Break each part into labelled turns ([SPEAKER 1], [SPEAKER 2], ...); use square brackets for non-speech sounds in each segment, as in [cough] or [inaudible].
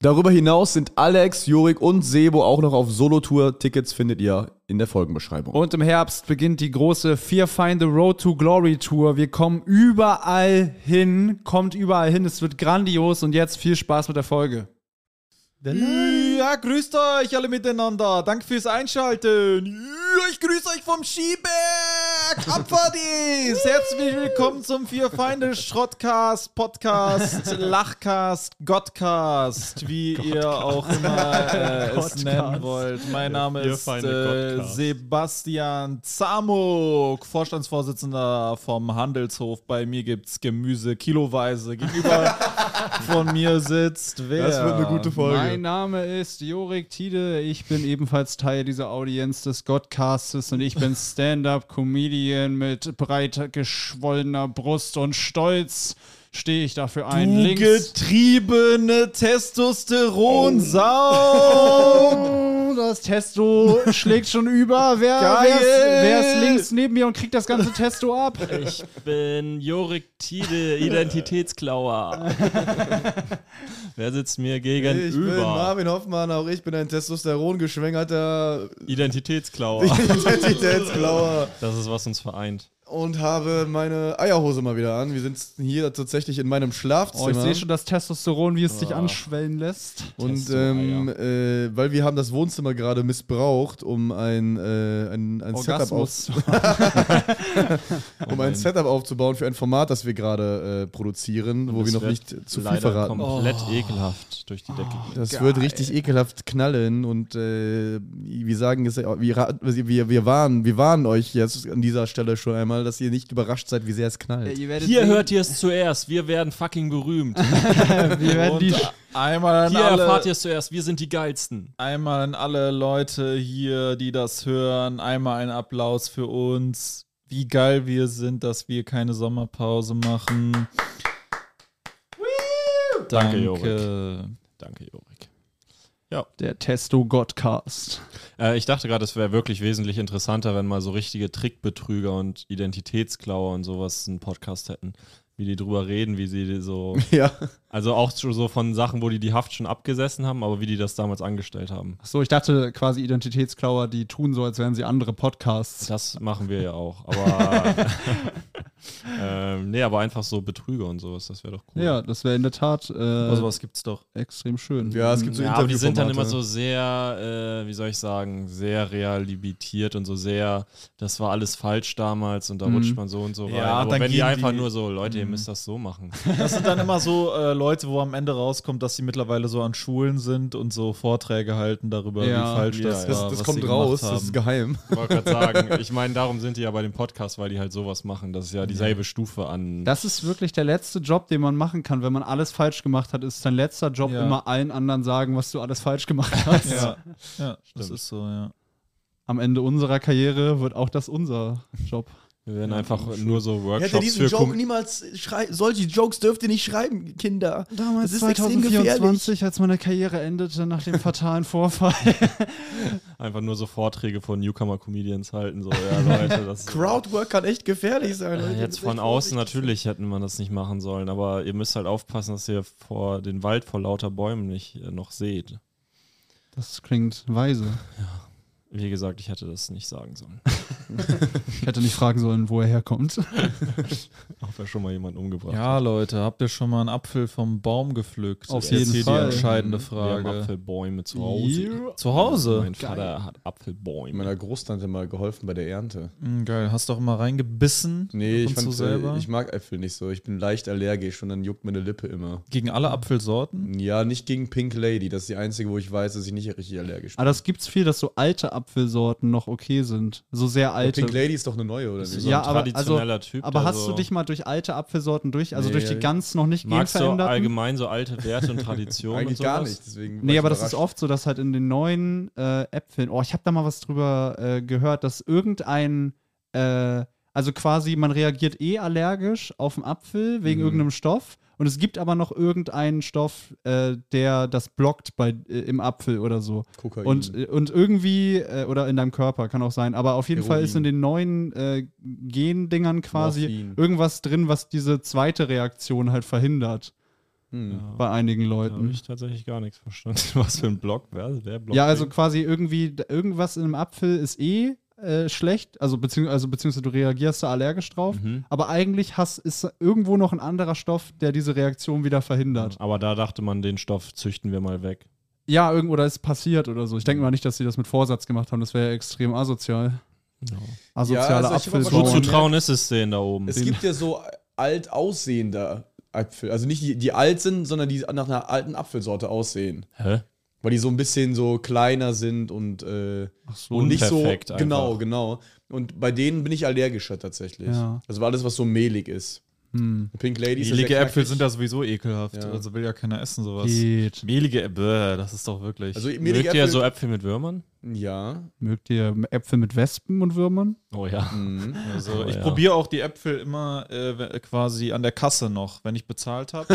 [SPEAKER 1] Darüber hinaus sind Alex, Jurik und Sebo auch noch auf Solo-Tour. Tickets findet ihr in der Folgenbeschreibung.
[SPEAKER 2] Und im Herbst beginnt die große Fear Find the Road to Glory Tour. Wir kommen überall hin, kommt überall hin. Es wird grandios und jetzt viel Spaß mit der Folge.
[SPEAKER 3] Ja, grüßt euch alle miteinander. Danke fürs Einschalten. Ja, Ich grüße euch vom Skiberg. Abfahrdis. Herzlich willkommen zum Vier Feinde Schrottcast, Podcast, Lachcast, Gottcast, wie ihr auch immer äh, es
[SPEAKER 4] Gottcast.
[SPEAKER 3] nennen wollt. Mein Name
[SPEAKER 4] Vier
[SPEAKER 3] ist
[SPEAKER 4] Feinde
[SPEAKER 3] äh,
[SPEAKER 4] Gottcast.
[SPEAKER 3] Sebastian Zamuk, Vorstandsvorsitzender vom Handelshof. Bei mir gibt's Gemüse kiloweise. Gegenüber von mir sitzt wer?
[SPEAKER 1] Das wird eine gute Folge.
[SPEAKER 2] Mein Name ist Jorik Tiede. Ich bin ebenfalls Teil dieser Audienz des Godcastes und ich bin Stand-Up-Comedian mit breit geschwollener Brust und Stolz. Stehe ich dafür ein.
[SPEAKER 3] Du
[SPEAKER 2] Links.
[SPEAKER 3] getriebene Testosteronsau.
[SPEAKER 2] Oh, Das Testo schlägt schon über. [laughs] Wer,
[SPEAKER 3] Geil.
[SPEAKER 2] wer, ist, wer ist links neben mir und kriegt das ganze Testo ab?
[SPEAKER 4] [laughs] Ich bin Jorik Tide,
[SPEAKER 1] [laughs]
[SPEAKER 4] Identitätsklauer. Wer sitzt mir
[SPEAKER 1] Ich bin
[SPEAKER 4] gegenüber?
[SPEAKER 1] Marvin Hoffmann, auch ich bin ein Testosteron-geschwängerter [laughs]
[SPEAKER 4] Identitätsklauer.
[SPEAKER 1] Identitätsklauer
[SPEAKER 4] Das ist, was uns vereint.
[SPEAKER 1] und habe meine Eierhose mal wieder an. Wir sind hier tatsächlich in meinem Schlafzimmer.
[SPEAKER 2] Oh, ich sehe schon das Testosteron, wie es dich anschwellen lässt.
[SPEAKER 1] Und
[SPEAKER 4] Testo-Eier.
[SPEAKER 1] ähm, äh, weil wir haben das Wohnzimmer gerade missbraucht, um ein, äh, ein, ein, Setup, auf,
[SPEAKER 2] Orgasmus.
[SPEAKER 1] [laughs] um ein Setup aufzubauen für ein Format, das wir gerade äh, produzieren, wo
[SPEAKER 4] Das
[SPEAKER 1] wir noch
[SPEAKER 4] wird
[SPEAKER 1] nicht zu viel
[SPEAKER 4] leider
[SPEAKER 1] verraten.
[SPEAKER 4] komplett
[SPEAKER 3] Oh.
[SPEAKER 4] ekelhaft
[SPEAKER 3] Ah.
[SPEAKER 4] durch die Decke. gehen.
[SPEAKER 1] Das wird richtig ekelhaft knallen und äh, wir sagen es, wir, ra- wir, wir, warnen, wir warnen euch jetzt an dieser Stelle schon einmal, dass ihr nicht überrascht seid, wie sehr es knallt.
[SPEAKER 4] Hier hört ihr es zuerst. Wir werden fucking berühmt.
[SPEAKER 2] wir werden die Sch-
[SPEAKER 3] einmal an
[SPEAKER 4] Hier erfahrt ihr
[SPEAKER 3] alle,
[SPEAKER 4] es zuerst. Wir sind die geilsten.
[SPEAKER 3] einmal an alle Leute hier, die das hören. Einmal ein Applaus für uns. Wie geil wir sind, dass wir keine Sommerpause machen.
[SPEAKER 4] Danke,
[SPEAKER 3] Jorik.
[SPEAKER 4] Danke, Jorik.
[SPEAKER 2] der Testo-Godcast.
[SPEAKER 4] Äh, ich dachte gerade, es wäre wirklich wesentlich interessanter, wenn mal so richtige Trickbetrüger und Identitätsklauer und sowas einen Podcast hätten. Wie die drüber reden, wie sie [laughs] so.
[SPEAKER 1] Ja.
[SPEAKER 4] Also auch schon so von Sachen, wo die die Haft schon abgesessen haben, aber wie die das damals angestellt haben.
[SPEAKER 2] So, ich dachte quasi Identitätsklauer, die tun so, als wären sie andere Podcasts.
[SPEAKER 4] Das machen wir ja auch. [laughs] Aber. ähm, nee, aber einfach so Betrüger und sowas, das wäre doch cool.
[SPEAKER 2] Ja, das wäre in der Tat äh,
[SPEAKER 3] Also was gibt's doch.
[SPEAKER 2] extrem schön.
[SPEAKER 1] Ja, es gibt so
[SPEAKER 4] ja, aber die sind dann immer
[SPEAKER 1] Interviewformate.
[SPEAKER 4] so sehr, äh, wie soll ich sagen, sehr realibitiert und so sehr, das war alles falsch damals und da rutscht man so und so rein.
[SPEAKER 3] Ja,
[SPEAKER 4] aber
[SPEAKER 3] dann
[SPEAKER 4] wenn die
[SPEAKER 3] gehen
[SPEAKER 4] einfach
[SPEAKER 3] die-
[SPEAKER 4] nur so, Leute, ihr müsst das so machen.
[SPEAKER 3] Das sind dann immer so äh, Leute, wo am Ende rauskommt, dass sie mittlerweile so an Schulen sind und so Vorträge halten darüber,
[SPEAKER 2] Ja,
[SPEAKER 3] wie falsch
[SPEAKER 4] ja,
[SPEAKER 3] das
[SPEAKER 4] ja.
[SPEAKER 3] war.
[SPEAKER 1] das, das
[SPEAKER 3] was sie
[SPEAKER 1] kommt
[SPEAKER 3] gemacht
[SPEAKER 1] raus, das ist
[SPEAKER 3] haben.
[SPEAKER 1] geheim.
[SPEAKER 4] Ich wollte gerade sagen, ich meine, darum sind die ja bei dem Podcast, weil die halt sowas machen. Das ist ja dieselbe Stufe an.
[SPEAKER 2] Das ist wirklich der letzte Job, den man machen kann, wenn man alles falsch gemacht hat. Ist dein letzter Job
[SPEAKER 3] Ja.
[SPEAKER 2] immer allen anderen sagen, was du alles falsch gemacht hast.
[SPEAKER 3] Ja, ja das ist so, ja.
[SPEAKER 2] Am Ende unserer Karriere wird auch das unser Job.
[SPEAKER 4] wir werden einfach nur so Workshops
[SPEAKER 1] Hätte diesen
[SPEAKER 4] für
[SPEAKER 1] Joke
[SPEAKER 4] Kom-
[SPEAKER 1] niemals schrei- solche Jokes dürft ihr nicht schreiben, Kinder.
[SPEAKER 2] Damals
[SPEAKER 1] das ist extrem
[SPEAKER 2] 2024, als meine Karriere endete nach dem fatalen Vorfall.
[SPEAKER 4] einfach nur so Vorträge von Newcomer Comedians halten. So, ja, Leute, das ist-
[SPEAKER 1] Crowdwork kann echt gefährlich sein. Leute.
[SPEAKER 4] Äh, Jetzt von außen natürlich hätten man das nicht machen sollen, aber ihr müsst halt aufpassen, dass ihr vor den Wald vor lauter Bäumen nicht äh, noch seht.
[SPEAKER 2] Das klingt weise.
[SPEAKER 4] Wie gesagt, ich hätte das nicht sagen sollen. [laughs]
[SPEAKER 2] Ich hätte nicht fragen sollen, wo er herkommt.
[SPEAKER 4] Auch wer schon mal jemand umgebracht hat.
[SPEAKER 3] Ja, Leute, habt ihr schon mal einen Apfel vom Baum gepflückt?
[SPEAKER 2] Auf
[SPEAKER 3] das
[SPEAKER 2] jeden
[SPEAKER 3] ist hier
[SPEAKER 2] Fall.
[SPEAKER 3] die entscheidende
[SPEAKER 1] Mhm.
[SPEAKER 4] Wir haben
[SPEAKER 3] Frage.
[SPEAKER 4] Apfelbäume zu Hause.
[SPEAKER 2] Ja.
[SPEAKER 3] Zu Hause?
[SPEAKER 4] Mein Vater hat Apfelbäume.
[SPEAKER 1] Meiner Großtante mal geholfen bei der Ernte.
[SPEAKER 3] Hm, geil, hast du auch immer reingebissen?
[SPEAKER 1] Nee,
[SPEAKER 3] Ab und
[SPEAKER 1] ich,
[SPEAKER 3] zu
[SPEAKER 1] fand,
[SPEAKER 3] selber?
[SPEAKER 1] äh, ich mag Äpfel nicht so. Ich bin leicht allergisch und dann juckt meine Lippe immer.
[SPEAKER 3] Gegen alle Apfelsorten?
[SPEAKER 1] Ja, nicht gegen Pink Lady. Das ist die einzige, wo ich weiß, dass ich nicht richtig allergisch bin.
[SPEAKER 2] Aber das gibt's viel, dass so alte Apfelsorten noch okay sind. So sehr alte.
[SPEAKER 1] Pink Lady ist doch eine neue, oder nicht?
[SPEAKER 4] so ein
[SPEAKER 2] ja, aber, also,
[SPEAKER 1] [laughs]
[SPEAKER 4] traditioneller Typ,
[SPEAKER 2] aber hast
[SPEAKER 4] also-
[SPEAKER 2] du dich mal durch alte Apfelsorten durch, also
[SPEAKER 1] Nee,
[SPEAKER 2] durch die
[SPEAKER 1] ja.
[SPEAKER 2] ganz noch nicht
[SPEAKER 4] Magst du
[SPEAKER 2] genveränderten?
[SPEAKER 4] allgemein so alte Werte [laughs] und Traditionen und
[SPEAKER 1] Eigentlich
[SPEAKER 4] sowas?
[SPEAKER 1] gar nicht, deswegen. war
[SPEAKER 2] Nee,
[SPEAKER 1] ich
[SPEAKER 2] aber das ist
[SPEAKER 1] überrascht.
[SPEAKER 2] oft so, dass halt in den neuen äh, Äpfeln, oh, ich habe da mal was drüber äh, gehört, dass irgendein, äh, also quasi man reagiert eh allergisch auf einen Apfel wegen
[SPEAKER 1] Mhm.
[SPEAKER 2] irgendeinem Stoff und es gibt aber noch irgendeinen Stoff, äh, der das blockt bei, äh, im Apfel oder so.
[SPEAKER 1] Kokain.
[SPEAKER 2] Und, äh, und irgendwie, äh, oder in deinem Körper, kann auch sein, aber auf jeden Fall ist
[SPEAKER 1] Heroin.
[SPEAKER 2] in den neuen äh, Gendingern quasi
[SPEAKER 1] Morphin.
[SPEAKER 2] irgendwas drin, was diese zweite Reaktion halt verhindert
[SPEAKER 1] Hm.
[SPEAKER 2] bei einigen
[SPEAKER 4] Da habe
[SPEAKER 2] Leuten.
[SPEAKER 4] ich tatsächlich gar nichts verstanden. [laughs] Was für ein Block? Wer, wer blockt
[SPEAKER 2] Ja, also
[SPEAKER 4] wen?
[SPEAKER 2] quasi irgendwie, d- irgendwas in einem Apfel ist eh äh, schlecht, also, beziehungs also beziehungsweise du reagierst da allergisch drauf,
[SPEAKER 4] Mhm.
[SPEAKER 2] aber eigentlich hast, ist irgendwo noch ein anderer Stoff, der diese Reaktion wieder verhindert.
[SPEAKER 4] Mhm. Aber da dachte man, den Stoff züchten wir mal weg.
[SPEAKER 2] Ja, irgendwo, oder ist passiert oder so. Ich
[SPEAKER 1] Mhm.
[SPEAKER 2] denke mal nicht, dass sie das mit Vorsatz gemacht haben, das wäre ja extrem asozial.
[SPEAKER 1] also
[SPEAKER 2] Asoziale
[SPEAKER 1] ich hab aber
[SPEAKER 2] Apfelbauern.
[SPEAKER 1] schon
[SPEAKER 4] Wozu
[SPEAKER 1] Wozu
[SPEAKER 4] trauen
[SPEAKER 1] trauen
[SPEAKER 4] ist es denen da oben?
[SPEAKER 1] Es gibt ja so alt aussehende Äpfel. Also nicht die, die alt sind, sondern die nach einer alten Apfelsorte aussehen.
[SPEAKER 4] Hä?
[SPEAKER 1] Weil die so ein bisschen so kleiner sind und, äh,
[SPEAKER 2] so,
[SPEAKER 1] und nicht so.
[SPEAKER 4] unperfekt einfach.
[SPEAKER 1] Genau, genau. Und bei denen bin ich allergischer tatsächlich.
[SPEAKER 2] Ja.
[SPEAKER 1] Also alles, was so mehlig ist.
[SPEAKER 2] Hm.
[SPEAKER 1] Pink Lady ist ja
[SPEAKER 5] Mehlige
[SPEAKER 1] sehr
[SPEAKER 5] Äpfel
[SPEAKER 1] knackig.
[SPEAKER 5] sind da sowieso ekelhaft.
[SPEAKER 1] Ja.
[SPEAKER 5] Also will ja keiner essen, sowas.
[SPEAKER 2] Geht.
[SPEAKER 5] Mehlige Äpfel, das ist doch wirklich.
[SPEAKER 1] Also mehlige
[SPEAKER 4] Mögt ihr
[SPEAKER 1] Äpfel.
[SPEAKER 4] so Äpfel mit Würmern?
[SPEAKER 1] ja.
[SPEAKER 2] Mögt ihr Äpfel mit Wespen und Würmern?
[SPEAKER 4] Oh ja.
[SPEAKER 1] Mhm.
[SPEAKER 5] Also
[SPEAKER 4] Oh,
[SPEAKER 5] ich
[SPEAKER 4] ja.
[SPEAKER 5] probiere auch die Äpfel immer äh, we- quasi an der Kasse noch, wenn ich
[SPEAKER 1] [laughs]
[SPEAKER 5] bezahlt habe.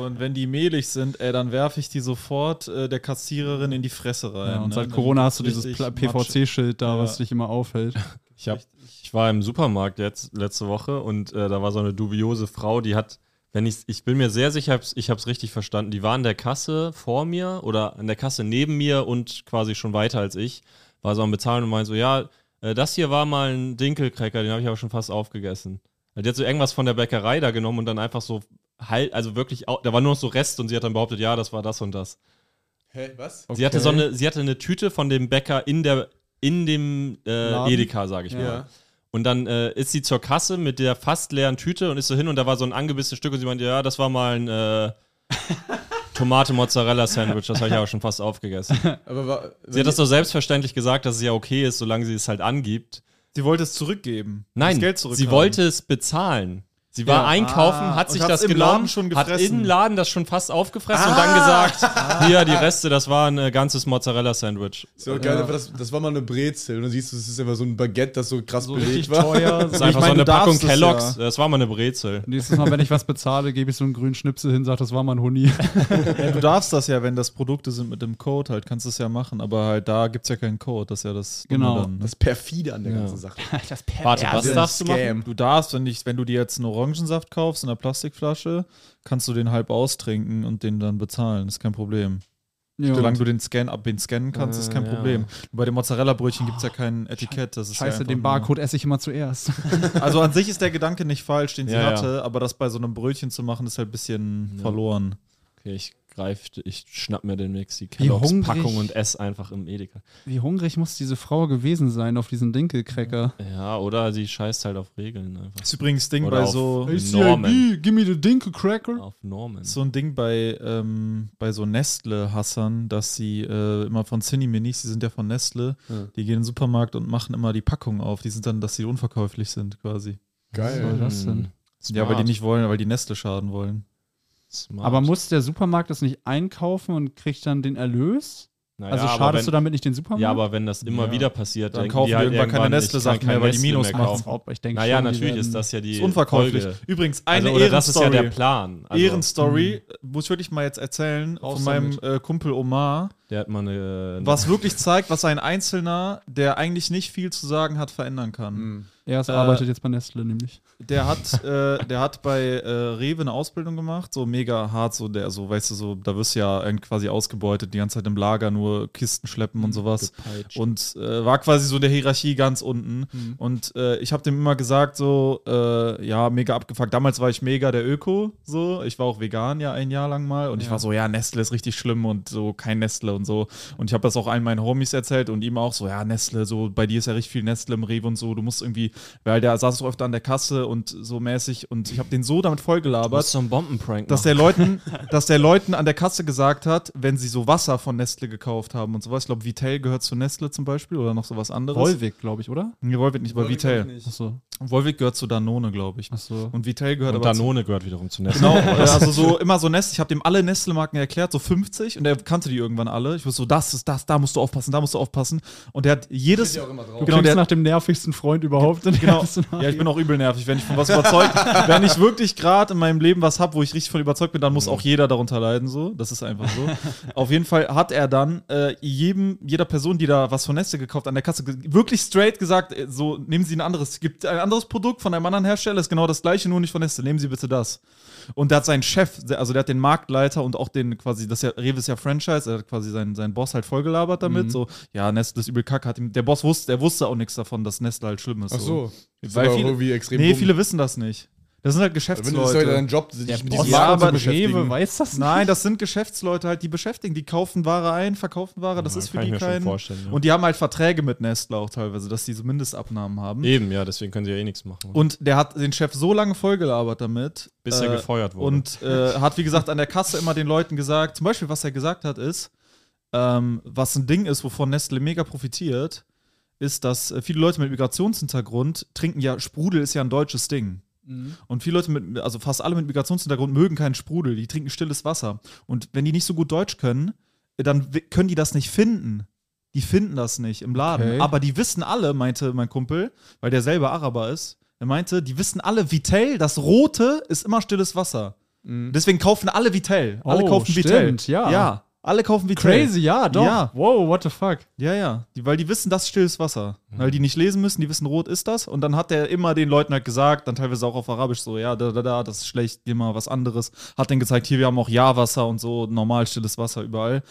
[SPEAKER 5] und wenn die mehlig sind, ey, dann werfe ich die sofort äh, der Kassiererin in die Fresse rein.
[SPEAKER 2] Ja, und
[SPEAKER 5] ne?
[SPEAKER 2] seit
[SPEAKER 5] Dann
[SPEAKER 2] Corona hast
[SPEAKER 5] wird's
[SPEAKER 2] du dieses
[SPEAKER 5] richtig
[SPEAKER 2] Pla-
[SPEAKER 5] matschig.
[SPEAKER 2] PVC-Schild da,
[SPEAKER 5] Ja.
[SPEAKER 2] was dich immer aufhält.
[SPEAKER 4] Ich, hab, ich war im Supermarkt jetzt, letzte Woche und äh, da war so eine dubiose Frau, die hat, wenn ich, ich bin mir sehr sicher, hab's- ich habe es richtig verstanden, die war an der Kasse vor mir oder an der Kasse neben mir und quasi schon weiter als ich, war so am Bezahlen und meinte so, ja, äh, das hier war mal ein Dinkelcracker, den habe ich aber schon fast aufgegessen. Also Die hat so irgendwas von der Bäckerei da genommen und dann einfach so halt, also wirklich, au- da war nur noch so Rest und sie hat dann behauptet, ja, das war das und das.
[SPEAKER 1] Hä, was?
[SPEAKER 4] Sie hatte so eine, sie hatte eine Tüte von dem Bäcker in der, in dem äh,
[SPEAKER 2] Laden?
[SPEAKER 4] Edeka, sage ich mal.
[SPEAKER 1] Ja.
[SPEAKER 4] Und dann äh, ist sie zur Kasse mit der fast leeren Tüte und ist so hin und da war so ein angebissenes Stück und sie meinte, ja, das war mal ein äh, Tomate-Mozzarella-Sandwich, das habe ich aber schon fast
[SPEAKER 5] [laughs]
[SPEAKER 4] aufgegessen.
[SPEAKER 1] Aber war,
[SPEAKER 4] Sie hat das doch selbstverständlich gesagt, dass es ja okay ist, solange sie es halt angibt.
[SPEAKER 5] Sie wollte es zurückgeben.
[SPEAKER 4] Nein,
[SPEAKER 5] das Geld zurück
[SPEAKER 4] sie wollte es bezahlen. Sie war
[SPEAKER 5] Ja.
[SPEAKER 4] einkaufen,
[SPEAKER 5] Ah,
[SPEAKER 4] hat
[SPEAKER 5] und
[SPEAKER 4] sich
[SPEAKER 5] hat's
[SPEAKER 4] das
[SPEAKER 5] im
[SPEAKER 4] genommen,
[SPEAKER 5] Laden schon
[SPEAKER 4] hat
[SPEAKER 5] gefressen. Ah.
[SPEAKER 4] im Laden das schon fast aufgefressen und dann gesagt, hier, die Reste, das war ein äh, ganzes Mozzarella-Sandwich.
[SPEAKER 1] das, war geil, aber das, das war mal eine Brezel. Und dann siehst du, es ist einfach so ein Baguette, das so krass
[SPEAKER 2] So
[SPEAKER 1] belegt
[SPEAKER 2] richtig
[SPEAKER 1] war.
[SPEAKER 2] teuer.
[SPEAKER 4] Das
[SPEAKER 2] So.
[SPEAKER 4] ist einfach so
[SPEAKER 5] meine,
[SPEAKER 4] eine
[SPEAKER 5] du darfst
[SPEAKER 4] Packung
[SPEAKER 5] es ja.
[SPEAKER 4] Kelloggs. Das war mal eine Brezel.
[SPEAKER 2] Nächstes Mal, wenn ich was bezahle, gebe ich so einen grünen Schnipsel hin, sag, das war mein
[SPEAKER 4] [laughs]
[SPEAKER 2] Huni.
[SPEAKER 5] Ja, du darfst das ja, wenn das Produkte sind mit dem Code, halt kannst du es ja machen, aber halt da gibt es ja keinen Code, das ist ja das. Dumme
[SPEAKER 2] Genau.
[SPEAKER 5] Dann, ne?
[SPEAKER 1] Das perfide an der
[SPEAKER 4] Ja.
[SPEAKER 1] ganzen Sache.
[SPEAKER 4] Warte, was
[SPEAKER 1] ist
[SPEAKER 4] darfst du
[SPEAKER 1] ein
[SPEAKER 4] machen?
[SPEAKER 5] Du darfst, wenn, ich, wenn du dir jetzt einen Orangensaft kaufst in einer Plastikflasche, kannst du den halb austrinken und den dann bezahlen, ist kein Problem.
[SPEAKER 2] Ja.
[SPEAKER 5] Solange du den Scan ab den scannen kannst, ist kein
[SPEAKER 4] Äh, ja.
[SPEAKER 5] Problem. Bei dem Mozzarella-Brötchen gibt es ja kein Etikett. Das ist ja
[SPEAKER 2] Scheiße,
[SPEAKER 5] einfach
[SPEAKER 2] den
[SPEAKER 5] nur-
[SPEAKER 2] Barcode esse ich immer
[SPEAKER 5] [laughs]
[SPEAKER 2] zuerst.
[SPEAKER 5] Also an sich ist der Gedanke nicht falsch, den sie
[SPEAKER 4] Ja, ja.
[SPEAKER 5] hatte, aber das bei so einem Brötchen zu machen, ist halt ein bisschen verloren.
[SPEAKER 4] Okay, ich greife, ich schnapp mir demnächst die
[SPEAKER 2] Wie hungrig-
[SPEAKER 4] Kelloggs-Packung und esse einfach im Edeka.
[SPEAKER 2] Wie hungrig muss diese Frau gewesen sein auf diesen Dinkelcracker?
[SPEAKER 4] Ja, oder sie scheißt halt auf Regeln einfach.
[SPEAKER 5] Ist übrigens Ding
[SPEAKER 4] Oder
[SPEAKER 5] bei
[SPEAKER 4] auf-
[SPEAKER 5] so.
[SPEAKER 4] Hey, CID, Norman.
[SPEAKER 2] give me the Dinkelcracker.
[SPEAKER 4] Auf Normen.
[SPEAKER 5] So ein Ding bei, ähm, bei so Nestle-Hassern, dass sie äh, immer von Cineminis, die sind ja von Nestle,
[SPEAKER 1] Ja.
[SPEAKER 5] die gehen in den Supermarkt und machen immer die Packungen auf. Die sind dann, dass sie unverkäuflich sind quasi.
[SPEAKER 2] Was soll
[SPEAKER 1] Geil.
[SPEAKER 2] das denn?
[SPEAKER 5] Ja, weil die nicht wollen, weil die Nestle schaden wollen.
[SPEAKER 4] Hm. Smart.
[SPEAKER 2] Aber muss der Supermarkt das nicht einkaufen und kriegt dann den Erlös?
[SPEAKER 4] Naja,
[SPEAKER 2] Also
[SPEAKER 4] aber
[SPEAKER 2] schadest
[SPEAKER 4] wenn,
[SPEAKER 2] du damit nicht den Supermarkt?
[SPEAKER 4] Ja, aber wenn das immer
[SPEAKER 5] Ja.
[SPEAKER 4] wieder passiert,
[SPEAKER 5] Dann
[SPEAKER 4] denken
[SPEAKER 5] kaufen
[SPEAKER 4] die
[SPEAKER 5] wir
[SPEAKER 4] halt
[SPEAKER 5] irgendwann keine
[SPEAKER 4] ich kann
[SPEAKER 5] Nestle-Sachen
[SPEAKER 4] kein
[SPEAKER 5] mehr, weil die
[SPEAKER 4] Nestle
[SPEAKER 5] Minus
[SPEAKER 4] mehr
[SPEAKER 5] machen.
[SPEAKER 4] kaufen.
[SPEAKER 2] Ob, ich denke
[SPEAKER 4] Naja,
[SPEAKER 2] schon, die
[SPEAKER 4] natürlich ist
[SPEAKER 2] werden-
[SPEAKER 4] das ja die
[SPEAKER 5] ist unverkäuflich.
[SPEAKER 4] Folge.
[SPEAKER 5] Übrigens, eine
[SPEAKER 4] Also, oder das ist ja
[SPEAKER 5] Ehrenstory.
[SPEAKER 4] der Plan. Also,
[SPEAKER 5] Ehrenstory, muss ich wirklich mal jetzt erzählen,
[SPEAKER 1] Raus
[SPEAKER 5] von meinem
[SPEAKER 1] damit.
[SPEAKER 5] äh, Kumpel Omar,
[SPEAKER 4] Der hat mal eine. äh,
[SPEAKER 5] was wirklich zeigt, was ein Einzelner, der eigentlich nicht viel zu sagen hat, verändern kann.
[SPEAKER 1] Mhm.
[SPEAKER 2] Ja, es
[SPEAKER 5] Äh,
[SPEAKER 2] arbeitet jetzt bei Nestle nämlich.
[SPEAKER 5] Der hat, äh, der hat bei äh, Rewe eine Ausbildung gemacht, so mega hart, so der, so weißt du, so da wirst du ja irgendwie quasi ausgebeutet, die ganze Zeit im Lager nur Kisten schleppen und sowas.
[SPEAKER 4] Gepeitscht.
[SPEAKER 5] Und äh, war quasi so in der Hierarchie ganz unten. Und äh, ich habe dem immer gesagt, so, äh, ja, mega abgefuckt. Damals war ich mega der Öko, so. Ich war auch vegan ja ein Jahr lang mal. Und ich
[SPEAKER 2] Ja.
[SPEAKER 5] war so, ja, Nestle ist richtig schlimm und so kein Nestle und und so. Und ich habe das auch einem meinen Homies erzählt und ihm auch so, ja, Nestle, so bei dir ist ja richtig viel Nestle im Rewe und so, du musst irgendwie, weil der saß so öfter an der Kasse und so mäßig und ich habe den so damit vollgelabert,
[SPEAKER 4] Was so ein Bombenprank
[SPEAKER 5] dass der Leuten, dass der Leuten an der Kasse gesagt hat, wenn sie so Wasser von Nestle gekauft haben und sowas. Ich glaube, Vitel gehört zu Nestle zum Beispiel oder noch sowas anderes.
[SPEAKER 2] Volvic, glaube ich, oder?
[SPEAKER 5] Nee, Volvic nicht, aber Vitel.
[SPEAKER 2] Achso.
[SPEAKER 5] Volvic gehört zu Danone, glaube ich.
[SPEAKER 2] Achso.
[SPEAKER 5] Und Vitel gehört
[SPEAKER 4] Und
[SPEAKER 5] aber zu
[SPEAKER 4] Danone gehört wiederum zu Nestle.
[SPEAKER 5] [laughs] Genau, äh, also so immer so Nestle. Ich habe dem alle Nestle-Marken erklärt, so 50 und er kannte die irgendwann alle. Ich wusste so, das ist das, da musst du aufpassen, da musst du aufpassen. Und der hat jedes.
[SPEAKER 2] Du
[SPEAKER 5] Genau,
[SPEAKER 2] genau,
[SPEAKER 5] der-
[SPEAKER 2] klingst nach dem nervigsten Freund überhaupt. Oh, Und [laughs]
[SPEAKER 5] Genau.
[SPEAKER 2] ersten Mal.
[SPEAKER 5] Ja, ich bin auch übel nervig, wenn ich von
[SPEAKER 1] [laughs]
[SPEAKER 5] was überzeugt Wenn ich wirklich gerade in meinem Leben was habe, wo ich richtig von überzeugt bin, dann muss auch jeder darunter leiden. So. Das ist einfach
[SPEAKER 1] [laughs]
[SPEAKER 5] so. Auf jeden Fall hat er dann äh, jedem, jeder Person, die da was von Nestle gekauft an der Kasse, ge- wirklich straight gesagt, äh, so nehmen Sie ein anderes. Es gibt ein anderes Produkt von einem anderen Hersteller, ist genau das gleiche, nur nicht von Nestle. Nehmen Sie bitte das. Und der hat seinen Chef, der- also der hat den Marktleiter und auch den quasi, das ist ja, Rewe ist ja Franchise, er hat quasi seinen, seinen Boss halt vollgelabert
[SPEAKER 1] Mhm.
[SPEAKER 5] damit. So, ja, Nestle ist übel kacke. Hat ihm, der Boss wusste, der wusste auch nichts davon, dass Nestle halt schlimm ist.
[SPEAKER 1] Ach so. Ist
[SPEAKER 5] Weil
[SPEAKER 1] aber
[SPEAKER 5] viele-
[SPEAKER 1] irgendwie extrem
[SPEAKER 5] Nee,
[SPEAKER 1] dumm.
[SPEAKER 5] viele wissen das nicht. Das sind halt
[SPEAKER 1] Wenn du das ist ja dein
[SPEAKER 5] Geschäftsleute.
[SPEAKER 1] Job, sich mit
[SPEAKER 5] Boss
[SPEAKER 1] diesen
[SPEAKER 5] Ja,
[SPEAKER 1] Sachen
[SPEAKER 5] aber
[SPEAKER 1] zu
[SPEAKER 5] Rewe
[SPEAKER 1] beschäftigen.
[SPEAKER 2] weiß das
[SPEAKER 5] Nein, das sind Geschäftsleute halt, die beschäftigen, die kaufen Ware ein, verkaufen Ware, das
[SPEAKER 4] Ja,
[SPEAKER 5] ist für
[SPEAKER 4] kann ich
[SPEAKER 5] die
[SPEAKER 4] mir schon
[SPEAKER 5] kein.
[SPEAKER 4] vorstellen, ja.
[SPEAKER 5] Und die haben halt Verträge mit Nestle auch teilweise, dass die so Mindestabnahmen haben.
[SPEAKER 4] Eben, ja, deswegen können sie ja eh nichts machen.
[SPEAKER 5] Und der hat den Chef so lange vollgelabert damit.
[SPEAKER 4] Bis er gefeuert wurde.
[SPEAKER 5] Und äh, hat, wie gesagt, an der Kasse immer den Leuten gesagt, zum Beispiel, was er gesagt hat, ist, ähm, was ein Ding ist, wovon Nestle mega profitiert, ist, dass äh, viele Leute mit Migrationshintergrund trinken ja, Sprudel ist ja ein deutsches Ding.
[SPEAKER 2] Mhm.
[SPEAKER 5] Und viele Leute mit, also fast alle mit Migrationshintergrund mögen keinen Sprudel, die trinken stilles Wasser. Und wenn die nicht so gut Deutsch können, äh, dann w- können die das nicht finden. Die finden das nicht im Laden.
[SPEAKER 2] Okay.
[SPEAKER 5] Aber die wissen alle, meinte mein Kumpel, weil der selber Araber ist, er meinte, die wissen alle, Vitell, das Rote ist immer stilles Wasser. Deswegen kaufen alle Vitell. Alle
[SPEAKER 2] Mhm. Oh,
[SPEAKER 5] kaufen Vitell.
[SPEAKER 2] stimmt, ja.
[SPEAKER 5] ja. Alle kaufen Vitell.
[SPEAKER 2] Crazy, ja, doch.
[SPEAKER 5] Ja.
[SPEAKER 2] Wow, what the fuck.
[SPEAKER 5] Ja, ja, die, weil die wissen, das ist stilles Wasser.
[SPEAKER 1] Mhm.
[SPEAKER 5] Weil die nicht lesen müssen, die wissen, rot ist das. Und dann hat der immer den Leuten halt gesagt, dann teilweise auch auf Arabisch so, ja, da, da, da, das ist schlecht, geh mal was anderes. Hat dann gezeigt, hier, wir haben auch Ja-Wasser und so, normal stilles Wasser überall.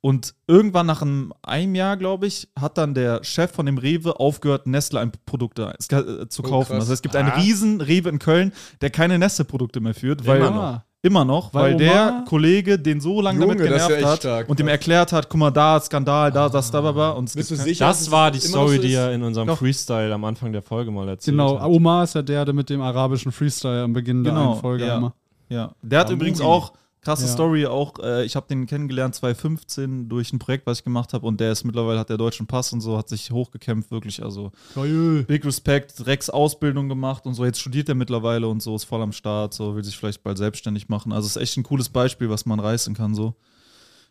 [SPEAKER 5] Und irgendwann nach einem, einem Jahr, glaube ich, hat dann der Chef von dem Rewe aufgehört, Nestle-Produkte äh, zu
[SPEAKER 1] Oh,
[SPEAKER 5] kaufen.
[SPEAKER 1] krass.
[SPEAKER 5] also es gibt einen riesen Rewe in Köln, der keine Nestle-Produkte mehr führt, weil...
[SPEAKER 4] Immer
[SPEAKER 2] noch.
[SPEAKER 5] Immer noch, weil,
[SPEAKER 2] Weil
[SPEAKER 5] der
[SPEAKER 2] Omar-
[SPEAKER 5] Kollege den so lange
[SPEAKER 1] Junge,
[SPEAKER 5] damit
[SPEAKER 1] das ist ja
[SPEAKER 5] genervt
[SPEAKER 1] echt
[SPEAKER 5] hat
[SPEAKER 1] stark,
[SPEAKER 5] und dem
[SPEAKER 1] krass.
[SPEAKER 5] erklärt hat, guck mal, da Skandal, da, das, da, da, da. Und es
[SPEAKER 1] Bist du
[SPEAKER 5] gibt kein-
[SPEAKER 1] sicher? dass
[SPEAKER 4] das
[SPEAKER 1] es
[SPEAKER 4] war die
[SPEAKER 1] immer noch
[SPEAKER 4] Story,
[SPEAKER 1] so
[SPEAKER 4] die
[SPEAKER 1] ist?
[SPEAKER 4] er in unserem
[SPEAKER 5] Doch.
[SPEAKER 4] Freestyle am Anfang der Folge mal erzählt
[SPEAKER 2] Genau,
[SPEAKER 4] hat.
[SPEAKER 2] Omar ist ja der, der mit dem arabischen Freestyle am Beginn der
[SPEAKER 5] Genau,
[SPEAKER 2] einen Folge
[SPEAKER 5] ja.
[SPEAKER 2] immer.
[SPEAKER 5] Ja. Der hat
[SPEAKER 1] Ja,
[SPEAKER 5] übrigens
[SPEAKER 1] Mugi.
[SPEAKER 5] auch krasse
[SPEAKER 2] Ja.
[SPEAKER 5] Story, auch äh, ich habe den kennengelernt 2015 durch ein Projekt, was ich gemacht habe und der ist mittlerweile hat der deutschen Pass und so, hat sich hochgekämpft, wirklich, also
[SPEAKER 2] Geil.
[SPEAKER 5] Big Respect, Rex Ausbildung gemacht und so, jetzt studiert er mittlerweile und so, ist voll am Start, so will sich vielleicht bald selbstständig machen, also ist echt ein cooles Beispiel, was man reißen kann, so.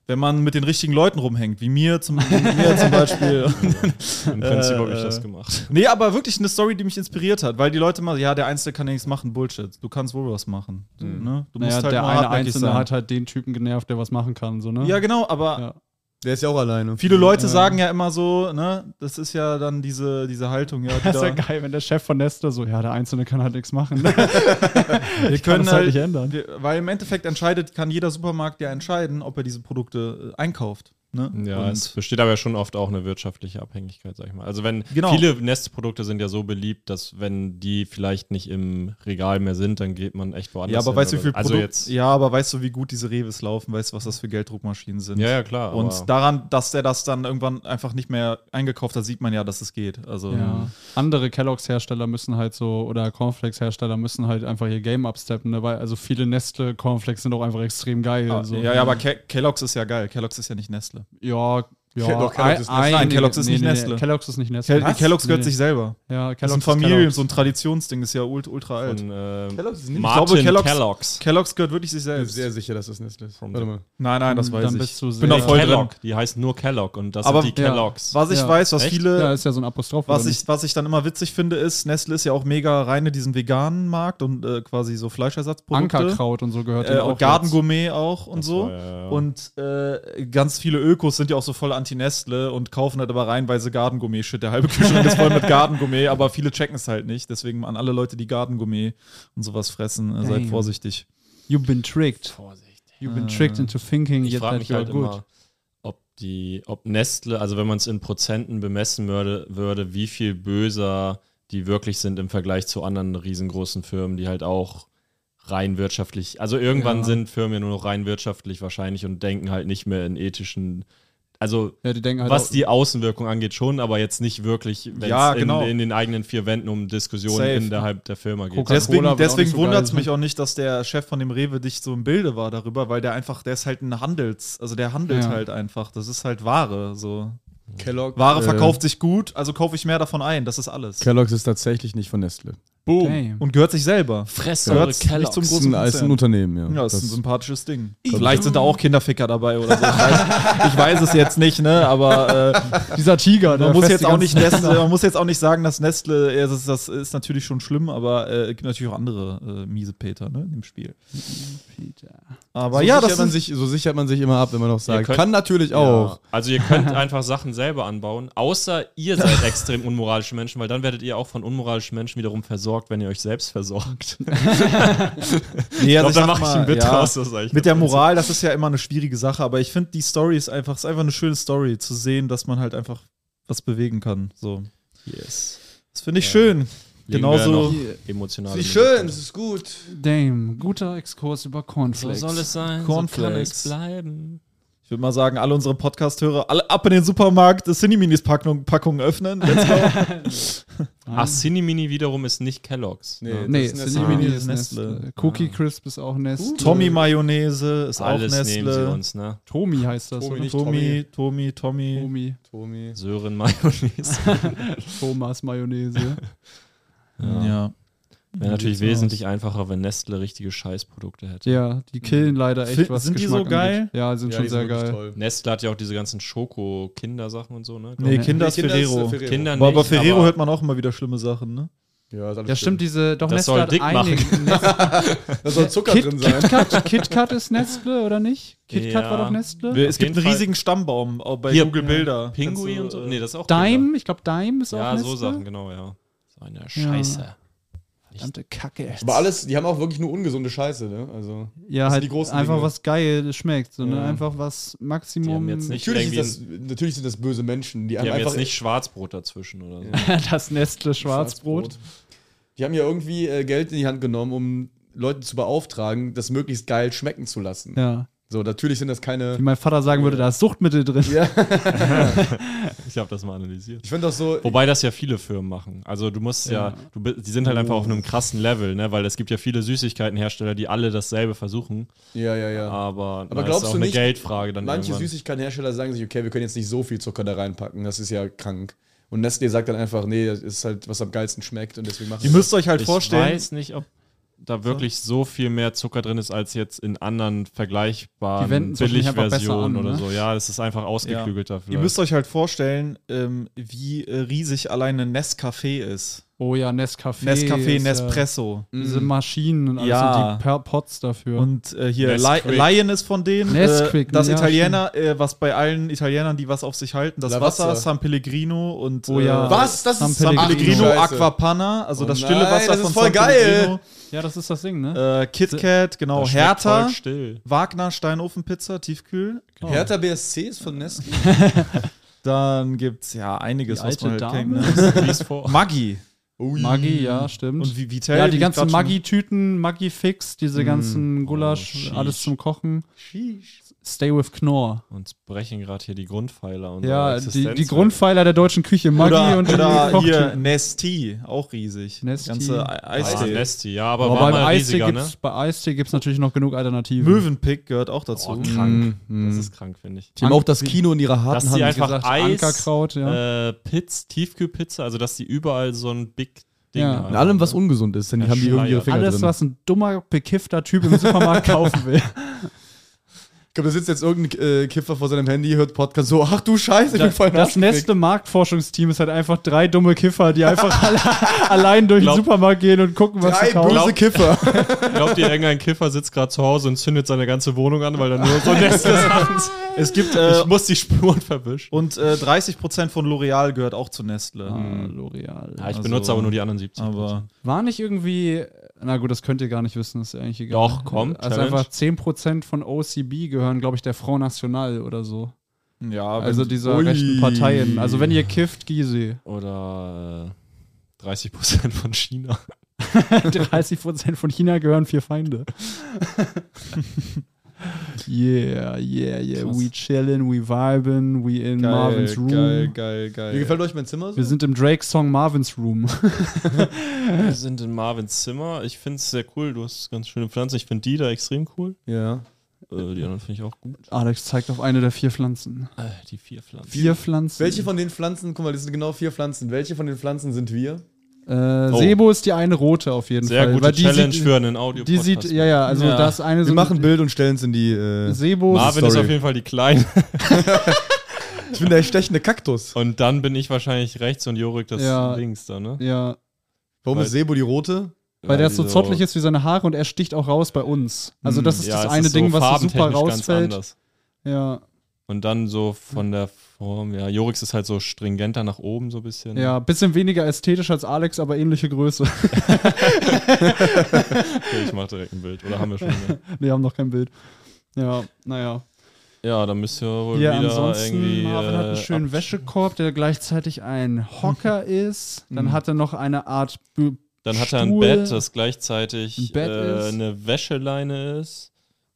[SPEAKER 5] Wenn man mit den richtigen Leuten rumhängt, wie mir zum, wie mir zum
[SPEAKER 1] [laughs]
[SPEAKER 5] Beispiel.
[SPEAKER 4] Im Prinzip habe ich
[SPEAKER 5] äh,
[SPEAKER 4] das gemacht.
[SPEAKER 5] Nee, aber wirklich eine Story, die mich inspiriert hat, weil die Leute mal, ja, der Einzelne kann ja nichts machen, Bullshit. Du kannst wohl was machen. Ne? Du
[SPEAKER 2] Mhm. Naja, der
[SPEAKER 5] nur
[SPEAKER 2] eine
[SPEAKER 5] hartnäckig
[SPEAKER 2] Einzelne hat halt den Typen genervt, der was machen kann, so, ne?
[SPEAKER 5] Ja, genau, aber
[SPEAKER 2] Ja.
[SPEAKER 1] Der ist ja auch alleine.
[SPEAKER 5] viele Leute
[SPEAKER 2] Ja.
[SPEAKER 5] sagen ja immer so, ne, das ist ja dann diese, diese
[SPEAKER 2] [laughs]
[SPEAKER 5] Haltung, ja. Die
[SPEAKER 2] Das [laughs] ist
[SPEAKER 5] da,
[SPEAKER 2] ja geil, wenn der Chef von Nestle so, ja, der Einzelne kann halt nichts
[SPEAKER 5] [laughs]
[SPEAKER 2] machen. [laughs] Wir
[SPEAKER 5] können halt-
[SPEAKER 2] nicht ändern.
[SPEAKER 5] wir, weil im Endeffekt entscheidet, kann jeder Supermarkt ja entscheiden, ob er diese Produkte äh, einkauft. Ne?
[SPEAKER 4] Ja,
[SPEAKER 5] Und-
[SPEAKER 4] es besteht aber schon oft auch eine wirtschaftliche Abhängigkeit, sag ich mal. Also wenn
[SPEAKER 5] Genau.
[SPEAKER 4] viele Nestle-Produkte sind ja so beliebt, dass wenn die vielleicht nicht im Regal mehr sind, dann geht man echt woanders
[SPEAKER 5] ja, aber
[SPEAKER 4] hin
[SPEAKER 5] weißt du, wie
[SPEAKER 4] oder-
[SPEAKER 5] viel
[SPEAKER 4] Also
[SPEAKER 5] Produkt-
[SPEAKER 4] jetzt, ja,
[SPEAKER 5] ja, aber weißt du, wie gut diese Reves laufen, weißt du, was das für Gelddruckmaschinen sind?
[SPEAKER 4] ja, klar. aber-
[SPEAKER 5] Und daran, dass der das dann irgendwann einfach nicht mehr eingekauft hat, sieht man ja, dass es geht. Also
[SPEAKER 2] Ja. Andere Kelloggs-Hersteller müssen halt so, oder Cornflakes-Hersteller müssen halt einfach ihr Game upsteppen, ne? weil also viele Nestle-Cornflakes sind auch einfach extrem geil.
[SPEAKER 5] Ah,
[SPEAKER 2] so.
[SPEAKER 5] ja, ja, aber Ke Kellogg's ist ja geil. Kellogg's ist ja nicht Nestle.
[SPEAKER 2] Ja, ja.
[SPEAKER 1] Kellogg- Kellogg ist Nestle.
[SPEAKER 2] ein-
[SPEAKER 5] Nein, Kellogg's ist nicht Nestle.
[SPEAKER 2] Kellogg's ist nicht Nestle.
[SPEAKER 5] Kel Kellogg's gehört sich selber.
[SPEAKER 2] Ja,
[SPEAKER 5] Das ist ein
[SPEAKER 2] Kellogg's
[SPEAKER 5] Familien,
[SPEAKER 2] Kellogg's.
[SPEAKER 5] so ein Traditionsding, ist ja ult ultra alt.
[SPEAKER 4] von, äh,
[SPEAKER 1] Kellogg's ist nicht-
[SPEAKER 4] Martin
[SPEAKER 5] Ich glaube, Kellogg's-
[SPEAKER 4] Kellogg's.
[SPEAKER 5] Kellogg's gehört wirklich sich
[SPEAKER 1] Ich bin
[SPEAKER 5] selbst.
[SPEAKER 1] sehr sicher, dass das Nestle ist. Warte mal.
[SPEAKER 5] Nein, nein, das weiß
[SPEAKER 2] Dann
[SPEAKER 5] ich.
[SPEAKER 2] bist du
[SPEAKER 5] ich
[SPEAKER 2] sehr-
[SPEAKER 5] bin auch
[SPEAKER 4] Nee,
[SPEAKER 5] voll
[SPEAKER 4] Äh, Kellogg.
[SPEAKER 5] drin.
[SPEAKER 4] Die heißt nur Kellogg und das
[SPEAKER 5] Aber-
[SPEAKER 4] sind die
[SPEAKER 2] ja.
[SPEAKER 4] Kelloggs.
[SPEAKER 5] Was ich
[SPEAKER 2] Ja.
[SPEAKER 5] weiß, was
[SPEAKER 4] Echt?
[SPEAKER 5] viele,
[SPEAKER 2] Ja, ist ja so ein Apostroph.
[SPEAKER 5] was
[SPEAKER 2] oder
[SPEAKER 5] ich, was ich dann immer witzig finde, ist, Nestle ist ja auch mega rein in diesen veganen Markt und äh, quasi so Fleischersatzprodukte.
[SPEAKER 2] Ankerkraut und so gehört
[SPEAKER 5] äh,
[SPEAKER 2] ja
[SPEAKER 5] und
[SPEAKER 2] auch
[SPEAKER 5] Garden
[SPEAKER 2] jetzt.
[SPEAKER 5] Gourmet auch und
[SPEAKER 4] Das
[SPEAKER 5] so.
[SPEAKER 4] war ja-
[SPEAKER 5] Und äh, ganz viele Ökos sind ja auch so voll Anti-Nestle und kaufen halt aber reihenweise Garden Gourmet Shit. Der halbe Kühlschrank ist
[SPEAKER 2] [laughs]
[SPEAKER 5] voll mit Garden Gourmet, aber viele checken es halt nicht. Deswegen an alle Leute, die Garden Gourmet und sowas fressen, äh, seid
[SPEAKER 2] Damn.
[SPEAKER 5] vorsichtig.
[SPEAKER 2] You've been tricked.
[SPEAKER 4] Vorsicht.
[SPEAKER 2] You've
[SPEAKER 5] Äh.
[SPEAKER 2] been tricked into thinking
[SPEAKER 4] Ich
[SPEAKER 2] yet
[SPEAKER 4] frage
[SPEAKER 2] that
[SPEAKER 4] mich
[SPEAKER 2] you are
[SPEAKER 4] halt
[SPEAKER 2] good.
[SPEAKER 4] immer, ob die, ob Nestle, also wenn man es in Prozenten bemessen würde, würde, wie viel böser die wirklich sind im Vergleich zu anderen riesengroßen Firmen, die halt auch rein wirtschaftlich, also irgendwann
[SPEAKER 2] Ja.
[SPEAKER 4] sind Firmen ja nur noch rein wirtschaftlich wahrscheinlich und denken halt nicht mehr in ethischen also
[SPEAKER 2] Ja, die denken halt
[SPEAKER 4] was
[SPEAKER 2] auch-
[SPEAKER 4] die Außenwirkung angeht schon, aber jetzt nicht wirklich, wenn es
[SPEAKER 5] Ja, genau.
[SPEAKER 4] in, in den eigenen vier Wänden um Diskussionen
[SPEAKER 5] Safe.
[SPEAKER 4] innerhalb der Firma geht.
[SPEAKER 2] Coca-Cola wird auch
[SPEAKER 5] Deswegen,
[SPEAKER 2] nicht
[SPEAKER 5] deswegen
[SPEAKER 2] so
[SPEAKER 5] wundert es
[SPEAKER 2] geil. ne?
[SPEAKER 5] mich auch nicht, dass der Chef von dem Rewe dich so im Bilde war darüber, weil der einfach, der ist halt ein Handels, also der handelt
[SPEAKER 2] Ja.
[SPEAKER 5] halt einfach. Das ist halt Ware. So.
[SPEAKER 1] Kellogg,
[SPEAKER 5] Ware
[SPEAKER 1] äh,
[SPEAKER 5] verkauft sich gut, also kaufe ich mehr davon ein. Das ist alles.
[SPEAKER 1] Kellogg's ist tatsächlich nicht von Nestle.
[SPEAKER 5] Boom.
[SPEAKER 2] Damn.
[SPEAKER 5] Und gehört sich selber.
[SPEAKER 4] Fress
[SPEAKER 5] Gehört
[SPEAKER 4] eure
[SPEAKER 5] nicht zum
[SPEAKER 4] Kelloggs.
[SPEAKER 5] großen
[SPEAKER 1] Ist ein, ist ein
[SPEAKER 5] Konzern.
[SPEAKER 1] Unternehmen, ja.
[SPEAKER 5] Ja, ist ein
[SPEAKER 1] Das-
[SPEAKER 5] sympathisches Ding. Vielleicht sind da auch Kinderficker dabei oder so. Ich weiß, ich weiß es jetzt nicht, ne? Aber äh,
[SPEAKER 2] Dieser Tiger, der
[SPEAKER 5] man muss
[SPEAKER 2] fässt
[SPEAKER 5] jetzt
[SPEAKER 2] die
[SPEAKER 5] auch
[SPEAKER 2] ganzen-
[SPEAKER 5] nicht Nestle, man muss jetzt auch nicht sagen, dass Nestle, ja, das, das ist natürlich schon schlimm, aber äh, es gibt natürlich auch andere äh, miese Peter, ne, im Spiel. ne- Aber
[SPEAKER 1] so
[SPEAKER 5] ja,
[SPEAKER 1] sichert
[SPEAKER 5] das
[SPEAKER 1] man
[SPEAKER 5] ist,
[SPEAKER 1] sich, so sichert man sich immer ab, wenn man noch sagt.
[SPEAKER 4] könnt-
[SPEAKER 1] Kann natürlich
[SPEAKER 4] Ja.
[SPEAKER 1] auch.
[SPEAKER 4] Also ihr könnt einfach Sachen selber anbauen, außer ihr seid extrem unmoralische Menschen, weil dann werdet ihr auch von unmoralischen Menschen wiederum versorgt, wenn ihr euch selbst versorgt.
[SPEAKER 5] nee, also
[SPEAKER 4] ich glaube, da
[SPEAKER 5] sag
[SPEAKER 4] mache ich einen
[SPEAKER 5] mal,
[SPEAKER 4] Witz
[SPEAKER 5] ja,
[SPEAKER 4] raus. Das ist eigentlich
[SPEAKER 5] Mit der
[SPEAKER 4] ganz witzig.
[SPEAKER 5] Moral, das ist ja immer eine schwierige Sache, aber ich finde die Story ist einfach, ist einfach eine schöne Story zu sehen, dass man halt einfach was bewegen kann. So,
[SPEAKER 4] Yes.
[SPEAKER 5] das finde ich schön.
[SPEAKER 4] Legen
[SPEAKER 5] Genauso-
[SPEAKER 4] Wir noch emotional.
[SPEAKER 1] ist gut.
[SPEAKER 2] Damn, guter Exkurs über
[SPEAKER 4] So
[SPEAKER 2] Cornflakes.
[SPEAKER 4] soll es sein. So kann
[SPEAKER 5] Cornflakes.
[SPEAKER 4] es bleiben.
[SPEAKER 5] Ich würde mal sagen, alle unsere Podcast-Hörer, alle ab in den Supermarkt, äh, Cineminis-Packungen Packungen öffnen. Let's go.
[SPEAKER 4] [laughs] Ach, Cinemini Ah, wiederum ist nicht Kellogg's.
[SPEAKER 1] Nee,
[SPEAKER 2] nee,
[SPEAKER 1] das ist
[SPEAKER 2] Silly Mini
[SPEAKER 5] Ah,
[SPEAKER 2] ist
[SPEAKER 5] Nestle.
[SPEAKER 2] Nestle. Cookie Crisp ist auch Nestle.
[SPEAKER 5] Tommy-Mayonnaise ist
[SPEAKER 4] Alles
[SPEAKER 5] auch
[SPEAKER 4] nehmen sie
[SPEAKER 5] Nestle.
[SPEAKER 4] uns, ne?
[SPEAKER 2] Tommy heißt das,
[SPEAKER 1] Tommy,
[SPEAKER 2] oder?
[SPEAKER 1] nicht
[SPEAKER 5] Tommy, Tommy, Tommy.
[SPEAKER 2] Tommy.
[SPEAKER 1] Tommy.
[SPEAKER 4] Sören Mayonnaise.
[SPEAKER 2] Thomas
[SPEAKER 5] [laughs]
[SPEAKER 2] Mayonnaise.
[SPEAKER 4] ja.
[SPEAKER 5] Ja.
[SPEAKER 4] Wäre natürlich
[SPEAKER 2] sieht's aus.
[SPEAKER 4] wesentlich einfacher, wenn Nestle richtige Scheißprodukte hätte.
[SPEAKER 2] ja, die killen leider echt
[SPEAKER 5] Fin-
[SPEAKER 2] was
[SPEAKER 5] sind die
[SPEAKER 2] Geschmack
[SPEAKER 5] so geil?
[SPEAKER 2] angeht. Ja, sind schon sehr geil.
[SPEAKER 4] Nestle hat ja auch diese ganzen Schoko-Kindersachen und so, ne?
[SPEAKER 2] Nee,
[SPEAKER 5] Nee, Kinder ist Ferrero.
[SPEAKER 4] Kinder
[SPEAKER 5] Aber bei
[SPEAKER 4] nicht,
[SPEAKER 5] Ferrero
[SPEAKER 4] aber-
[SPEAKER 5] hört man auch immer wieder schlimme Sachen, ne?
[SPEAKER 1] Ja, ist alles
[SPEAKER 2] Ja, stimmt, diese doch
[SPEAKER 4] Das soll dick machen.
[SPEAKER 2] Nestle-
[SPEAKER 1] Da soll Also Zucker
[SPEAKER 2] Kit,
[SPEAKER 1] drin sein.
[SPEAKER 2] KitKat, KitKat ist Nestle oder nicht? KitKat
[SPEAKER 4] [laughs] Ja.
[SPEAKER 2] war doch Nestle.
[SPEAKER 4] Wir-
[SPEAKER 5] Es
[SPEAKER 4] Auf
[SPEAKER 5] gibt
[SPEAKER 4] jeden
[SPEAKER 5] einen
[SPEAKER 4] Fall.
[SPEAKER 5] riesigen Stammbaum auch bei
[SPEAKER 4] Hier,
[SPEAKER 5] Google
[SPEAKER 4] ja.
[SPEAKER 5] Bilder.
[SPEAKER 4] Pinguin
[SPEAKER 5] Kannst du,
[SPEAKER 4] und so.
[SPEAKER 5] äh,
[SPEAKER 4] Nee, das ist auch
[SPEAKER 2] Dime, ich glaube Dime ist
[SPEAKER 4] Kinder. Ja,
[SPEAKER 2] auch Nestle.
[SPEAKER 4] so Sachen, genau, ja. So eine Scheiße.
[SPEAKER 2] Verdammte Kacke.
[SPEAKER 1] Aber alles, die haben auch wirklich nur ungesunde Scheiße, ne? Also.
[SPEAKER 2] Ja,
[SPEAKER 1] Das sind
[SPEAKER 2] halt
[SPEAKER 1] die großen
[SPEAKER 2] einfach
[SPEAKER 1] Dinge.
[SPEAKER 2] was geil schmeckt, sondern
[SPEAKER 1] Ja.
[SPEAKER 2] einfach was Maximum.
[SPEAKER 4] Die haben jetzt nicht-
[SPEAKER 1] Natürlich, ist das,
[SPEAKER 4] irgendwie
[SPEAKER 1] natürlich sind das böse Menschen, die,
[SPEAKER 4] Die
[SPEAKER 1] haben
[SPEAKER 4] haben
[SPEAKER 1] einfach
[SPEAKER 4] jetzt nicht Schwarzbrot dazwischen oder so.
[SPEAKER 2] [laughs] das Nestle Schwarzbrot.
[SPEAKER 1] Die haben ja irgendwie äh, Geld in die Hand genommen, um Leute zu beauftragen, das möglichst geil schmecken zu lassen.
[SPEAKER 2] Ja.
[SPEAKER 1] So, natürlich sind das keine.
[SPEAKER 2] Wie mein Vater sagen würde, da ist Suchtmittel drin.
[SPEAKER 1] Ja.
[SPEAKER 4] Ich habe das mal analysiert.
[SPEAKER 1] Ich finde das so.
[SPEAKER 4] Wobei das ja viele Firmen machen. Also du musst ja, du, bi- die sind halt einfach auf einem krassen Level, ne? Weil es gibt ja viele Süßigkeitenhersteller, die alle dasselbe versuchen.
[SPEAKER 1] Ja, ja, ja.
[SPEAKER 4] Aber,
[SPEAKER 1] Aber
[SPEAKER 4] na,
[SPEAKER 1] glaubst
[SPEAKER 4] ist auch
[SPEAKER 1] du
[SPEAKER 4] eine
[SPEAKER 1] nicht,
[SPEAKER 4] Geldfrage dann
[SPEAKER 1] Manche
[SPEAKER 4] irgendwann.
[SPEAKER 1] Süßigkeitenhersteller sagen sich, okay, wir können jetzt nicht so viel Zucker da reinpacken, das ist ja krank. Und Nestlé sagt dann einfach, nee, das ist halt, was am geilsten schmeckt und deswegen machen
[SPEAKER 5] Ihr müsst euch halt
[SPEAKER 4] ich
[SPEAKER 5] vorstellen,
[SPEAKER 4] weiß nicht, ob da wirklich so viel mehr Zucker drin ist, als jetzt in anderen
[SPEAKER 2] Die
[SPEAKER 4] vergleichbaren
[SPEAKER 2] wenden es wahrscheinlich einfach
[SPEAKER 4] Billigversionen
[SPEAKER 2] besser an, ne?
[SPEAKER 4] oder so. Ja, es ist einfach ausgeklügelter
[SPEAKER 5] ihr
[SPEAKER 4] vielleicht.
[SPEAKER 5] müsst euch halt vorstellen, ähm, wie äh, riesig alleine Nescafé ist.
[SPEAKER 2] [laughs] Oh ja, Nescafé.
[SPEAKER 4] äh,
[SPEAKER 5] Nescafé,
[SPEAKER 2] ist,
[SPEAKER 5] Nespresso.
[SPEAKER 2] Ja,
[SPEAKER 1] Mhm.
[SPEAKER 2] diese Maschinen und alles
[SPEAKER 5] Ja.
[SPEAKER 2] und die Per- Pots dafür.
[SPEAKER 5] Und äh, hier
[SPEAKER 4] Nesquik.
[SPEAKER 5] Li- Lion ist von denen.
[SPEAKER 2] Nesquik,
[SPEAKER 5] äh, das
[SPEAKER 2] ja,
[SPEAKER 5] Italiener, äh, was bei allen Italienern, die was auf sich halten, das
[SPEAKER 1] Lavazza.
[SPEAKER 5] Wasser, San Pellegrino und
[SPEAKER 2] Oh ja.
[SPEAKER 5] äh,
[SPEAKER 1] Was? Das
[SPEAKER 2] San
[SPEAKER 1] ist
[SPEAKER 5] San
[SPEAKER 2] Ach,
[SPEAKER 5] Pellegrino
[SPEAKER 1] Scheiße.
[SPEAKER 5] Aquapanna, also
[SPEAKER 1] Oh
[SPEAKER 5] das stille
[SPEAKER 1] nein,
[SPEAKER 5] Wasser
[SPEAKER 1] das ist
[SPEAKER 5] von
[SPEAKER 1] voll
[SPEAKER 5] San
[SPEAKER 1] geil.
[SPEAKER 5] Pellegrino.
[SPEAKER 2] ja, das ist das Ding, ne?
[SPEAKER 5] Äh, KitKat, genau.
[SPEAKER 4] Das schmeckt
[SPEAKER 5] Hertha,
[SPEAKER 4] Halt voll still.
[SPEAKER 5] Wagner Steinofenpizza, Tiefkühl.
[SPEAKER 1] Hertha BSC ist von Nestlé.
[SPEAKER 5] Dann gibt's ja einiges,
[SPEAKER 2] Die alte Dame?
[SPEAKER 5] ne?
[SPEAKER 2] [laughs]
[SPEAKER 4] Lies vor.
[SPEAKER 5] Maggi
[SPEAKER 1] Ui.
[SPEAKER 2] Maggi, ja, stimmt.
[SPEAKER 5] und wie Vitel.
[SPEAKER 2] ja, die
[SPEAKER 5] wie
[SPEAKER 2] ganzen
[SPEAKER 5] ich grad schon-
[SPEAKER 2] Maggi-Tüten, Maggi-Fix, diese ganzen Gulasch,
[SPEAKER 4] sheesh.
[SPEAKER 2] alles zum Kochen. Stay with Knorr.
[SPEAKER 4] Uns brechen gerade hier die Grundpfeiler und
[SPEAKER 2] Ja, die, die Grundpfeiler der deutschen Küche, Maggi
[SPEAKER 5] Oder,
[SPEAKER 2] und die
[SPEAKER 5] oder
[SPEAKER 2] Kochtüten.
[SPEAKER 5] hier Nesti, auch riesig.
[SPEAKER 2] Nesti.
[SPEAKER 5] Ganze Ei-
[SPEAKER 4] Ah,
[SPEAKER 5] Eistee.
[SPEAKER 4] Nesti, ja, aber,
[SPEAKER 2] Aber
[SPEAKER 4] war
[SPEAKER 2] beim
[SPEAKER 4] mal
[SPEAKER 2] Eistee
[SPEAKER 4] riesiger, ne?
[SPEAKER 2] gibt's, bei Eistee gibt es natürlich noch genug Alternativen.
[SPEAKER 5] Möwenpick gehört auch dazu.
[SPEAKER 4] Oh, krank.
[SPEAKER 2] mm.
[SPEAKER 4] Das ist krank, finde ich.
[SPEAKER 1] Mhm. Die haben auch das Kino in ihrer harten
[SPEAKER 4] Dass sie
[SPEAKER 1] Hand.
[SPEAKER 4] einfach
[SPEAKER 2] gesagt,
[SPEAKER 4] Eis,
[SPEAKER 2] Ankerkraut, ja.
[SPEAKER 4] äh, Pitz, Tiefkühlpizza, also dass sie überall so ein Big Ding
[SPEAKER 2] Ja.
[SPEAKER 4] haben.
[SPEAKER 1] In allem, was ungesund ist, denn die
[SPEAKER 4] Ja,
[SPEAKER 1] haben die irgendwie ihre
[SPEAKER 4] schreier.
[SPEAKER 1] Finger
[SPEAKER 2] Alles,
[SPEAKER 1] drin.
[SPEAKER 2] was ein dummer, bekiffter Typ im [laughs] Supermarkt kaufen will.
[SPEAKER 1] ich glaube, da sitzt jetzt irgendein äh, Kiffer vor seinem Handy, hört Podcast so, ach du Scheiße, ich bin voll
[SPEAKER 2] Das
[SPEAKER 1] nass.
[SPEAKER 2] Nestle Marktforschungsteam ist halt einfach drei dumme Kiffer, [laughs] die einfach alle, allein durch
[SPEAKER 4] Glaub-
[SPEAKER 2] den Supermarkt gehen und gucken, was sie
[SPEAKER 1] Drei
[SPEAKER 2] kaufen.
[SPEAKER 1] böse Kiffer.
[SPEAKER 2] [laughs]
[SPEAKER 4] Glaubt ihr, irgendein Kiffer sitzt gerade zu Hause und zündet seine ganze Wohnung an, weil er nur [laughs] so Nestle-Sachen
[SPEAKER 5] Es gibt äh,
[SPEAKER 4] Ich muss die Spuren verwischen.
[SPEAKER 5] und äh, 30% von L'Oreal gehört auch zu Nestle.
[SPEAKER 2] Ah, L'Oreal.
[SPEAKER 4] Ja, ich
[SPEAKER 5] Also-
[SPEAKER 4] benutze aber nur die anderen 70.
[SPEAKER 5] Aber
[SPEAKER 2] War nicht irgendwie, na gut, das könnt ihr gar nicht wissen, ist ja eigentlich egal.
[SPEAKER 4] Doch, komm,
[SPEAKER 2] Also
[SPEAKER 4] Challenge.
[SPEAKER 2] einfach 10% von OCB gehören, glaube ich, der Front National oder so.
[SPEAKER 5] ja, wenn-
[SPEAKER 2] Also dieser
[SPEAKER 1] Ui.
[SPEAKER 2] rechten Parteien. Also wenn ihr kifft,
[SPEAKER 4] [laughs]
[SPEAKER 2] Gysi.
[SPEAKER 4] Oder äh, 30% von China.
[SPEAKER 2] 30% von China gehören vier Feinde. [laughs] Yeah, yeah, yeah. We chillin', we vibin', we in Marvin's Room.
[SPEAKER 1] geil, geil, geil. Wie gefällt euch mein Zimmer?
[SPEAKER 2] Wir sind im Drake-Song Marvin's Room. [laughs]
[SPEAKER 4] Wir sind in Marvins Zimmer. Ich finde es sehr cool. Du hast ganz schöne Pflanzen. Ich finde die da extrem cool.
[SPEAKER 1] ja.
[SPEAKER 4] Äh, die anderen finde ich auch gut.
[SPEAKER 2] Alex zeigt auf eine der vier Pflanzen.
[SPEAKER 4] Äh, die vier Pflanzen.
[SPEAKER 2] Vier Pflanzen.
[SPEAKER 1] Welche von den Pflanzen, guck mal, das sind genau vier Pflanzen. Welche von den Pflanzen sind wir?
[SPEAKER 2] Äh, Sebo ist die eine rote auf jeden
[SPEAKER 4] Oh. Sehr
[SPEAKER 2] Fall.
[SPEAKER 4] gute
[SPEAKER 2] weil die
[SPEAKER 4] Challenge
[SPEAKER 2] sieht,
[SPEAKER 4] für einen audio
[SPEAKER 2] Die sieht, ja, ja, also
[SPEAKER 4] Ja.
[SPEAKER 2] das eine
[SPEAKER 1] Wir machen ein Bild und stellen es in die. Äh,
[SPEAKER 2] Sebo ist
[SPEAKER 4] Marvin ist
[SPEAKER 1] Story.
[SPEAKER 4] auf jeden Fall
[SPEAKER 2] [laughs]
[SPEAKER 4] die Kleine.
[SPEAKER 1] ich bin der stechende Kaktus.
[SPEAKER 4] Und dann bin ich wahrscheinlich rechts und Jorik das
[SPEAKER 2] Ja.
[SPEAKER 4] links da, ne?
[SPEAKER 2] Ja,
[SPEAKER 1] Warum
[SPEAKER 4] Weil-
[SPEAKER 1] ist Sebo die rote?
[SPEAKER 2] weil der so
[SPEAKER 4] die
[SPEAKER 2] zottelig ist wie seine Haare und er sticht auch raus bei uns. Also das ist
[SPEAKER 4] Hm, Ja,
[SPEAKER 2] das
[SPEAKER 4] es
[SPEAKER 2] eine
[SPEAKER 4] so
[SPEAKER 2] Ding, was so super
[SPEAKER 4] farbentechnisch ganz
[SPEAKER 2] rausfällt. Mhm.
[SPEAKER 4] anders.
[SPEAKER 2] Ja,
[SPEAKER 4] Und dann so von der Form, ja, Jorix ist halt so stringenter nach oben so ein bisschen.
[SPEAKER 2] ja, bisschen weniger ästhetisch als Alex, aber ähnliche Größe. [laughs]
[SPEAKER 4] Okay, ich mach direkt ein Bild. Oder haben wir schon
[SPEAKER 2] [laughs]
[SPEAKER 4] mehr?
[SPEAKER 2] Wir haben noch kein Bild. Ja, naja.
[SPEAKER 4] Ja, dann müsst ihr wohl
[SPEAKER 2] Ja,
[SPEAKER 4] wieder
[SPEAKER 2] ansonsten,
[SPEAKER 4] irgendwie.
[SPEAKER 2] Marvin hat einen
[SPEAKER 4] äh,
[SPEAKER 2] schönen
[SPEAKER 4] ab-
[SPEAKER 2] Wäschekorb, der gleichzeitig ein
[SPEAKER 4] [laughs]
[SPEAKER 2] Hocker ist.
[SPEAKER 4] Mhm.
[SPEAKER 2] Dann hat er noch eine Art Bü-
[SPEAKER 4] Dann hat er ein
[SPEAKER 2] Stuhl.
[SPEAKER 4] Bett, das gleichzeitig
[SPEAKER 2] Ein Bett
[SPEAKER 4] äh,
[SPEAKER 2] ist.
[SPEAKER 4] eine Wäscheleine ist.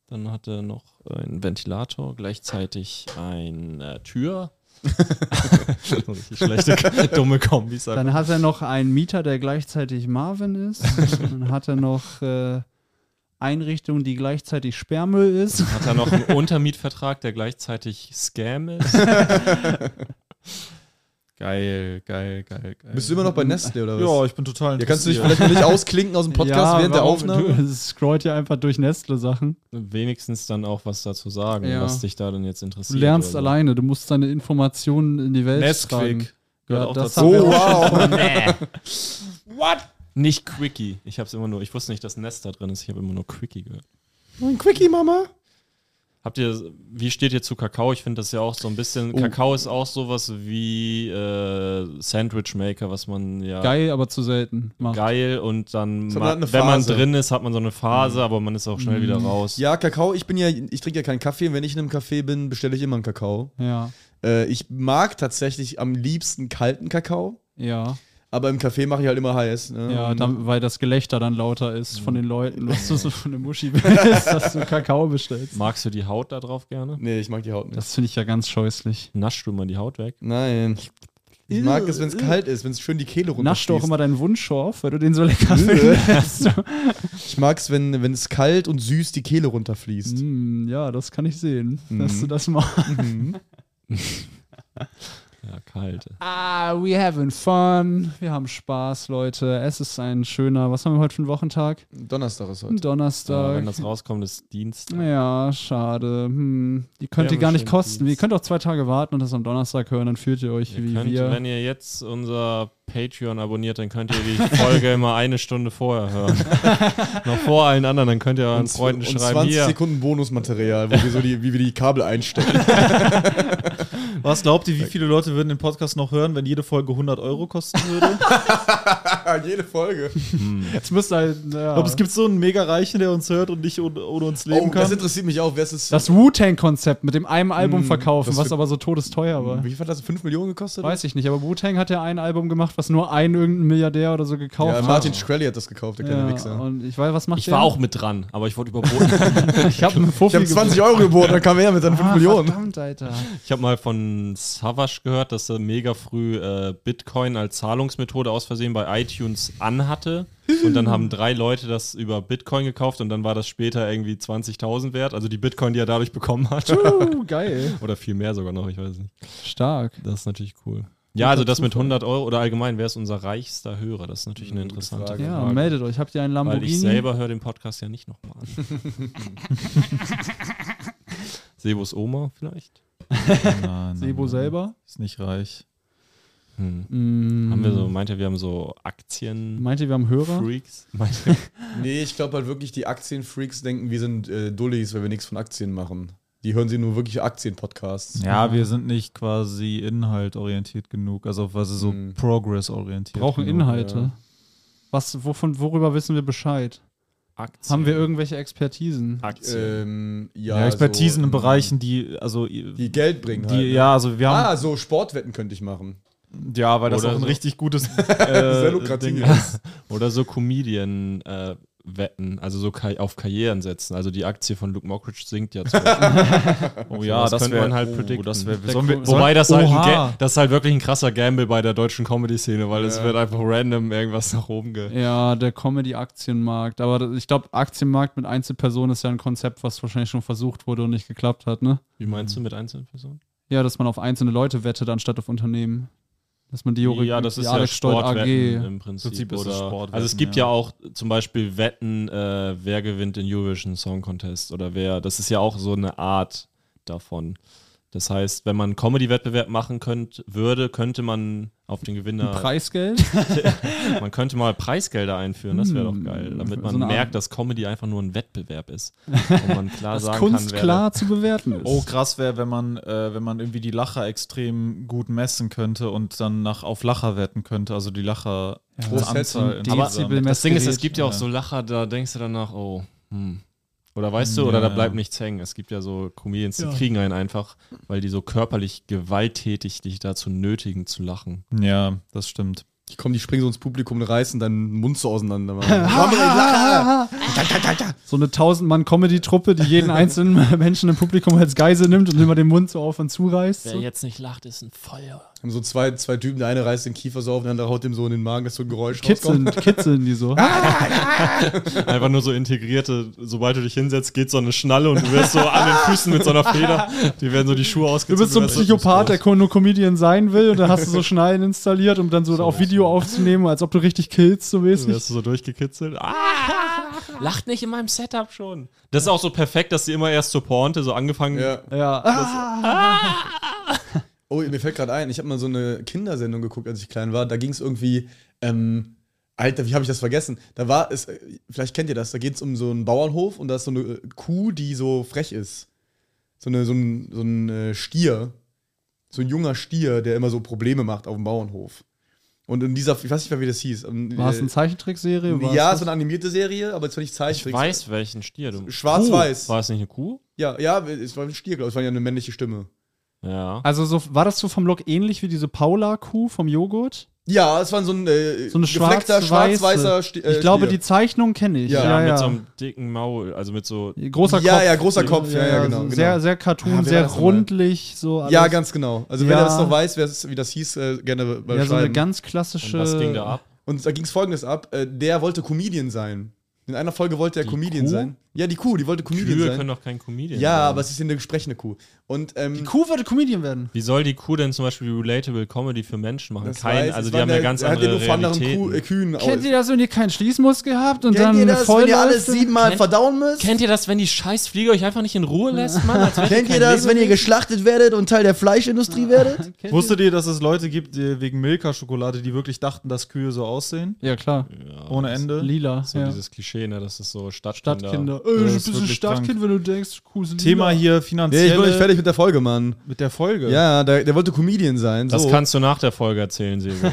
[SPEAKER 4] Dann hat er noch einen Ventilator, gleichzeitig eine [laughs] Tür. Richtig schlechte, dumme Kombis. einfach.
[SPEAKER 2] Dann hat er noch einen Mieter, der gleichzeitig Marvin ist. Dann hat er noch äh, Einrichtung, die gleichzeitig Sperrmüll ist.
[SPEAKER 4] Hat er noch einen Untermietvertrag, der gleichzeitig Scam ist? geil, geil, geil, geil.
[SPEAKER 1] Bist du immer noch bei
[SPEAKER 2] Ähm,
[SPEAKER 1] Nestle oder was?
[SPEAKER 5] ich bin total
[SPEAKER 1] Ja, kannst du dich
[SPEAKER 5] interessiert.
[SPEAKER 1] vielleicht noch nicht ausklinken
[SPEAKER 2] [laughs]
[SPEAKER 1] aus dem Podcast
[SPEAKER 2] Ja,
[SPEAKER 1] während der
[SPEAKER 2] warum?
[SPEAKER 1] Aufnahme?
[SPEAKER 2] Du, es scrollt ja einfach durch Nestle-Sachen.
[SPEAKER 4] wenigstens dann auch was dazu sagen,
[SPEAKER 2] Ja.
[SPEAKER 4] was dich da denn jetzt
[SPEAKER 2] Du
[SPEAKER 4] interessiert?
[SPEAKER 2] lernst
[SPEAKER 4] oder so.
[SPEAKER 2] alleine, du musst deine Informationen in die Welt tragen.
[SPEAKER 4] Gehört
[SPEAKER 2] Ja,
[SPEAKER 4] auch
[SPEAKER 2] das
[SPEAKER 4] dazu.
[SPEAKER 2] haben
[SPEAKER 1] Oh.
[SPEAKER 2] wir
[SPEAKER 4] Nicht Quickie. Ich hab's immer nur, ich wusste nicht, dass Nest da drin ist, ich habe immer nur Quickie gehört.
[SPEAKER 1] Ein Quickie, Mama.
[SPEAKER 4] Habt ihr, wie steht ihr zu Kakao? Ich finde das ja auch so ein bisschen, Kakao ist auch sowas wie äh, Sandwich Maker, was man ja
[SPEAKER 2] Geil, aber zu selten. Macht.
[SPEAKER 4] geil und dann,
[SPEAKER 1] Das hat
[SPEAKER 4] ma-
[SPEAKER 1] eine
[SPEAKER 4] wenn man
[SPEAKER 1] Phase.
[SPEAKER 4] drin ist, hat man so eine Phase, aber man ist auch schnell wieder raus.
[SPEAKER 1] Ja, Kakao, ich bin ja, ich trinke ja keinen Kaffee. Wenn ich in einem Café bin, bestelle ich immer einen Kakao.
[SPEAKER 2] Ja,
[SPEAKER 1] Äh, ich mag tatsächlich am liebsten kalten Kakao,
[SPEAKER 2] ja,
[SPEAKER 1] aber im Café mache ich halt immer heiß. Ne?
[SPEAKER 2] ja,
[SPEAKER 1] Und-
[SPEAKER 2] dann, weil das Gelächter dann lauter ist von den Leuten, was du so von der Muschi [laughs] bist, dass du Kakao
[SPEAKER 4] [laughs]
[SPEAKER 2] bestellst.
[SPEAKER 4] Magst du die Haut da drauf gerne?
[SPEAKER 1] Nee, ich mag die Haut nicht.
[SPEAKER 2] Das finde ich ja ganz scheußlich.
[SPEAKER 4] Naschst du mal die Haut weg?
[SPEAKER 1] Nein. Ich mag es, wenn es kalt ist, wenn es schön die Kehle runter
[SPEAKER 2] Naschst du auch immer deinen Wunschschorf, weil du den so lecker findest?
[SPEAKER 1] Ich mag es, wenn, wenn es kalt und süß die Kehle runterfließt.
[SPEAKER 2] Hm, ja, das kann ich sehen, dass du das machst.
[SPEAKER 4] Ja, kalt.
[SPEAKER 2] Ah, we having fun. Wir haben Spaß, Leute. Es ist ein schöner, was haben wir heute für einen Wochentag?
[SPEAKER 1] Donnerstag ist
[SPEAKER 2] Ein
[SPEAKER 1] heute.
[SPEAKER 4] Aber
[SPEAKER 2] Donnerstag.
[SPEAKER 4] wenn das rauskommt, ist Dienstag.
[SPEAKER 2] Ja, schade. Hm. Die könnt
[SPEAKER 4] Ja,
[SPEAKER 2] ihr gar nicht
[SPEAKER 4] bestimmt
[SPEAKER 2] kosten. Ihr
[SPEAKER 4] Dienst.
[SPEAKER 2] könnt auch zwei Tage warten und das am Donnerstag hören, dann fühlt ihr euch
[SPEAKER 4] Ihr
[SPEAKER 2] wie
[SPEAKER 4] könnt,
[SPEAKER 2] wir.
[SPEAKER 4] wenn ihr jetzt unser Patreon abonniert, dann könnt ihr die Folge immer eine Stunde vorher hören. Noch vor allen anderen, dann könnt ihr euren Freunden
[SPEAKER 1] und
[SPEAKER 4] schreiben,
[SPEAKER 1] 20
[SPEAKER 4] hier,
[SPEAKER 1] Sekunden Bonusmaterial, wo wir so die, wie wir die Kabel einstecken.
[SPEAKER 5] Was glaubt ihr, wie viele Leute würden den Podcast noch hören, wenn jede Folge 100 Euro kosten [laughs] würde? ich
[SPEAKER 1] Ah, Jede [laughs] Folge.
[SPEAKER 2] Jetzt müsst ihr halt, ja.
[SPEAKER 5] glaube, es gibt so einen mega Reichen, der uns hört und nicht ohne, ohne uns leben
[SPEAKER 1] Oh, das
[SPEAKER 5] kann.
[SPEAKER 1] interessiert mich auch. Wer ist es?
[SPEAKER 2] das Wu-Tang-Konzept mit dem einen Album verkaufen,
[SPEAKER 1] das
[SPEAKER 2] was
[SPEAKER 1] wird- Hm.
[SPEAKER 2] aber so todesteuer war.
[SPEAKER 1] wie viel hat das? 5 Millionen gekostet?
[SPEAKER 2] Weiß ich nicht, aber Wu-Tang hat ja ein Album gemacht, was nur ein irgendein Milliardär oder so gekauft
[SPEAKER 1] ja,
[SPEAKER 2] hat.
[SPEAKER 1] Martin Shkreli hat das gekauft, der kleine
[SPEAKER 2] ja,
[SPEAKER 1] Wichser.
[SPEAKER 2] Und ich weiß, was macht
[SPEAKER 4] ich
[SPEAKER 2] der?
[SPEAKER 4] war auch mit dran, aber ich wurde überboten.
[SPEAKER 2] [laughs] Ich habe einen
[SPEAKER 1] Ich
[SPEAKER 2] Fuffi
[SPEAKER 1] habe 20 Euro geboten, dann kam er mit seinen 5 Millionen.
[SPEAKER 2] Ah, Verdammt, Alter.
[SPEAKER 4] ich habe mal von Savage gehört, dass er mega früh äh, Bitcoin als Zahlungsmethode aus Versehen bei iTunes anhatte. Und dann haben drei Leute das über Bitcoin gekauft und dann war das später irgendwie 20.000 wert. Also die Bitcoin, die er dadurch bekommen hat.
[SPEAKER 2] [laughs] Uh, geil.
[SPEAKER 4] [laughs] Oder viel mehr sogar noch, ich weiß nicht.
[SPEAKER 2] Stark.
[SPEAKER 4] Das ist natürlich cool. Ja, also das mit 100 Euro oder allgemein, wer ist unser reichster Hörer? Das ist natürlich eine interessante Frage.
[SPEAKER 1] Frage.
[SPEAKER 2] Ja, meldet euch. Habt ihr einen
[SPEAKER 4] Weil
[SPEAKER 2] Lamborghini?
[SPEAKER 4] ich selber höre den Podcast ja nicht nochmal an.
[SPEAKER 2] [laughs]
[SPEAKER 4] Sebos Oma vielleicht?
[SPEAKER 5] Nein,
[SPEAKER 2] Sebo selber?
[SPEAKER 5] ist nicht reich.
[SPEAKER 4] Hm.
[SPEAKER 2] Mm.
[SPEAKER 4] Haben wir
[SPEAKER 5] Mhm.
[SPEAKER 4] so, meint ihr, wir haben so Aktien
[SPEAKER 2] Meint ihr, wir haben Hörer?
[SPEAKER 4] Freaks? Meint ihr-
[SPEAKER 1] Nee, ich glaube halt wirklich, die Aktienfreaks denken, wir sind äh, Dullis, weil wir nichts von Aktien machen. Die hören sie nur wirklich Aktienpodcasts.
[SPEAKER 5] Ja, wir sind nicht quasi inhaltorientiert genug, also auf was ist so
[SPEAKER 1] Hm.
[SPEAKER 5] progress-orientiert.
[SPEAKER 2] Brauchen
[SPEAKER 5] genug.
[SPEAKER 2] Inhalte.
[SPEAKER 1] ja.
[SPEAKER 2] Was, wovon, worüber wissen wir Bescheid?
[SPEAKER 4] Aktien.
[SPEAKER 2] Haben wir irgendwelche Expertisen?
[SPEAKER 4] Aktien?
[SPEAKER 1] Ähm, ja,
[SPEAKER 5] Ja, Expertisen
[SPEAKER 1] so,
[SPEAKER 5] in
[SPEAKER 1] ähm,
[SPEAKER 5] Bereichen, die, also, die,
[SPEAKER 1] die Geld bringen. halt, ne?
[SPEAKER 5] ja, also wir haben,
[SPEAKER 1] Ah, so Sportwetten könnte ich machen.
[SPEAKER 5] ja, weil das
[SPEAKER 4] Oder
[SPEAKER 5] auch ein
[SPEAKER 4] so.
[SPEAKER 1] [laughs]
[SPEAKER 4] [laughs]
[SPEAKER 5] richtig gutes äh,
[SPEAKER 1] Sehr lukrativ.
[SPEAKER 5] Ding ist.
[SPEAKER 4] Oder so Comedian äh, wetten, also so Ka- auf Karrieren setzen. Also die Aktie von Luke Mockridge sinkt ja zum Beispiel.
[SPEAKER 5] [laughs] Oh
[SPEAKER 4] ja, das könnte man halt predikten.
[SPEAKER 5] Das wär,
[SPEAKER 2] Der
[SPEAKER 5] sollen wir,
[SPEAKER 2] Kuh-
[SPEAKER 5] sollen,
[SPEAKER 4] Wobei das halt, ein
[SPEAKER 5] Oha.
[SPEAKER 4] Ga- das ist halt wirklich ein krasser Gamble bei der deutschen Comedy-Szene, weil es wird einfach random irgendwas nach oben ge...
[SPEAKER 2] Ja, der Comedy-Aktienmarkt. Aber das- ich glaube, Aktienmarkt mit Einzelpersonen ist ja ein Konzept, was wahrscheinlich schon versucht wurde und nicht geklappt hat, ne?
[SPEAKER 4] Wie meinst du mit einzelnen Personen?
[SPEAKER 2] Ja, dass man auf einzelne Leute wettet, anstatt auf Unternehmen. Dass man die Juri-
[SPEAKER 4] ja, das
[SPEAKER 2] die
[SPEAKER 4] ist ja
[SPEAKER 2] Alex Stolt
[SPEAKER 4] Sportwetten
[SPEAKER 2] AG.
[SPEAKER 4] im Prinzip.
[SPEAKER 5] Prinzip ist es
[SPEAKER 4] oder,
[SPEAKER 5] Sportwetten,
[SPEAKER 4] also es gibt
[SPEAKER 5] ja.
[SPEAKER 4] ja. auch zum Beispiel Wetten, äh, wer gewinnt den Eurovision Song Contest oder wer. Das ist ja auch so eine Art davon. Das heißt, wenn man einen Comedy-Wettbewerb machen könnt, würde, könnte man auf den Gewinner,
[SPEAKER 2] Preisgeld?
[SPEAKER 4] man könnte mal Preisgelder einführen, das wäre doch
[SPEAKER 2] Hm,
[SPEAKER 4] geil, damit man
[SPEAKER 2] so eine Art-
[SPEAKER 4] merkt, dass Comedy einfach nur ein Wettbewerb ist. Und man klar
[SPEAKER 2] Das
[SPEAKER 4] sagen
[SPEAKER 2] Kunst
[SPEAKER 4] kann,
[SPEAKER 2] klar zu bewerten ist.
[SPEAKER 5] oh, krass wäre, wenn man, äh, wenn man irgendwie die Lacher extrem gut messen könnte und dann nach auf Lacher wetten könnte. Also die Lacher
[SPEAKER 1] Wo ist jetzt ein
[SPEAKER 5] in-
[SPEAKER 2] Aber
[SPEAKER 5] zusammen.
[SPEAKER 4] Wer, das Ding ist, es gibt ja auch
[SPEAKER 5] ja.
[SPEAKER 4] so Lacher, da denkst du danach, oh, hm. Oder weißt du, oder
[SPEAKER 5] Ja,
[SPEAKER 4] da
[SPEAKER 5] ja.
[SPEAKER 4] bleibt nichts hängen. Es gibt ja so Comedians, die kriegen einen einfach, weil die so körperlich gewalttätig dich dazu nötigen zu lachen.
[SPEAKER 5] Ja, das stimmt.
[SPEAKER 1] Ich komm, die springen so ins Publikum und reißen deinen Mund so auseinander. Mann. Lache!
[SPEAKER 2] So eine 1000-Mann-Comedy-Truppe, die jeden einzelnen Menschen im Publikum als Geisel nimmt und immer den Mund so auf und zureißt. So.
[SPEAKER 4] jetzt nicht lacht, ist ein Feuer.
[SPEAKER 1] Haben so zwei, zwei Typen, der eine reißt den Kiefer so auf, der andere haut dem so in den Magen, dass so ein Geräusch
[SPEAKER 2] Kitzeln, [laughs] kitzeln die so.
[SPEAKER 4] Einfach nur so integrierte, sobald du dich hinsetzt, geht so eine Schnalle und du wirst so an den Füßen mit so einer Feder, die werden so die Schuhe
[SPEAKER 2] Du
[SPEAKER 4] ausgezogen.
[SPEAKER 2] bist so ein
[SPEAKER 4] weißt du?
[SPEAKER 2] Psychopath, der nur Comedian sein will und dann hast du so Schneiden installiert, um dann so auf Video aufzunehmen, als ob du richtig killst, so
[SPEAKER 4] Du
[SPEAKER 2] mäßig.
[SPEAKER 4] wirst so durchgekitzelt. Ah! Lacht nicht in meinem Setup schon. Das ist auch so perfekt, dass sie immer erst zur Pointe so angefangen
[SPEAKER 1] Ja.
[SPEAKER 2] Ja. Ah,
[SPEAKER 1] Oh, mir fällt gerade ein, ich habe mal so eine Kindersendung geguckt, als ich klein war. Da ging es irgendwie, ähm, Alter, wie habe ich das vergessen? Da war es, äh, vielleicht kennt ihr das, da geht es um so einen Bauernhof und da ist so eine äh, Kuh, die so frech ist. So, eine, so ein, so ein äh, Stier, so ein junger Stier, der immer so Probleme macht auf dem Bauernhof. Und in dieser, ich weiß nicht mehr, wie das hieß. ähm,
[SPEAKER 2] War
[SPEAKER 1] äh,
[SPEAKER 2] es eine Zeichentrickserie? War
[SPEAKER 1] Ja,
[SPEAKER 2] es
[SPEAKER 1] so eine animierte Serie, aber jetzt war nicht
[SPEAKER 4] Ich
[SPEAKER 1] Zeichentrick.
[SPEAKER 4] weiß, welchen Stier du.
[SPEAKER 1] Schwarz-Weiß.
[SPEAKER 4] Kuh. War es nicht eine Kuh?
[SPEAKER 1] Ja, ja, es war ein Stier, glaube ich, es war ja eine männliche Stimme.
[SPEAKER 4] Ja.
[SPEAKER 2] also so, war das so vom Look ähnlich wie diese Paula-Kuh vom Joghurt?
[SPEAKER 1] Ja, es war so ein äh,
[SPEAKER 2] So eine
[SPEAKER 1] gefleckter,
[SPEAKER 2] schwarz-weiße.
[SPEAKER 1] schwarz-weißer Sti- äh,
[SPEAKER 2] Ich glaube,
[SPEAKER 1] Stier.
[SPEAKER 2] die Zeichnung kenne ich.
[SPEAKER 1] Ja.
[SPEAKER 4] Ja,
[SPEAKER 2] Ja,
[SPEAKER 4] mit
[SPEAKER 2] ja.
[SPEAKER 4] so einem dicken Maul, also mit so.
[SPEAKER 2] großer
[SPEAKER 1] ja,
[SPEAKER 2] Kopf.
[SPEAKER 1] ja, großer Kopf. Ja, ja, genau.
[SPEAKER 2] so
[SPEAKER 1] genau.
[SPEAKER 2] Sehr, sehr cartoon,
[SPEAKER 1] Ah, wer
[SPEAKER 2] sehr
[SPEAKER 1] war das nochmal?
[SPEAKER 2] rundlich. So alles.
[SPEAKER 1] ja, ganz genau. Also
[SPEAKER 2] Ja.
[SPEAKER 1] wer das noch weiß, wer es- wie das hieß, äh, gerne mal
[SPEAKER 2] ja, so eine
[SPEAKER 1] schreiben.
[SPEAKER 2] ganz
[SPEAKER 4] Und
[SPEAKER 2] klassische.
[SPEAKER 4] was ging da ab?
[SPEAKER 1] Und da ging es folgendes ab. Äh, der wollte Comedian sein. In einer Folge wollte er
[SPEAKER 4] Die
[SPEAKER 1] Comedian
[SPEAKER 4] Kuh?
[SPEAKER 1] sein. Ja, die Kuh, die wollte Comedian
[SPEAKER 4] Kühe können
[SPEAKER 1] sein.
[SPEAKER 4] doch kein Comedian
[SPEAKER 1] Ja,
[SPEAKER 4] sein.
[SPEAKER 1] aber es ist eine gesprochene Kuh. Und ähm,
[SPEAKER 2] Die Kuh würde Comedian werden.
[SPEAKER 4] Wie soll die Kuh denn zum Beispiel relatable Comedy für Menschen machen?
[SPEAKER 1] das
[SPEAKER 4] Kein,
[SPEAKER 1] weiß,
[SPEAKER 4] also
[SPEAKER 1] es
[SPEAKER 4] die
[SPEAKER 1] war
[SPEAKER 4] haben ja
[SPEAKER 1] eine-
[SPEAKER 4] ganz
[SPEAKER 1] er hat den
[SPEAKER 4] andere
[SPEAKER 1] nur von anderen
[SPEAKER 4] Realitäten.
[SPEAKER 1] Kuh, äh, Kühen. aus-
[SPEAKER 2] Kennt ihr das, wenn ihr keinen Schließmuskel gehabt und
[SPEAKER 1] Kennt
[SPEAKER 2] dann
[SPEAKER 1] ihr das, wenn ihr alles siebenmal
[SPEAKER 4] Kennt-
[SPEAKER 1] verdauen müsst?
[SPEAKER 4] Kennt ihr das, wenn die Scheißfliege euch einfach nicht in [laughs] Ruhe lässt, Mann? Als wärt
[SPEAKER 1] Kennt
[SPEAKER 4] kein
[SPEAKER 1] ihr das, wenn ihr
[SPEAKER 4] Lebewesen?
[SPEAKER 1] geschlachtet werdet und Teil der
[SPEAKER 2] Ah.
[SPEAKER 1] Fleischindustrie
[SPEAKER 2] [laughs]
[SPEAKER 1] werdet?
[SPEAKER 5] Wusstet ihr, dass es Leute gibt die wegen Milka-Schokolade, die wirklich dachten, dass Kühe so aussehen?
[SPEAKER 2] Ja, klar.
[SPEAKER 4] Ja,
[SPEAKER 5] Ohne Ende?
[SPEAKER 2] Lila.
[SPEAKER 4] So
[SPEAKER 2] ja.
[SPEAKER 4] dieses Klischee, ne? Das ist so Stadtkinder.
[SPEAKER 2] Stadtkinder.
[SPEAKER 5] Ja,
[SPEAKER 2] Ey,
[SPEAKER 5] das
[SPEAKER 2] du
[SPEAKER 5] ist
[SPEAKER 2] bist ein
[SPEAKER 5] wirklich
[SPEAKER 2] Stadtkind, wenn du denkst, Kuh sind
[SPEAKER 5] Thema
[SPEAKER 2] lila.
[SPEAKER 5] hier
[SPEAKER 1] Nee,
[SPEAKER 5] finanziell
[SPEAKER 1] ich bin noch nicht fertig mit der Folge, Mann.
[SPEAKER 5] mit der Folge.
[SPEAKER 1] Ja, der, der wollte Comedian sein. So.
[SPEAKER 4] Das kannst du nach der Folge
[SPEAKER 1] [laughs]
[SPEAKER 4] erzählen, Sebo.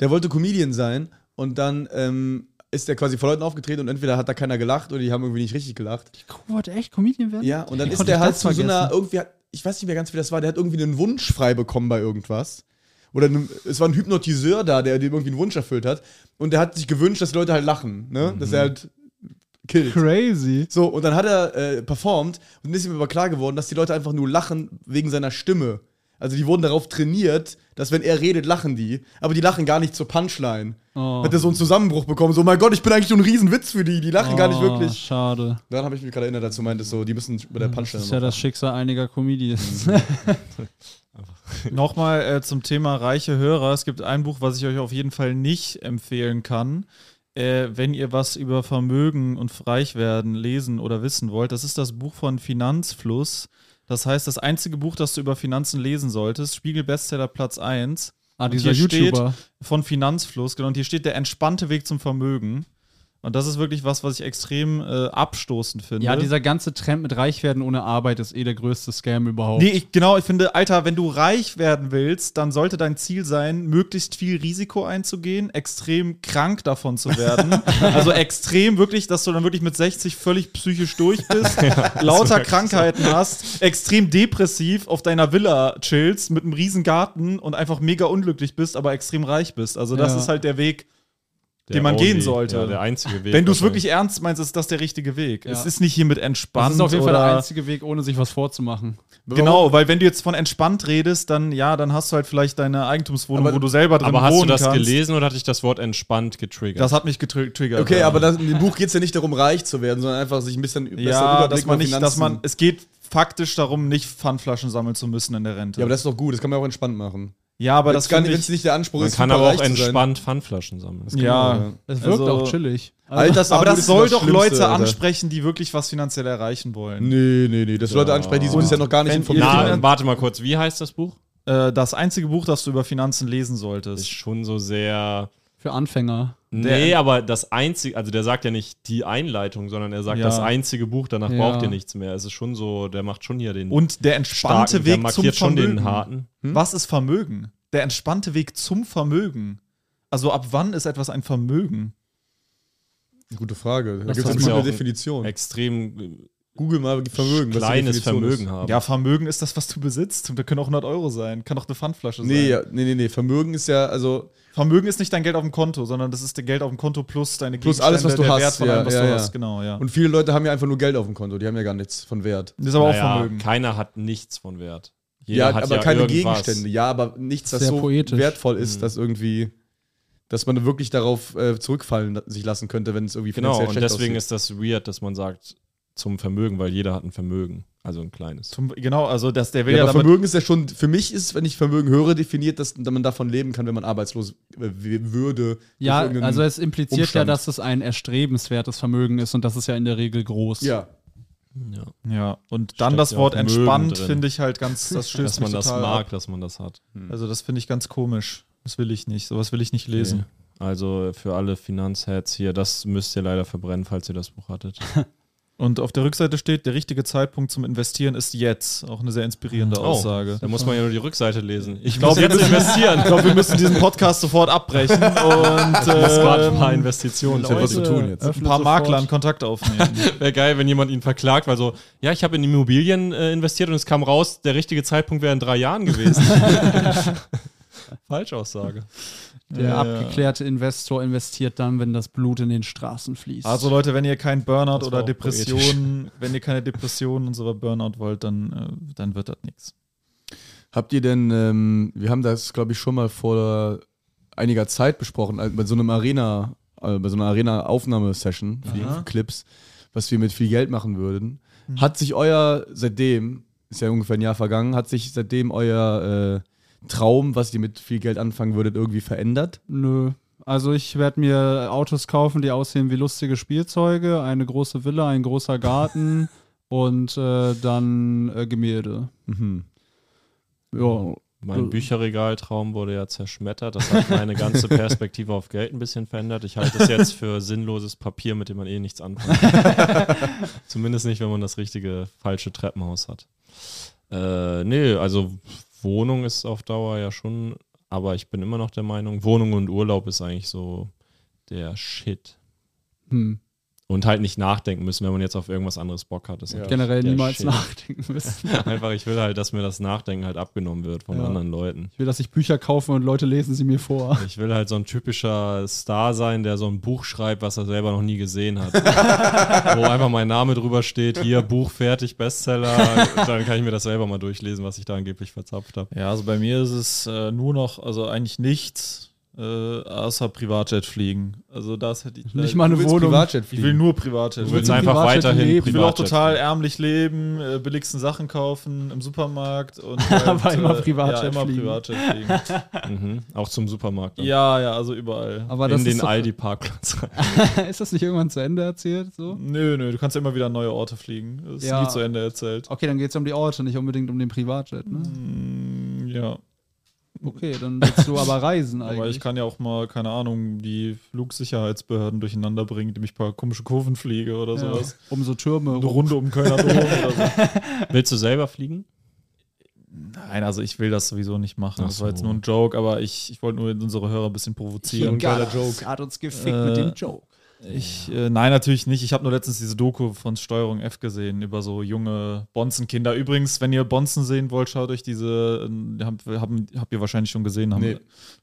[SPEAKER 1] Der wollte Comedian sein und dann ähm, ist er quasi vor Leuten aufgetreten und entweder hat da keiner gelacht oder die haben irgendwie nicht richtig gelacht.
[SPEAKER 2] Kuh wollte echt Comedian werden?
[SPEAKER 1] Ja, und dann
[SPEAKER 2] Wie
[SPEAKER 1] ist
[SPEAKER 2] konnte
[SPEAKER 1] der
[SPEAKER 2] ich
[SPEAKER 1] halt
[SPEAKER 2] das
[SPEAKER 1] zu so einer
[SPEAKER 2] vergessen?
[SPEAKER 1] irgendwie, hat- ich weiß nicht mehr ganz, wie das war, der hat irgendwie einen Wunsch frei bekommen bei irgendwas. Oder einem- es war ein Hypnotiseur da, der dem irgendwie einen Wunsch erfüllt hat. Und der hat sich gewünscht, dass die Leute halt lachen, ne?
[SPEAKER 2] Mhm.
[SPEAKER 1] Dass er halt killt.
[SPEAKER 2] Crazy.
[SPEAKER 1] So, und dann hat er äh, performt und dann ist ihm aber klar geworden, dass die Leute einfach nur lachen wegen seiner Stimme. Also die wurden darauf trainiert, dass wenn er redet, lachen die. Aber die lachen gar nicht zur Punchline.
[SPEAKER 2] Oh.
[SPEAKER 1] Hat er so einen Zusammenbruch bekommen, so, mein Gott, ich bin eigentlich nur ein Riesenwitz für die, die lachen [laughs] gar nicht
[SPEAKER 2] Oh,
[SPEAKER 1] wirklich.
[SPEAKER 2] Schade.
[SPEAKER 1] Dann habe ich mich gerade erinnert, dazu meintest so, die müssen bei der
[SPEAKER 2] Das
[SPEAKER 1] Punchline
[SPEAKER 2] ist ja das Schicksal einiger Comedians.
[SPEAKER 4] Mhm.
[SPEAKER 5] Nochmal äh, zum Thema reiche Hörer. Es gibt ein Buch, was ich euch auf jeden Fall nicht empfehlen kann. Äh, wenn ihr was über Vermögen und Reichwerden lesen oder wissen wollt, das ist das Buch von Finanzfluss. Das heißt, das einzige Buch, das du über Finanzen lesen solltest, Spiegel Bestseller Platz 1
[SPEAKER 2] ah,
[SPEAKER 5] Und
[SPEAKER 2] dieser
[SPEAKER 5] hier steht-
[SPEAKER 2] YouTuber.
[SPEAKER 5] von Finanzfluss. Genau, und hier steht der entspannte Weg zum Vermögen. Und das ist wirklich was, was ich extrem äh, abstoßend finde.
[SPEAKER 2] Ja, dieser ganze Trend mit Reichwerden ohne Arbeit ist eh der größte Scam überhaupt.
[SPEAKER 5] Nee, ich, genau, ich finde, Alter, wenn du reich werden willst, dann sollte dein Ziel sein, möglichst viel Risiko einzugehen, extrem krank davon zu werden.
[SPEAKER 2] [laughs]
[SPEAKER 5] also extrem wirklich, dass du dann wirklich mit 60 völlig psychisch durch
[SPEAKER 2] [laughs]
[SPEAKER 5] bist, lauter Krankheiten hast, extrem depressiv auf deiner Villa chillst mit einem riesen Garten und einfach mega unglücklich bist, aber extrem reich bist. Also das
[SPEAKER 2] Ja.
[SPEAKER 5] ist halt der Weg
[SPEAKER 4] der
[SPEAKER 5] den man
[SPEAKER 4] only,
[SPEAKER 5] gehen sollte.
[SPEAKER 4] Ja, der einzige Weg.
[SPEAKER 5] Wenn du es
[SPEAKER 4] wahrscheinlich.
[SPEAKER 5] wirklich ernst meinst, ist das der richtige Weg.
[SPEAKER 2] Ja.
[SPEAKER 5] Es ist nicht hier mit
[SPEAKER 2] Das
[SPEAKER 5] entspannt
[SPEAKER 2] ist auf jeden Fall
[SPEAKER 5] oder
[SPEAKER 2] der einzige Weg, ohne sich was vorzumachen.
[SPEAKER 5] Genau, weil wenn du jetzt von entspannt redest, dann ja, dann hast du halt vielleicht deine Eigentumswohnung,
[SPEAKER 1] Aber-
[SPEAKER 5] wo du selber drin
[SPEAKER 4] Aber hast du
[SPEAKER 5] wohnen
[SPEAKER 4] das
[SPEAKER 5] kannst.
[SPEAKER 4] gelesen oder hat dich das Wort entspannt getriggert?
[SPEAKER 5] Das hat mich getri- getriggert.
[SPEAKER 1] Okay,
[SPEAKER 5] ja.
[SPEAKER 1] aber das, in dem Buch geht es ja nicht darum, reich zu werden, sondern einfach sich ein bisschen besser
[SPEAKER 5] ja, dass man
[SPEAKER 1] über
[SPEAKER 5] nicht, dass man es geht faktisch darum, nicht Pfandflaschen sammeln zu müssen in der Rente.
[SPEAKER 1] Ja, aber das ist doch gut, das kann man auch entspannt machen.
[SPEAKER 5] Ja, aber das
[SPEAKER 1] kann,
[SPEAKER 5] finde
[SPEAKER 1] wenn
[SPEAKER 5] ich,
[SPEAKER 1] es nicht der Anspruch
[SPEAKER 4] man
[SPEAKER 1] ist,
[SPEAKER 4] kann
[SPEAKER 1] super
[SPEAKER 4] aber auch
[SPEAKER 1] reich zu sein.
[SPEAKER 4] entspannt Pfandflaschen sammeln.
[SPEAKER 5] kann Ja. man-
[SPEAKER 2] Es wirkt
[SPEAKER 5] Also-
[SPEAKER 2] auch chillig.
[SPEAKER 5] aber
[SPEAKER 1] Altersarmut
[SPEAKER 5] das
[SPEAKER 1] genau, äh, ist
[SPEAKER 5] soll
[SPEAKER 1] das
[SPEAKER 5] doch
[SPEAKER 1] Schlimmste,
[SPEAKER 5] Leute
[SPEAKER 1] Alter.
[SPEAKER 5] ansprechen, die wirklich was finanziell erreichen wollen.
[SPEAKER 1] Nee, nee, nee. Das Leute ansprechen, die so
[SPEAKER 4] Und
[SPEAKER 1] bisher noch gar nicht
[SPEAKER 5] wenn
[SPEAKER 1] informiert
[SPEAKER 5] ihr-
[SPEAKER 1] waren.
[SPEAKER 4] Na, warte mal kurz, wie heißt das Buch?
[SPEAKER 5] Äh, das einzige Buch, das du über Finanzen lesen
[SPEAKER 4] Ist
[SPEAKER 5] solltest.
[SPEAKER 4] schon so sehr.
[SPEAKER 2] für Anfänger.
[SPEAKER 4] Nee, aber das einzige, also der sagt ja nicht die Einleitung, sondern er sagt
[SPEAKER 5] Ja.
[SPEAKER 4] das einzige Buch, danach
[SPEAKER 2] Ja.
[SPEAKER 4] braucht ihr nichts mehr. Es ist schon so, der macht schon hier den
[SPEAKER 5] Und der
[SPEAKER 4] starken,
[SPEAKER 5] entspannte
[SPEAKER 4] der
[SPEAKER 5] Weg zum
[SPEAKER 4] markiert schon
[SPEAKER 5] Vermögen.
[SPEAKER 4] den Hm? harten.
[SPEAKER 5] Was ist Vermögen? Der entspannte Weg zum Vermögen. Also ab wann ist etwas ein Vermögen?
[SPEAKER 1] Gute Frage. Da
[SPEAKER 2] Das
[SPEAKER 1] gibt es
[SPEAKER 2] ist
[SPEAKER 1] bestimmt
[SPEAKER 4] ja
[SPEAKER 1] eine
[SPEAKER 4] auch ein
[SPEAKER 1] Definition.
[SPEAKER 4] Extrem äh,
[SPEAKER 1] Google mal Vermögen. was die
[SPEAKER 4] kleines
[SPEAKER 1] Definition
[SPEAKER 4] Vermögen
[SPEAKER 1] ist.
[SPEAKER 4] haben.
[SPEAKER 5] Ja, Vermögen ist das, was du besitzt. Und da können auch 100 Euro sein. Kann auch eine Pfandflasche
[SPEAKER 1] Nee,
[SPEAKER 5] sein.
[SPEAKER 1] ja, nee, nee, nee. Vermögen ist ja, also,
[SPEAKER 5] Vermögen ist nicht dein Geld auf dem Konto, sondern das ist dein Geld auf dem Konto plus deine
[SPEAKER 1] Plus alles, was du
[SPEAKER 5] der
[SPEAKER 1] hast,
[SPEAKER 5] Wert von
[SPEAKER 1] ja,
[SPEAKER 5] allem, was
[SPEAKER 1] ja,
[SPEAKER 5] du
[SPEAKER 1] ja.
[SPEAKER 5] hast. Genau, ja.
[SPEAKER 1] und viele Leute haben ja einfach nur Geld auf dem Konto, die haben ja gar nichts von Wert.
[SPEAKER 5] das ist aber auch
[SPEAKER 4] Naja,
[SPEAKER 5] Vermögen.
[SPEAKER 4] keiner hat nichts von Wert.
[SPEAKER 1] Ja, aber keine
[SPEAKER 4] irgendwas. Mhm.
[SPEAKER 1] Gegenstände. Ja, aber nichts, das
[SPEAKER 2] Sehr
[SPEAKER 1] so
[SPEAKER 2] poetisch.
[SPEAKER 1] wertvoll ist, dass irgendwie, dass man wirklich darauf äh, zurückfallen sich lassen könnte, wenn es irgendwie
[SPEAKER 4] Genau,
[SPEAKER 1] finanziell
[SPEAKER 4] und
[SPEAKER 1] schlecht
[SPEAKER 4] deswegen
[SPEAKER 1] aussieht.
[SPEAKER 4] ist das weird, dass man sagt zum Vermögen, weil jeder hat ein Vermögen, also ein kleines.
[SPEAKER 5] Zum, genau, also das, der will
[SPEAKER 1] Ja,
[SPEAKER 5] ja,
[SPEAKER 1] aber
[SPEAKER 5] damit.
[SPEAKER 1] Vermögen ist ja schon, für mich ist, wenn ich Vermögen höre, definiert, dass man davon leben kann, wenn man arbeitslos äh, w- würde. durch
[SPEAKER 2] Ja,
[SPEAKER 1] irgendeinen-
[SPEAKER 2] also es impliziert ja,
[SPEAKER 1] Umstand.
[SPEAKER 2] dass es ein erstrebenswertes Vermögen ist und das ist ja in der Regel groß.
[SPEAKER 1] ja.
[SPEAKER 4] Ja,
[SPEAKER 5] Ja, und dann
[SPEAKER 4] Steckt
[SPEAKER 5] das
[SPEAKER 4] ja
[SPEAKER 5] Wort
[SPEAKER 4] auch Vermögen
[SPEAKER 5] entspannt
[SPEAKER 4] drin.
[SPEAKER 5] finde ich halt ganz, das stößt
[SPEAKER 4] dass man
[SPEAKER 5] mich
[SPEAKER 4] das
[SPEAKER 5] total
[SPEAKER 4] mag,
[SPEAKER 5] Ab.
[SPEAKER 4] dass man das hat.
[SPEAKER 5] Also das finde ich ganz komisch. Das will ich nicht. Sowas will ich nicht lesen.
[SPEAKER 4] Okay. Also für alle Finanzheads hier, das müsst ihr leider verbrennen, falls ihr das Buch hattet.
[SPEAKER 5] Und auf der Rückseite steht, der richtige Zeitpunkt zum Investieren ist jetzt. Auch eine sehr inspirierende
[SPEAKER 4] Oh.
[SPEAKER 5] Aussage.
[SPEAKER 4] da muss man ja nur die Rückseite lesen. Ich
[SPEAKER 5] glaub,
[SPEAKER 4] glaube, jetzt
[SPEAKER 5] wir müssen-
[SPEAKER 4] investieren.
[SPEAKER 5] [laughs] Ich glaube, wir müssen diesen Podcast sofort abbrechen und
[SPEAKER 4] Das war ein paar
[SPEAKER 5] äh,
[SPEAKER 4] Investitionen.
[SPEAKER 1] hat
[SPEAKER 2] Also
[SPEAKER 1] was zu tun jetzt.
[SPEAKER 5] ein paar Maklern Kontakt aufnehmen.
[SPEAKER 4] Wäre geil, wenn jemand ihn verklagt, weil so, ja, ich habe in Immobilien äh, investiert und es kam raus, der richtige Zeitpunkt wäre in drei Jahren
[SPEAKER 5] [laughs]
[SPEAKER 4] gewesen. Falschaussage.
[SPEAKER 2] Der abgeklärte Investor investiert dann, wenn das Blut in den Straßen fließt.
[SPEAKER 5] Also Leute, wenn ihr keinen Burnout
[SPEAKER 4] war
[SPEAKER 5] oder
[SPEAKER 4] auch
[SPEAKER 5] Depressionen, wenn ihr keine Depressionen und so Burnout wollt, dann, äh, dann wird das nichts.
[SPEAKER 1] Habt ihr denn, ähm, wir haben das, glaube ich, schon mal vor einiger Zeit besprochen, also bei so einem Arena, äh, bei so einer Arena-Aufnahmesession für die
[SPEAKER 5] Aha.
[SPEAKER 1] Clips, was wir mit viel Geld machen würden. Hat sich euer, seitdem, ist ja ungefähr ein Jahr vergangen, hat sich seitdem euer äh, Traum, was ihr mit viel Geld anfangen würdet, irgendwie verändert?
[SPEAKER 2] Nö. Also ich werde mir Autos kaufen, die aussehen wie lustige Spielzeuge, eine große Villa, ein
[SPEAKER 1] [laughs]
[SPEAKER 2] großer Garten und äh, dann äh, Gemälde.
[SPEAKER 1] Mhm. Oh.
[SPEAKER 2] Ja. Äh.
[SPEAKER 4] Mein Bücherregaltraum wurde ja zerschmettert. Das hat
[SPEAKER 2] [laughs]
[SPEAKER 4] meine ganze Perspektive auf Geld ein bisschen verändert. Ich halte es jetzt für sinnloses Papier, mit dem man eh nichts
[SPEAKER 2] [laughs]
[SPEAKER 4] anfangen kann. Zumindest nicht, wenn man das richtige falsche Treppenhaus hat. Äh, nee, also Wohnung ist auf Dauer ja schon, aber ich bin immer noch der Meinung, Wohnung und Urlaub ist eigentlich so der Shit.
[SPEAKER 2] Hm.
[SPEAKER 4] Und halt nicht nachdenken müssen, wenn man jetzt auf irgendwas anderes Bock hat. Das ist
[SPEAKER 1] Ja.
[SPEAKER 4] natürlich
[SPEAKER 2] Generell
[SPEAKER 4] der
[SPEAKER 2] niemals [laughs]
[SPEAKER 4] Shit.
[SPEAKER 2] nachdenken müssen.
[SPEAKER 4] Einfach, ich will halt, dass mir das Nachdenken halt abgenommen wird von
[SPEAKER 2] Ja.
[SPEAKER 4] anderen Leuten.
[SPEAKER 2] Ich will, dass ich Bücher kaufe und Leute lesen sie mir vor.
[SPEAKER 4] Ich will halt so ein typischer Star sein, der so ein Buch schreibt, was er selber noch nie gesehen hat. Wo einfach mein Name drüber steht, hier Buch fertig, Bestseller. Dann kann ich mir das selber mal durchlesen, was ich da angeblich verzapft habe.
[SPEAKER 5] Ja, also bei mir ist es äh, nur noch, also eigentlich nichts, äh, außer Privatjet fliegen. Also das hätte ich.
[SPEAKER 2] Nicht mal eine
[SPEAKER 1] Äh, Du willst
[SPEAKER 2] Wohnung.
[SPEAKER 1] Privatjet
[SPEAKER 5] ich
[SPEAKER 1] fliegen.
[SPEAKER 5] will nur Privatjet
[SPEAKER 4] Du willst
[SPEAKER 2] will
[SPEAKER 5] fliegen.
[SPEAKER 4] einfach
[SPEAKER 2] Privatjet
[SPEAKER 4] weiterhin
[SPEAKER 2] leben.
[SPEAKER 5] Ich will auch
[SPEAKER 4] Privatjet
[SPEAKER 5] total
[SPEAKER 4] fliegen.
[SPEAKER 5] ärmlich leben, äh, billigsten Sachen kaufen im Supermarkt und
[SPEAKER 2] [laughs]
[SPEAKER 5] halt,
[SPEAKER 2] Aber immer
[SPEAKER 5] äh,
[SPEAKER 2] Privatjet
[SPEAKER 5] ja, immer
[SPEAKER 2] fliegen.
[SPEAKER 5] Privatjet fliegen.
[SPEAKER 4] Mhm. Auch zum Supermarkt. dann.
[SPEAKER 5] ja, ja, also überall.
[SPEAKER 2] Aber das
[SPEAKER 4] In den
[SPEAKER 2] ist, doch,
[SPEAKER 4] Aldi-Parkplatz rein.
[SPEAKER 2] [laughs] ist das nicht irgendwann zu Ende erzählt? So?
[SPEAKER 5] Nö, nö, du kannst ja immer wieder an neue Orte fliegen. Das ist
[SPEAKER 2] Ja.
[SPEAKER 5] nie zu Ende erzählt.
[SPEAKER 2] Okay, dann geht es um die Orte, nicht unbedingt um den Privatjet. Ne?
[SPEAKER 5] Mm, Ja.
[SPEAKER 2] Okay, dann willst du [laughs] aber reisen eigentlich.
[SPEAKER 5] Aber ich kann ja auch mal, keine Ahnung, die Flugsicherheitsbehörden durcheinander bringen, indem ich ein paar komische Kurven fliege oder
[SPEAKER 2] ja.
[SPEAKER 5] sowas.
[SPEAKER 2] Um so Türme
[SPEAKER 5] Eine
[SPEAKER 2] rum.
[SPEAKER 5] Runde um Kölner Dom oder
[SPEAKER 2] [laughs]
[SPEAKER 5] so.
[SPEAKER 4] Willst du selber fliegen?
[SPEAKER 5] Nein, also ich will das sowieso nicht machen.
[SPEAKER 4] Ach
[SPEAKER 5] Das war jetzt
[SPEAKER 4] so.
[SPEAKER 5] nur ein Joke, aber ich, ich wollte nur unsere Hörer ein bisschen provozieren.
[SPEAKER 1] geiler Joke.
[SPEAKER 2] Hat uns gefickt
[SPEAKER 5] Äh,
[SPEAKER 2] mit dem Joke.
[SPEAKER 5] Ich, äh, nein, natürlich nicht. Ich habe nur letztens diese Doku von Steuerung F gesehen über so junge Bonzenkinder. Übrigens, wenn ihr Bonzen sehen wollt, schaut euch diese, äh, habt, haben, habt ihr wahrscheinlich schon gesehen, haben
[SPEAKER 1] Nee.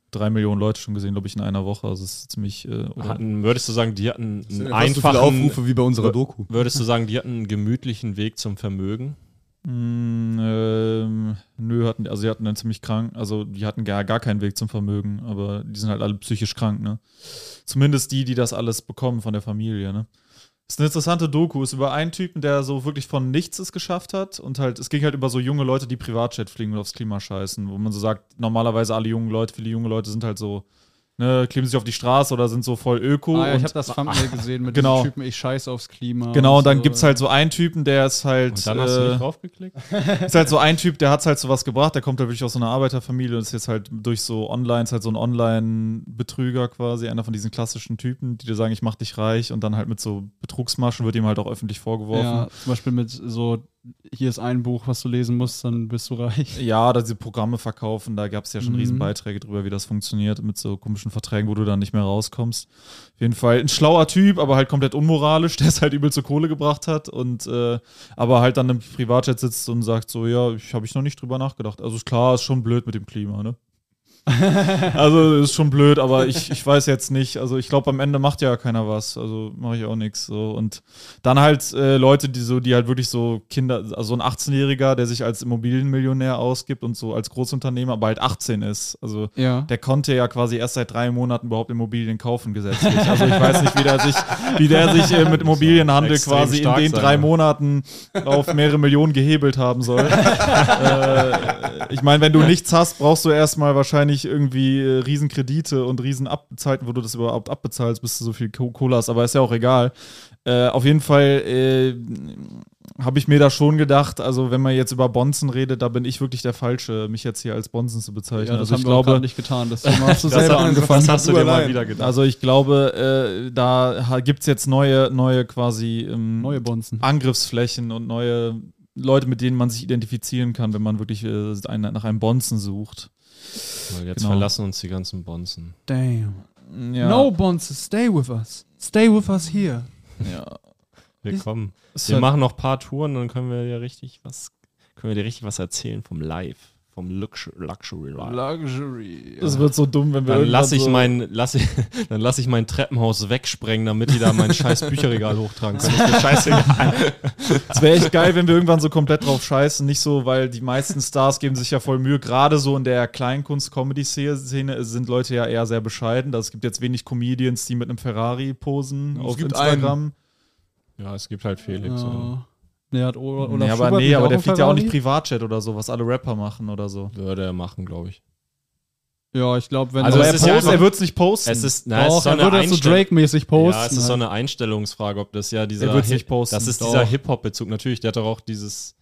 [SPEAKER 5] drei Millionen Leute schon gesehen, glaube ich, in einer Woche. Also es ist ziemlich, äh, oder-
[SPEAKER 4] Hatten, würdest du sagen, die hatten
[SPEAKER 1] Das sind
[SPEAKER 4] einen
[SPEAKER 1] ja fast so viele
[SPEAKER 4] einfachen,
[SPEAKER 1] Aufrufe wie bei unserer Doku.
[SPEAKER 4] würdest du sagen, die hatten einen gemütlichen Weg zum Vermögen?
[SPEAKER 5] Mm, ähm, nö, hatten, also die hatten dann ziemlich krank, also die hatten gar, gar keinen Weg zum Vermögen, aber die sind halt alle psychisch krank, ne? Zumindest die, die das alles bekommen von der Familie, ne? Ist eine interessante Doku, ist über einen Typen, der so wirklich von nichts es geschafft hat und halt, es ging halt über so junge Leute, die Privatjet fliegen und aufs Klima scheißen, wo man so sagt, normalerweise alle jungen Leute, viele junge Leute sind halt so, ne, kleben sich auf die Straße oder sind so voll Öko
[SPEAKER 2] Ah, ja, ich
[SPEAKER 5] und
[SPEAKER 2] habe das Thumbnail gesehen [laughs] mit
[SPEAKER 5] Genau.
[SPEAKER 2] diesem Typen, ich scheiß aufs Klima.
[SPEAKER 5] Genau, und dann
[SPEAKER 2] so. äh,
[SPEAKER 5] gibt's halt so einen Typen, der ist halt.
[SPEAKER 4] Und dann hast du
[SPEAKER 5] äh,
[SPEAKER 4] nicht draufgeklickt?
[SPEAKER 5] ist halt so ein Typ, der hat halt so was gebracht, der kommt halt wirklich aus so einer Arbeiterfamilie und ist jetzt halt durch so Online, ist halt so ein Online-Betrüger quasi, einer von diesen klassischen Typen, die dir sagen, ich mach dich reich und dann halt mit so Betrugsmaschen wird ihm halt auch öffentlich vorgeworfen.
[SPEAKER 2] Ja, zum Beispiel mit so, hier ist ein Buch, was du lesen musst, dann bist du reich.
[SPEAKER 5] Ja, da diese Programme verkaufen, da gab's ja schon
[SPEAKER 2] Mhm.
[SPEAKER 5] riesen Beiträge drüber, wie das funktioniert mit so komischen Verträgen, wo du dann nicht mehr rauskommst. Auf jeden Fall ein schlauer Typ, aber halt komplett unmoralisch, [laughs] der es halt übel zur Kohle gebracht hat und äh, aber halt dann im Privatjet sitzt und sagt so, ja, ich habe ich noch nicht drüber nachgedacht. Also ist klar, ist schon blöd mit dem Klima, ne? also ist schon blöd, aber ich, ich weiß jetzt nicht. Also ich glaube, am Ende macht ja keiner was. Also mache ich auch nichts. So. Und dann halt äh, Leute, die so, die halt wirklich so Kinder, also so ein 18-Jähriger, der sich als Immobilienmillionär ausgibt und so als Großunternehmer, aber halt 18 ist. Also
[SPEAKER 2] Ja.
[SPEAKER 5] der konnte ja quasi erst seit drei Monaten überhaupt Immobilien kaufen gesetzlich. Also ich weiß nicht, wie der sich, wie der sich äh, mit Immobilienhandel
[SPEAKER 4] Extrem
[SPEAKER 5] quasi in
[SPEAKER 4] stark
[SPEAKER 5] den
[SPEAKER 4] sein,
[SPEAKER 5] drei
[SPEAKER 4] ja.
[SPEAKER 5] Monaten auf mehrere Millionen gehebelt haben soll.
[SPEAKER 2] [laughs]
[SPEAKER 5] äh, ich meine, wenn du nichts hast, brauchst du erstmal wahrscheinlich irgendwie äh, Riesenkredite und Riesenabzeiten, wo du das überhaupt abbezahlst, bis du so viel Ko- Kohle hast. Aber ist ja auch egal. Äh, auf jeden Fall äh, habe ich mir da schon gedacht, also wenn man jetzt über Bonzen redet, da bin ich wirklich der Falsche, mich jetzt hier als Bonzen zu bezeichnen.
[SPEAKER 2] Ja, das
[SPEAKER 5] also
[SPEAKER 2] haben
[SPEAKER 5] ich
[SPEAKER 2] wir auch
[SPEAKER 5] glaube,
[SPEAKER 2] grad nicht getan. Das Thema [laughs] hast du
[SPEAKER 4] Das,
[SPEAKER 2] selber
[SPEAKER 4] hat-
[SPEAKER 1] angefangen,
[SPEAKER 4] das hast du
[SPEAKER 1] du
[SPEAKER 4] dir mal
[SPEAKER 1] allein.
[SPEAKER 4] wieder gedacht.
[SPEAKER 5] Also ich glaube, äh, da gibt es jetzt neue, neue quasi ähm,
[SPEAKER 2] Neue Bonzen.
[SPEAKER 5] Angriffsflächen und neue Leute, mit denen man sich identifizieren kann, wenn man wirklich äh, ein, nach einem Bonzen sucht.
[SPEAKER 4] Weil jetzt
[SPEAKER 5] genau.
[SPEAKER 4] verlassen uns die ganzen Bonzen.
[SPEAKER 2] Damn.
[SPEAKER 5] Ja,
[SPEAKER 2] No Bonzes, stay with us. Stay with us here.
[SPEAKER 5] ja.
[SPEAKER 4] Wir
[SPEAKER 2] Ist-
[SPEAKER 4] kommen.
[SPEAKER 5] Ist
[SPEAKER 4] Wir
[SPEAKER 5] halt-
[SPEAKER 4] machen noch ein paar Touren, dann können wir dir richtig was, können wir dir richtig was erzählen vom Live, vom Lux Luxury Live.
[SPEAKER 2] Luxury.
[SPEAKER 5] Es wird so dumm, wenn wir
[SPEAKER 4] Dann
[SPEAKER 5] irgendwann
[SPEAKER 4] lass ich
[SPEAKER 5] so
[SPEAKER 4] mein, lass ich, [laughs] dann lass ich mein Treppenhaus wegsprengen, damit die da mein scheiß Bücherregal hochtragen können. Ist mir scheißegal.
[SPEAKER 5] Es wäre echt geil, wenn wir irgendwann so komplett drauf scheißen. Nicht so, weil die meisten Stars geben sich ja voll Mühe. Gerade so in der Kleinkunst-Comedy-Szene sind Leute ja eher sehr bescheiden. Das- Es gibt jetzt wenig Comedians, die mit einem Ferrari posen
[SPEAKER 1] Es
[SPEAKER 5] auf
[SPEAKER 1] gibt
[SPEAKER 5] Instagram.
[SPEAKER 4] Ja, es gibt halt Felix. und
[SPEAKER 2] Ja. Nee, hat Ola- Olaf
[SPEAKER 5] nee, aber
[SPEAKER 2] Schubert
[SPEAKER 5] nee,
[SPEAKER 2] nicht
[SPEAKER 5] aber
[SPEAKER 2] auch
[SPEAKER 5] der
[SPEAKER 2] einen
[SPEAKER 5] fliegt ja auch
[SPEAKER 2] Ferrari?
[SPEAKER 5] nicht Privatjet oder so, was alle Rapper machen oder so.
[SPEAKER 4] Würde er machen, glaube ich.
[SPEAKER 2] Ja, ich glaube, wenn
[SPEAKER 4] Also
[SPEAKER 5] aber
[SPEAKER 4] es
[SPEAKER 5] er,
[SPEAKER 4] ist ja
[SPEAKER 5] post-
[SPEAKER 4] einfach-
[SPEAKER 5] er wird es nicht posten.
[SPEAKER 4] Es ist, na, es
[SPEAKER 2] Doch,
[SPEAKER 4] ist so
[SPEAKER 2] er
[SPEAKER 4] eine
[SPEAKER 2] würde das so
[SPEAKER 4] Einstell-
[SPEAKER 2] Drake-mäßig posten.
[SPEAKER 4] Ja, es ist so
[SPEAKER 2] halt.
[SPEAKER 4] eine Einstellungsfrage, ob das ja dieser
[SPEAKER 5] Er wird's
[SPEAKER 4] Hip-
[SPEAKER 5] nicht posten.
[SPEAKER 4] Das ist
[SPEAKER 5] Doch.
[SPEAKER 4] dieser Hip-Hop-Bezug natürlich. Der hat doch auch dieses.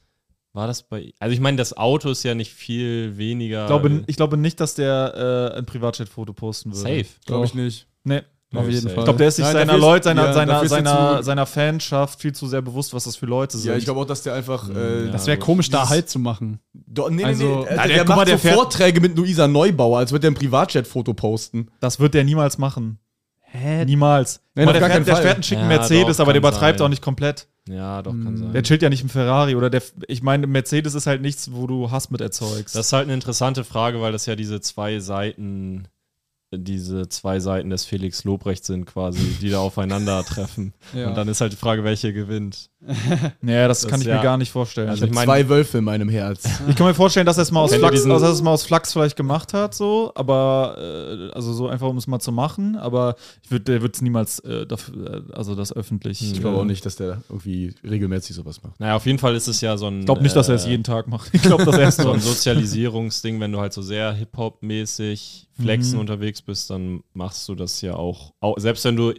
[SPEAKER 4] War das bei. Also ich meine, das Auto ist ja nicht viel weniger.
[SPEAKER 5] ich, glaube, ich glaube nicht, dass der äh, ein Privatjet-Foto posten würde.
[SPEAKER 4] safe.
[SPEAKER 1] Glaube ich nicht.
[SPEAKER 5] Nee.
[SPEAKER 2] Auf
[SPEAKER 4] Nee,
[SPEAKER 2] jeden
[SPEAKER 4] safe.
[SPEAKER 5] Ich
[SPEAKER 2] Fall.
[SPEAKER 5] glaube, der ist sich
[SPEAKER 1] Nein,
[SPEAKER 5] seiner
[SPEAKER 1] dafür ist-
[SPEAKER 5] Leute, seiner,
[SPEAKER 1] ja,
[SPEAKER 5] seiner,
[SPEAKER 1] dafür ist er
[SPEAKER 5] seiner,
[SPEAKER 1] zu-
[SPEAKER 5] seiner Fanschaft viel zu sehr bewusst, was das für Leute sind.
[SPEAKER 1] Ja, ich glaube auch, dass der einfach. Äh,
[SPEAKER 4] ja.
[SPEAKER 2] Das wäre komisch, da Halt zu machen.
[SPEAKER 1] do, nee,
[SPEAKER 2] Also-
[SPEAKER 1] nee, nee.
[SPEAKER 5] Na,
[SPEAKER 1] Alter,
[SPEAKER 5] der-
[SPEAKER 1] der
[SPEAKER 5] guck mal,
[SPEAKER 1] macht
[SPEAKER 5] der
[SPEAKER 1] so
[SPEAKER 5] fährt-
[SPEAKER 1] Vorträge mit Luisa Neubauer, als würde der ein Privatjet-Foto posten.
[SPEAKER 5] das wird der niemals machen.
[SPEAKER 2] Hä?
[SPEAKER 5] Niemals.
[SPEAKER 1] Nein, auf
[SPEAKER 5] Weil der,
[SPEAKER 1] gar
[SPEAKER 5] fährt,
[SPEAKER 1] keinen
[SPEAKER 5] der
[SPEAKER 1] Fall.
[SPEAKER 5] fährt einen schicken
[SPEAKER 4] Ja,
[SPEAKER 5] Mercedes,
[SPEAKER 4] doch,
[SPEAKER 5] aber der
[SPEAKER 4] kann
[SPEAKER 5] übertreibt
[SPEAKER 4] sein.
[SPEAKER 5] auch nicht komplett.
[SPEAKER 4] Ja, doch, kann
[SPEAKER 2] Hm.
[SPEAKER 4] sein.
[SPEAKER 5] Der chillt ja nicht im Ferrari oder der, ich meine, Mercedes ist halt nichts, wo du Hass mit erzeugst.
[SPEAKER 4] Das ist halt eine interessante Frage, weil das ja diese zwei Seiten, diese zwei Seiten des Felix Lobrecht sind quasi, die da
[SPEAKER 5] [laughs]
[SPEAKER 4] aufeinandertreffen.
[SPEAKER 2] Ja.
[SPEAKER 4] Und dann ist halt die Frage, welche gewinnt.
[SPEAKER 5] naja, das,
[SPEAKER 4] das-
[SPEAKER 5] kann ich mir
[SPEAKER 4] ja.
[SPEAKER 5] gar nicht vorstellen.
[SPEAKER 4] Also
[SPEAKER 1] Ich Ah,
[SPEAKER 4] Ich
[SPEAKER 1] habe
[SPEAKER 4] mein-
[SPEAKER 1] zwei Wölfe in meinem Herz.
[SPEAKER 5] ich kann mir vorstellen, dass er es mal aus
[SPEAKER 4] Kennt ihr
[SPEAKER 5] Flachs,
[SPEAKER 4] diesen-
[SPEAKER 5] also, dass er es mal aus Flachs vielleicht gemacht hat, so, aber äh, also so einfach, um es mal zu machen, aber ich würd, der wird es niemals, äh, dafür, äh, also das öffentlich.
[SPEAKER 1] Ich glaube auch nicht, dass der irgendwie regelmäßig sowas macht.
[SPEAKER 4] Naja, auf jeden Fall ist es ja so ein. äh,
[SPEAKER 5] Ich glaube nicht, dass er es jeden Tag macht. [laughs] Ich glaube, dass er es
[SPEAKER 4] so
[SPEAKER 5] nur
[SPEAKER 4] ein Sozialisierungsding, wenn du halt so sehr Hip-Hop-mäßig
[SPEAKER 5] Mhm.
[SPEAKER 4] flexen unterwegs bist, dann machst du das ja auch, auch. Selbst wenn du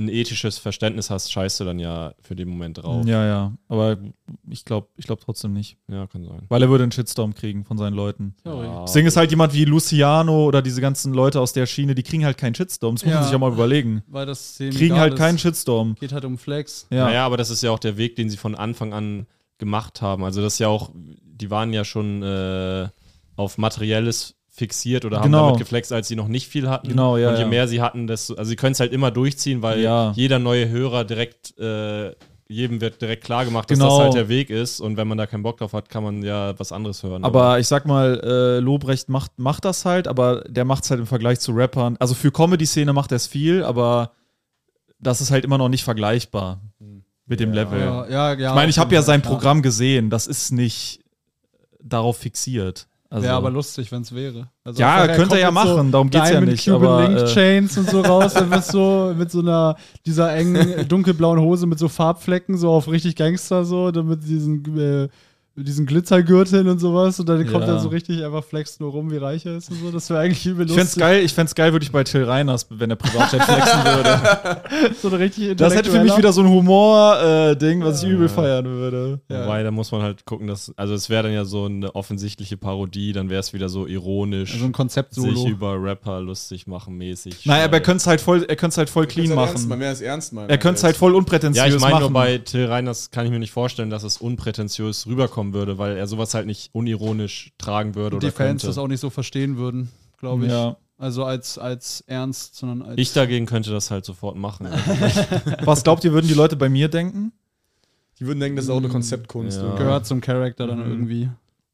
[SPEAKER 4] ein ethisches Verständnis hast, scheißt du dann ja für den Moment drauf.
[SPEAKER 5] Ja, ja, aber ich glaube ich glaub trotzdem nicht.
[SPEAKER 4] Ja, kann sein.
[SPEAKER 5] Weil er würde einen Shitstorm kriegen von seinen Leuten.
[SPEAKER 2] Ah,
[SPEAKER 4] Ja,
[SPEAKER 5] Das Ding ist halt jemand wie Luciano oder diese ganzen Leute aus der Schiene, die kriegen halt keinen Shitstorm. Das muss man
[SPEAKER 2] Ja.
[SPEAKER 5] sich ja mal überlegen.
[SPEAKER 2] Weil das denen
[SPEAKER 5] Die kriegen
[SPEAKER 2] egal
[SPEAKER 5] halt
[SPEAKER 2] ist.
[SPEAKER 5] keinen Shitstorm.
[SPEAKER 2] Geht halt um Flex.
[SPEAKER 5] Ja.
[SPEAKER 4] Naja, aber das ist ja auch der Weg, den sie von Anfang an gemacht haben. Also das ist ja auch, die waren ja schon äh, auf materielles fixiert oder
[SPEAKER 5] Genau.
[SPEAKER 4] haben damit geflext, als sie noch nicht viel hatten.
[SPEAKER 5] Genau, ja,
[SPEAKER 4] Und je
[SPEAKER 5] ja.
[SPEAKER 4] mehr sie hatten, desto, also sie können es halt immer durchziehen, weil
[SPEAKER 5] Ja.
[SPEAKER 4] jeder neue Hörer direkt, äh, jedem wird direkt klar gemacht, dass
[SPEAKER 5] Genau.
[SPEAKER 4] das halt der Weg ist. Und wenn man da keinen Bock drauf hat, kann man ja was anderes hören.
[SPEAKER 5] Hm. Aber ich sag mal, äh, Lobrecht macht, macht das halt, aber der macht es halt im Vergleich zu Rappern. Also für Comedy-Szene macht er es viel, aber das ist halt immer noch nicht vergleichbar mit dem Level.
[SPEAKER 2] Ja, ja, ja.
[SPEAKER 5] Ich meine, ich habe ja sein
[SPEAKER 2] Ja.
[SPEAKER 5] Programm gesehen, das ist nicht darauf fixiert. Also,
[SPEAKER 2] Wäre aber lustig, wenn es wäre. Also
[SPEAKER 5] Ja,
[SPEAKER 2] einfach,
[SPEAKER 5] könnte
[SPEAKER 2] kommt
[SPEAKER 5] er ja
[SPEAKER 2] mit so
[SPEAKER 5] machen, darum geht's ja
[SPEAKER 2] Diamond
[SPEAKER 5] nicht,
[SPEAKER 2] Cuban
[SPEAKER 5] aber,
[SPEAKER 2] Link
[SPEAKER 5] äh,
[SPEAKER 2] Chains und so raus, einfach so mit so einer, dieser
[SPEAKER 5] [laughs]
[SPEAKER 2] engen, dunkelblauen Hose mit so Farbflecken, so auf richtig Gangster so, dann mit diesen, äh, mit diesen Glitzergürteln und sowas und dann kommt
[SPEAKER 5] Ja.
[SPEAKER 2] er so richtig einfach flex nur rum, wie reich er ist und so. Das wäre eigentlich übel
[SPEAKER 5] ich fänd's
[SPEAKER 2] lustig.
[SPEAKER 5] geil, ich fänd's geil, würde ich bei Till Reiners, wenn
[SPEAKER 4] [laughs]
[SPEAKER 5] er Privatjet flexen würde.
[SPEAKER 2] So ein richtig
[SPEAKER 5] Das hätte für mich
[SPEAKER 2] intellektueller-
[SPEAKER 5] wieder so ein Humor-Ding, was ich übel feiern würde.
[SPEAKER 4] Wobei, da muss man halt gucken, dass, also es wäre dann ja so eine offensichtliche Parodie, dann wäre es wieder so ironisch,
[SPEAKER 5] Also
[SPEAKER 2] so ein
[SPEAKER 4] sich
[SPEAKER 2] Konzept-Solo.
[SPEAKER 4] über Rapper lustig machen mäßig.
[SPEAKER 5] Nein, aber er
[SPEAKER 4] Scheiße.
[SPEAKER 5] könnte es halt voll, er könnte halt voll
[SPEAKER 1] Kannst
[SPEAKER 5] clean
[SPEAKER 1] du Ernst meinen,
[SPEAKER 5] machen.
[SPEAKER 1] wenn er es ernst meint.
[SPEAKER 5] Er könnte es halt voll unprätentiös
[SPEAKER 4] Ja, ich meine nur
[SPEAKER 5] machen.
[SPEAKER 4] bei Till Reiners kann ich mir nicht vorstellen, dass es unprätentiös rüberkommen würde, weil er sowas halt nicht unironisch tragen würde
[SPEAKER 2] Die
[SPEAKER 4] oder
[SPEAKER 2] Fans
[SPEAKER 4] könnte.
[SPEAKER 2] das auch nicht so verstehen würden, glaube ich.
[SPEAKER 5] ja.
[SPEAKER 2] Also als, als ernst, sondern als.
[SPEAKER 4] ich dagegen könnte das halt sofort machen.
[SPEAKER 5] Was glaubt ihr, würden die Leute bei mir denken?
[SPEAKER 1] Die würden denken, das ist
[SPEAKER 5] Mm,
[SPEAKER 1] auch eine Konzeptkunst.
[SPEAKER 4] Ja.
[SPEAKER 1] irgendwie.
[SPEAKER 2] gehört zum Charakter
[SPEAKER 5] Mhm.
[SPEAKER 2] dann irgendwie.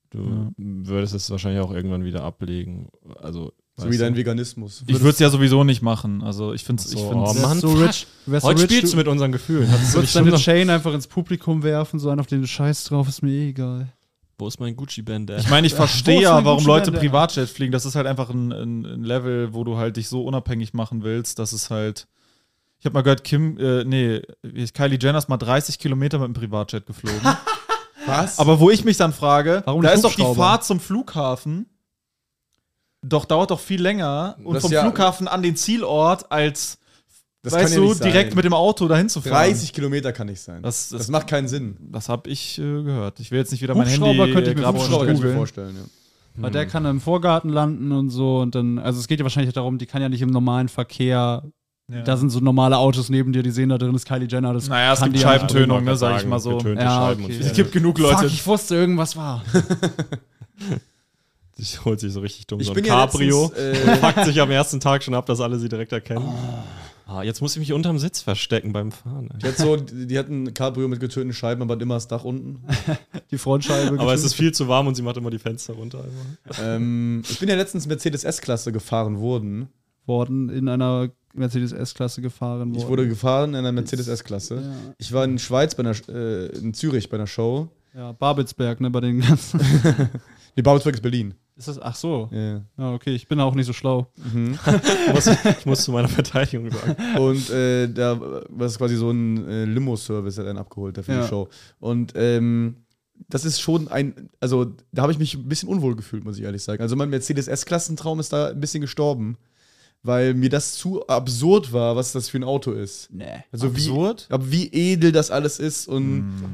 [SPEAKER 4] Du würdest es wahrscheinlich auch irgendwann wieder ablegen. Also
[SPEAKER 1] So
[SPEAKER 4] weißt
[SPEAKER 1] wie dein
[SPEAKER 4] du.
[SPEAKER 1] Veganismus.
[SPEAKER 5] Ich würde es ja sowieso nicht machen. Also ich finde es. ich
[SPEAKER 4] So,
[SPEAKER 5] find's-
[SPEAKER 4] oh Mann,
[SPEAKER 2] so rich, wärst
[SPEAKER 4] Heute
[SPEAKER 2] so rich,
[SPEAKER 4] spielst du mit unseren Gefühlen. Hattest du
[SPEAKER 2] würdest
[SPEAKER 4] nicht
[SPEAKER 2] deine
[SPEAKER 4] schon
[SPEAKER 2] Chain einfach ins Publikum werfen, so einen auf den Scheiß drauf, ist mir eh egal.
[SPEAKER 4] Wo ist mein Gucci-Band?
[SPEAKER 5] ich [laughs] meine, ich verstehe
[SPEAKER 2] Wo ist
[SPEAKER 5] ja,
[SPEAKER 2] mein
[SPEAKER 5] warum Leute
[SPEAKER 2] Gucci-Band, ja.
[SPEAKER 5] Privatjet fliegen. Das ist halt einfach ein, ein, ein Level, wo du halt dich so unabhängig machen willst, dass es halt. Ich habe mal gehört, Kim, äh, nee, Kylie Jenner ist mal 30 Kilometer mit dem Privatjet [laughs] geflogen.
[SPEAKER 1] Was?
[SPEAKER 5] Aber wo ich mich dann frage,
[SPEAKER 2] Warum
[SPEAKER 5] da
[SPEAKER 2] nicht
[SPEAKER 5] ist doch die
[SPEAKER 2] Hubschrauber?
[SPEAKER 5] Fahrt zum Flughafen. Doch dauert doch viel länger und
[SPEAKER 1] Das
[SPEAKER 5] vom
[SPEAKER 1] ja-
[SPEAKER 5] Flughafen an den Zielort als
[SPEAKER 1] das
[SPEAKER 5] weißt
[SPEAKER 1] ja
[SPEAKER 5] du
[SPEAKER 1] nicht sein.
[SPEAKER 5] direkt mit dem Auto dahin zu fahren.
[SPEAKER 1] 30 Kilometer kann nicht sein.
[SPEAKER 5] Das- das-
[SPEAKER 1] das macht keinen Sinn.
[SPEAKER 5] Das habe ich äh, gehört. Ich will jetzt nicht wieder mein Handy
[SPEAKER 2] Hubschrauber könnte ich mir
[SPEAKER 5] grab-
[SPEAKER 2] vorstellen.
[SPEAKER 1] Hubschrauber kann ich mir
[SPEAKER 5] googeln.
[SPEAKER 1] vorstellen, ja.
[SPEAKER 2] Weil der kann im Vorgarten landen und so und dann, also es geht ja wahrscheinlich darum, die kann ja nicht im normalen Verkehr,
[SPEAKER 5] Ja.
[SPEAKER 2] da sind so normale Autos neben dir, die sehen da drin ist Kylie Jenner. Das
[SPEAKER 5] Naja, es
[SPEAKER 2] kann
[SPEAKER 5] gibt
[SPEAKER 2] die
[SPEAKER 5] Scheiben- Tönung,
[SPEAKER 4] Tönung,
[SPEAKER 5] ne, sag ich mal so.
[SPEAKER 4] Getönte
[SPEAKER 2] Ja,
[SPEAKER 4] Scheiben
[SPEAKER 2] okay.
[SPEAKER 4] und [laughs]
[SPEAKER 5] Es gibt genug Leute.
[SPEAKER 2] Fuck, ich wusste, irgendwas war.
[SPEAKER 4] Ich holt sich so richtig dumm
[SPEAKER 1] Ich
[SPEAKER 4] so ein
[SPEAKER 1] bin ja
[SPEAKER 4] Cabrio
[SPEAKER 1] letztens, äh,
[SPEAKER 5] [laughs]
[SPEAKER 4] und [laughs] packt sich am ersten Tag schon ab, dass alle sie direkt erkennen. Ah, jetzt muss ich mich unterm Sitz verstecken beim Fahren. ey.
[SPEAKER 1] Die, hat Oh. so, die die hat ein Cabrio mit getönten Scheiben, aber hat immer das Dach
[SPEAKER 5] [laughs]
[SPEAKER 1] unten.
[SPEAKER 2] Die Frontscheibe.
[SPEAKER 4] Aber es ist viel zu warm und sie macht immer die Fenster runter. Immer.
[SPEAKER 1] ähm, ich bin ja letztens Mercedes S-Klasse gefahren worden.
[SPEAKER 2] worden, in einer Mercedes S-Klasse gefahren worden.
[SPEAKER 1] Ich wurde gefahren in einer Mercedes S-Klasse.
[SPEAKER 2] Ja.
[SPEAKER 1] Ich war in Schweiz bei einer, Sch- äh, in Zürich bei einer Show.
[SPEAKER 2] ja, Babelsberg, ne, bei den ganzen.
[SPEAKER 1] Die Babelsberg ist Berlin.
[SPEAKER 2] ist das, ach so.
[SPEAKER 1] Ja.
[SPEAKER 2] Ja, okay, ich bin auch nicht so schlau.
[SPEAKER 4] Ich, muss, ich muss zu meiner Verteidigung sagen.
[SPEAKER 1] Und äh, da war es quasi so ein äh, Limo-Service, hat einen abgeholt da für
[SPEAKER 2] Ja.
[SPEAKER 1] die Show. Und ähm, das ist schon ein, also da habe ich mich ein bisschen unwohl gefühlt, muss ich ehrlich sagen. Also mein Mercedes S-Klassentraum ist da ein bisschen gestorben, weil mir das zu absurd war, was das für ein Auto ist.
[SPEAKER 2] Nee.
[SPEAKER 1] Also
[SPEAKER 5] Absurd? Hm.
[SPEAKER 1] Wie, aber wie edel das alles ist und also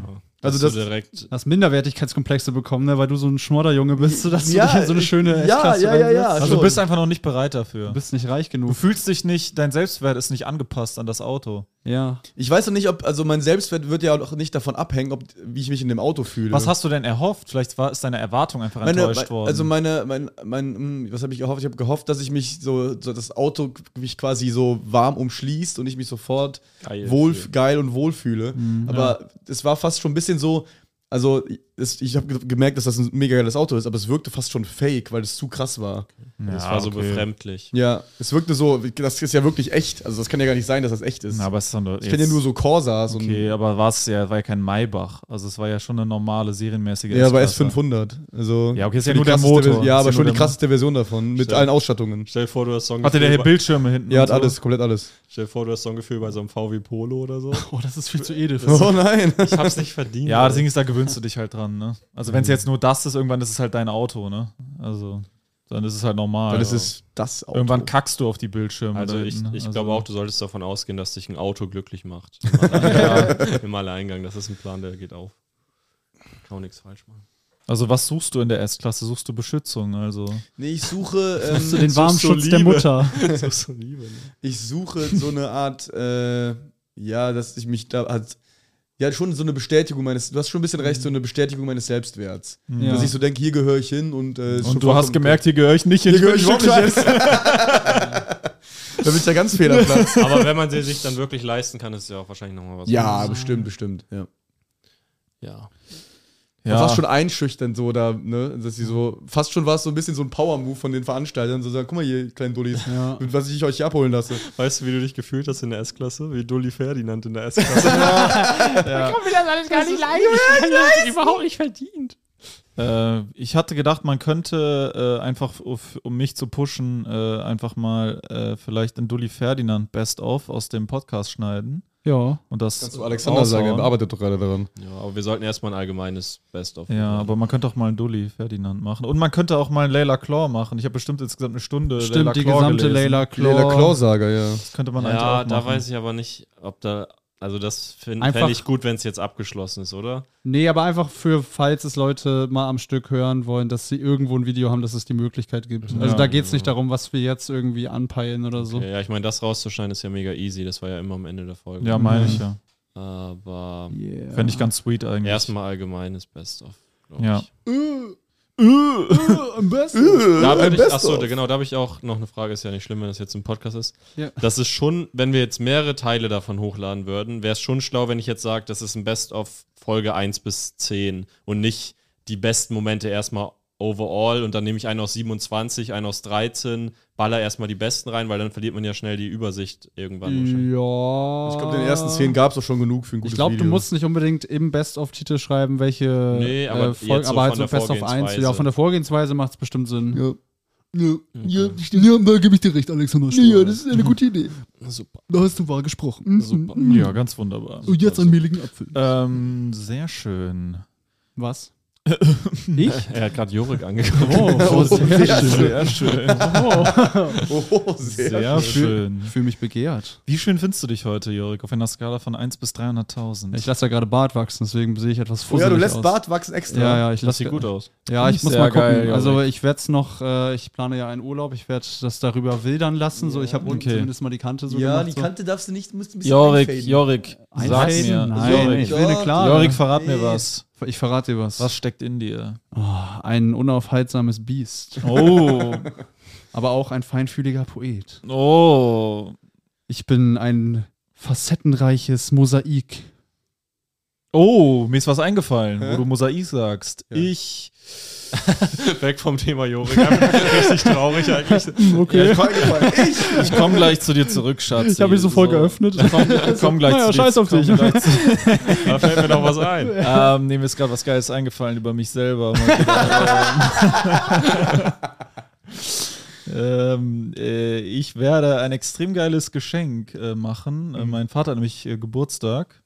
[SPEAKER 4] Genau. Dass
[SPEAKER 1] das
[SPEAKER 4] du direkt.
[SPEAKER 2] Hast Minderwertigkeitskomplexe bekommen, ne? weil du so ein Schmodderjunge bist, so dass du dich in so eine schöne
[SPEAKER 1] ja,
[SPEAKER 2] S-Klasse
[SPEAKER 1] ja, ja, ja.
[SPEAKER 2] reinsetzt.
[SPEAKER 5] Also du bist einfach noch nicht bereit dafür.
[SPEAKER 2] Du bist nicht reich
[SPEAKER 5] Du
[SPEAKER 2] genug.
[SPEAKER 5] fühlst dich nicht, dein Selbstwert ist nicht angepasst an das Auto.
[SPEAKER 2] Ja.
[SPEAKER 1] ich weiß noch nicht, ob also mein Selbstwert wird ja auch nicht davon abhängen, ob wie ich mich in dem Auto fühle.
[SPEAKER 5] Was hast du denn erhofft? Vielleicht war, ist deine Erwartung einfach
[SPEAKER 1] meine,
[SPEAKER 5] enttäuscht worden.
[SPEAKER 1] also meine, mein, mein, hm, was habe ich gehofft? Ich habe gehofft, dass ich mich so, so das Auto mich quasi so warm umschließt und ich mich sofort
[SPEAKER 4] Geil
[SPEAKER 1] wohl,
[SPEAKER 4] fühle.
[SPEAKER 1] geil und wohl fühle. aber es war fast schon ein bisschen so, also es, ich habe gemerkt, dass das ein mega geiles Auto ist, aber es wirkte fast schon fake, weil es zu krass war.
[SPEAKER 4] Das
[SPEAKER 5] Ja,
[SPEAKER 4] war so
[SPEAKER 5] okay.
[SPEAKER 4] befremdlich.
[SPEAKER 1] Ja, es wirkte so, das ist ja wirklich echt. Also das kann ja gar nicht sein, dass das echt ist.
[SPEAKER 5] Na, aber es ist dann
[SPEAKER 1] ich kenne ja nur so Corsas
[SPEAKER 5] Okay, aber war es ja, war ja kein Maybach. Also es war ja schon eine normale, serienmäßige
[SPEAKER 1] und ja, aber
[SPEAKER 5] S-Klasse.
[SPEAKER 1] S500. Also
[SPEAKER 5] Ja, okay, ist
[SPEAKER 1] für
[SPEAKER 5] ja
[SPEAKER 1] die
[SPEAKER 5] nur der
[SPEAKER 1] krasseste
[SPEAKER 5] Motor.
[SPEAKER 1] Version- Ja, aber
[SPEAKER 5] Ist ja nur
[SPEAKER 1] schon die
[SPEAKER 5] der
[SPEAKER 1] krasseste Version davon mit
[SPEAKER 4] Stimmt.
[SPEAKER 1] allen Ausstattungen.
[SPEAKER 4] Stell dir vor, du hast Songgefühl.
[SPEAKER 5] Hatte der hier
[SPEAKER 4] bei-
[SPEAKER 5] Bildschirme hinten?
[SPEAKER 1] Ja,
[SPEAKER 5] und
[SPEAKER 1] hat
[SPEAKER 5] so?
[SPEAKER 1] alles, komplett alles.
[SPEAKER 4] Stell dir vor, du hast Songgefühl bei so einem VW Polo oder so.
[SPEAKER 2] Oh, das ist viel zu edel.
[SPEAKER 1] Oh [laughs] nein.
[SPEAKER 4] [laughs] Ich hab's nicht verdient.
[SPEAKER 5] Ja,
[SPEAKER 4] Alter.
[SPEAKER 5] deswegen ist da gewöhnst du dich halt dran, ne? Also
[SPEAKER 1] Mhm.
[SPEAKER 5] wenn es jetzt nur das ist, irgendwann ist es halt dein Auto, ne? Also dann ist es halt normal.
[SPEAKER 1] Weil das ist das Auto.
[SPEAKER 5] Irgendwann kackst du auf die Bildschirme.
[SPEAKER 4] Also
[SPEAKER 5] da
[SPEAKER 4] ich,
[SPEAKER 5] hinten.
[SPEAKER 4] ich
[SPEAKER 5] Also-
[SPEAKER 4] glaube auch, du solltest davon ausgehen, dass dich ein Auto glücklich
[SPEAKER 5] [laughs]
[SPEAKER 4] macht. Im Alleingang. Im Alleingang. Das ist ein Plan, der geht auf. Kann auch nichts falsch machen.
[SPEAKER 5] Also was suchst du in der S-Klasse? Suchst du Beschützung? Also
[SPEAKER 1] Nee, ich suche,
[SPEAKER 2] Hast du
[SPEAKER 1] ähm,
[SPEAKER 2] den warmen
[SPEAKER 4] so
[SPEAKER 2] Schutz der
[SPEAKER 4] Liebe.
[SPEAKER 2] Mutter?
[SPEAKER 4] [laughs] Das ist so Liebe. Ne?
[SPEAKER 1] ich suche so eine Art, äh, ja, dass ich mich da halt ja schon so eine Bestätigung meines, du hast schon ein bisschen recht, so eine Bestätigung meines Selbstwerts.
[SPEAKER 2] Ja.
[SPEAKER 1] Dass ich so denke, hier gehöre ich hin und äh,
[SPEAKER 3] Und du hast gemerkt, hier gehöre ich nicht hin.
[SPEAKER 1] hier gehöre ich
[SPEAKER 3] bin
[SPEAKER 1] überhaupt nicht hin. da bin ich ja ganz [laughs] fehl am Platz.
[SPEAKER 4] Aber wenn man sie sich dann wirklich leisten kann, ist ja auch wahrscheinlich nochmal was.
[SPEAKER 1] Ja,
[SPEAKER 4] anderes.
[SPEAKER 1] bestimmt, bestimmt. Ja.
[SPEAKER 4] ja.
[SPEAKER 3] Ja.
[SPEAKER 1] Fast schon einschüchternd so da, ne, dass sie so, fast schon war es so ein bisschen so ein Power-Move von den Veranstaltern, so sagen, guck mal hier, ihr kleinen Dullis,
[SPEAKER 2] Ja.
[SPEAKER 1] mit was ich euch hier abholen lasse.
[SPEAKER 4] Weißt du, wie du dich gefühlt hast in der S-Klasse? Wie Dulli Ferdinand in der S-Klasse.
[SPEAKER 5] [laughs] Äh, ich hatte gedacht, man könnte äh, einfach, auf, um mich zu pushen, äh, einfach mal äh, vielleicht ein Dulli Ferdinand Best of aus dem Podcast schneiden.
[SPEAKER 2] Ja.
[SPEAKER 5] Und das
[SPEAKER 2] Äh,
[SPEAKER 1] Kannst du Alexander sagen, er
[SPEAKER 5] raushauen.
[SPEAKER 1] arbeitet doch gerade daran.
[SPEAKER 4] ja, aber wir sollten erstmal ein allgemeines Best-of.
[SPEAKER 5] Ja, aber man könnte auch mal einen Dulli Ferdinand machen. Und man könnte auch mal einen Layla Claw machen. Ich habe bestimmt insgesamt eine Stunde
[SPEAKER 2] Stimmt, die gesamte Layla Claw.
[SPEAKER 1] Leila Claw-Sager, ja.
[SPEAKER 2] Ah.
[SPEAKER 5] Das könnte man eigentlich
[SPEAKER 4] Ja,
[SPEAKER 5] auch
[SPEAKER 4] da
[SPEAKER 5] machen.
[SPEAKER 4] weiß ich aber nicht, ob da. Also, das
[SPEAKER 2] Einfach-
[SPEAKER 4] fände ich gut, wenn es jetzt abgeschlossen ist, oder?
[SPEAKER 2] Nee, aber einfach für, falls es Leute mal am Stück hören wollen, dass sie irgendwo ein Video haben, dass es die Möglichkeit gibt. Also
[SPEAKER 5] Ja.
[SPEAKER 2] da geht es nicht darum, was wir jetzt irgendwie anpeilen oder so.
[SPEAKER 4] Ja, ja ich meine, das rauszuschneiden ist ja mega easy. Das war ja immer am Ende der Folge.
[SPEAKER 5] Ja, meine ich ja.
[SPEAKER 4] Aber
[SPEAKER 2] Yeah. [laughs]
[SPEAKER 5] Fände ich ganz sweet eigentlich.
[SPEAKER 4] erstmal allgemeines Best-of, glaube
[SPEAKER 5] Ja.
[SPEAKER 4] ich.
[SPEAKER 1] [laughs]
[SPEAKER 2] am besten.
[SPEAKER 4] Da bin ich,
[SPEAKER 1] Best
[SPEAKER 4] achso,
[SPEAKER 1] of.
[SPEAKER 4] da- genau, da habe ich auch noch eine Frage. Ist ja nicht schlimm, wenn das jetzt ein Podcast ist.
[SPEAKER 2] Ja.
[SPEAKER 4] Das ist schon, wenn wir jetzt mehrere Teile davon hochladen würden, wäre es schon schlau, wenn ich jetzt sage, das ist ein Best-of Folge 1 bis 10 und nicht die besten Momente erstmal overall und dann nehme ich einen aus 27, einen aus 13, baller erstmal die besten rein, weil dann verliert man ja schnell die Übersicht
[SPEAKER 2] Mhm.
[SPEAKER 4] irgendwann. wahrscheinlich.
[SPEAKER 2] Ja.
[SPEAKER 1] Ich glaube, den ersten Szenen gab es auch schon genug für ein gutes
[SPEAKER 2] Ich glaube, du
[SPEAKER 1] Video.
[SPEAKER 2] musst nicht unbedingt im Best-of-Titel schreiben, welche
[SPEAKER 4] Nee, aber jetzt
[SPEAKER 2] Folgen,
[SPEAKER 4] so
[SPEAKER 2] aber halt
[SPEAKER 4] von
[SPEAKER 2] so
[SPEAKER 4] der
[SPEAKER 2] Best-of 1. Ja,
[SPEAKER 4] Vorgehensweise.
[SPEAKER 2] von der Vorgehensweise macht es bestimmt Sinn.
[SPEAKER 1] Ja.
[SPEAKER 6] Ja, ja, stimmt. ja da gebe ich dir recht, Alexander. Ja, das ist eine gute Idee.
[SPEAKER 4] Super.
[SPEAKER 6] Da hast du wahr gesprochen.
[SPEAKER 4] Super.
[SPEAKER 5] Ja, ganz wunderbar.
[SPEAKER 6] Und jetzt einen mehligen Apfel.
[SPEAKER 5] Ähm, sehr schön.
[SPEAKER 2] Was? ich?
[SPEAKER 4] Er hat gerade Jorik angeguckt.
[SPEAKER 2] Oh, sehr schön.
[SPEAKER 5] schön.
[SPEAKER 1] [laughs] Oh, sehr.
[SPEAKER 5] Sehr
[SPEAKER 1] Mhm.
[SPEAKER 5] schön.
[SPEAKER 2] Ich fühle mich begehrt.
[SPEAKER 5] Wie schön findest du dich heute, Jörg, auf einer Skala von 1 bis 300.000?
[SPEAKER 2] Ich lasse ja gerade Bart wachsen, deswegen sehe ich etwas
[SPEAKER 1] Oh ja,
[SPEAKER 2] fusselig
[SPEAKER 1] du lässt
[SPEAKER 2] aus.
[SPEAKER 1] Bart wachsen extra.
[SPEAKER 2] Ja, ja, ich
[SPEAKER 4] Das
[SPEAKER 2] lasse
[SPEAKER 4] sieht gut aus.
[SPEAKER 2] Ja, ich muss
[SPEAKER 3] Sehr
[SPEAKER 2] mal gucken.
[SPEAKER 3] geil, Jorik.
[SPEAKER 2] also ich werde es noch, äh, ich plane ja einen Urlaub, ich werde das darüber wildern lassen. So, ich habe unten
[SPEAKER 5] Okay.
[SPEAKER 2] zumindest mal die Kante so
[SPEAKER 1] Ja,
[SPEAKER 2] gemacht.
[SPEAKER 1] die Kante darfst du nicht, musst ein bisschen
[SPEAKER 5] Jorik,
[SPEAKER 1] einfaden.
[SPEAKER 5] Jorik,
[SPEAKER 2] so.
[SPEAKER 5] sag
[SPEAKER 2] Einfaden?
[SPEAKER 5] mir.
[SPEAKER 2] Nein,
[SPEAKER 5] Jorik,
[SPEAKER 2] ich will eine
[SPEAKER 1] Jorik.
[SPEAKER 2] klare.
[SPEAKER 5] Jorik, verrat mir
[SPEAKER 1] Nee.
[SPEAKER 5] was.
[SPEAKER 2] ich verrate dir was. Oh,
[SPEAKER 5] Was steckt in
[SPEAKER 2] [laughs]
[SPEAKER 5] dir?
[SPEAKER 2] Ein unaufhaltsames Biest,
[SPEAKER 5] Oh,
[SPEAKER 2] aber auch ein feinfühliger Poet.
[SPEAKER 5] oh.
[SPEAKER 2] Ich bin ein facettenreiches Mosaik.
[SPEAKER 5] Oh, mir ist was eingefallen, wo du Mosaik sagst.
[SPEAKER 1] Ja.
[SPEAKER 5] Ich.
[SPEAKER 4] [laughs] Weg vom Thema Jorik. Richtig traurig eigentlich.
[SPEAKER 2] Okay.
[SPEAKER 1] Voll gefallen. Ich
[SPEAKER 5] Ich komm gleich zu dir zurück, Schatz.
[SPEAKER 2] ich habe mich so voll geöffnet. Also,
[SPEAKER 5] Komm, komm gleich
[SPEAKER 2] Naja,
[SPEAKER 5] zu dir.
[SPEAKER 2] scheiß auf
[SPEAKER 5] komm
[SPEAKER 2] dich.
[SPEAKER 5] gleich zu-
[SPEAKER 4] [laughs] Da fällt mir doch was ein.
[SPEAKER 5] Ähm, nee, mir ist gerade was Geiles eingefallen über mich selber. [laughs] ähm, äh, ich werde ein extrem geiles Geschenk äh, machen.
[SPEAKER 4] Mhm.
[SPEAKER 5] Äh, mein Vater hat nämlich äh, Geburtstag.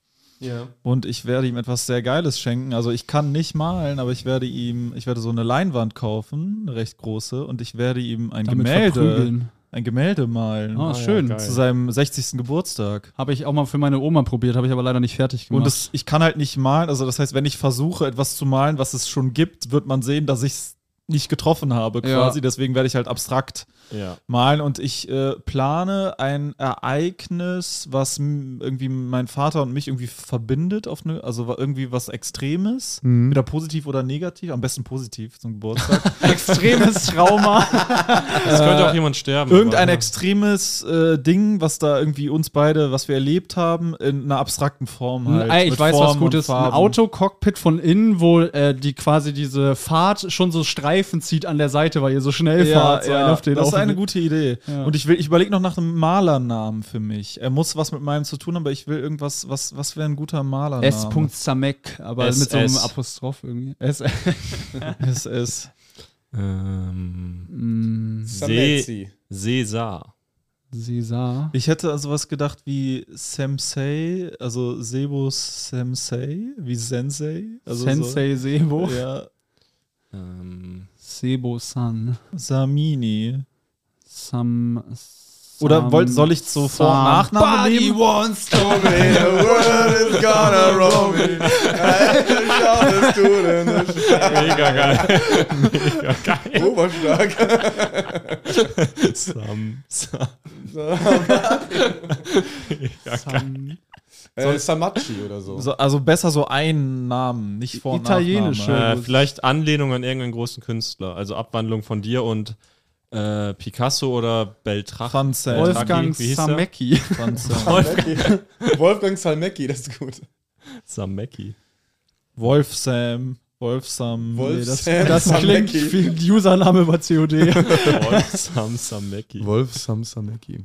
[SPEAKER 5] Und ich werde ihm etwas sehr Geiles schenken. Also ich kann nicht malen, aber ich werde ihm, ich werde so eine Leinwand kaufen, eine recht große, und ich werde ihm ein
[SPEAKER 2] Damit
[SPEAKER 5] Gemälde,
[SPEAKER 2] verprügeln.
[SPEAKER 5] ein Gemälde malen.
[SPEAKER 2] Ah, schön.
[SPEAKER 4] geil.
[SPEAKER 5] zu seinem 60. Geburtstag.
[SPEAKER 2] Habe ich auch mal für meine Oma probiert, habe ich aber leider nicht fertig gemacht.
[SPEAKER 5] Und das, ich kann halt nicht malen. Also das heißt, wenn ich versuche, etwas zu malen, was es schon gibt, wird man sehen, dass ich es nicht getroffen habe
[SPEAKER 2] Ja.
[SPEAKER 5] quasi. Deswegen werde ich halt abstrakt
[SPEAKER 4] Ja.
[SPEAKER 5] malen. Und ich äh, plane ein Ereignis, was m- irgendwie mein Vater und mich irgendwie verbindet. Auf ne, also wa- irgendwie was Extremes.
[SPEAKER 2] Mhm.
[SPEAKER 5] Wieder positiv oder negativ. Am besten positiv zum Geburtstag.
[SPEAKER 2] extremes Trauma.
[SPEAKER 4] Es könnte auch jemand sterben.
[SPEAKER 5] Irgendein
[SPEAKER 4] aber-
[SPEAKER 5] extremes äh, Ding, was da irgendwie uns beide, was wir erlebt haben, in einer abstrakten Form halt.
[SPEAKER 2] Hm, Ey, ich
[SPEAKER 5] mit
[SPEAKER 2] weiß was
[SPEAKER 5] Formen und
[SPEAKER 2] Gutes. Ein
[SPEAKER 5] Farben.
[SPEAKER 2] Autocockpit von innen, wo äh, die quasi diese Fahrt schon so Streifen zieht an der Seite, weil ihr so schnell fahrt. so einen auf den
[SPEAKER 5] das ist
[SPEAKER 2] auf den-
[SPEAKER 5] eine gute Idee.
[SPEAKER 2] Ja.
[SPEAKER 5] Und ich will, ich überlege noch nach einem Malernamen für mich. Er muss was mit meinem zu tun haben, aber ich will irgendwas, was, was wäre ein guter Malername?
[SPEAKER 2] S. Samek, aber
[SPEAKER 4] S,
[SPEAKER 2] mit so einem
[SPEAKER 4] S.
[SPEAKER 2] Apostroph irgendwie. S.
[SPEAKER 5] SS.
[SPEAKER 4] Ähm,
[SPEAKER 2] Mm,
[SPEAKER 4] See, Cäsar.
[SPEAKER 2] Cesar.
[SPEAKER 5] Ich hätte an sowas gedacht wie Sensei, also Sebo Sensei, wie Sensei. Also
[SPEAKER 2] Sensei Sebo.
[SPEAKER 5] So, ja.
[SPEAKER 4] Ähm,
[SPEAKER 2] Sebo-san.
[SPEAKER 5] Samini.
[SPEAKER 2] Sam.
[SPEAKER 5] Oder wollt, soll ich so Vor- und Nachname nehmen?
[SPEAKER 1] wants to be the world is gonna roll me. Schaust du denn?
[SPEAKER 4] mega geil.
[SPEAKER 1] Oberstark.
[SPEAKER 4] Sam, Sam.
[SPEAKER 2] Sam.
[SPEAKER 1] Äh, Samachi oder so.
[SPEAKER 5] So, also besser so einen Namen, nicht vor und
[SPEAKER 2] Italienisch.
[SPEAKER 5] Nachname.
[SPEAKER 4] [laughs] Äh, vielleicht Anlehnung an irgendeinen großen Künstler. Also Abwandlung von dir und äh, Picasso oder Beltrach. [laughs]
[SPEAKER 5] Franzel.
[SPEAKER 4] Wolf-
[SPEAKER 2] Wolfgang
[SPEAKER 4] wie hieß er?
[SPEAKER 2] Samecki.
[SPEAKER 5] Franzel.
[SPEAKER 1] Wolfgang, Wolfgang Salmecki, das ist gut.
[SPEAKER 4] Samecki.
[SPEAKER 5] Wolf Sam. Wolf Sam.
[SPEAKER 1] Wolf
[SPEAKER 5] nee, das,
[SPEAKER 1] Sam
[SPEAKER 2] [laughs] Das klingt
[SPEAKER 1] Samecki.
[SPEAKER 2] wie ein Username bei COD.
[SPEAKER 4] Wolf Sam Samecki.
[SPEAKER 1] Wolf Sam Samecki.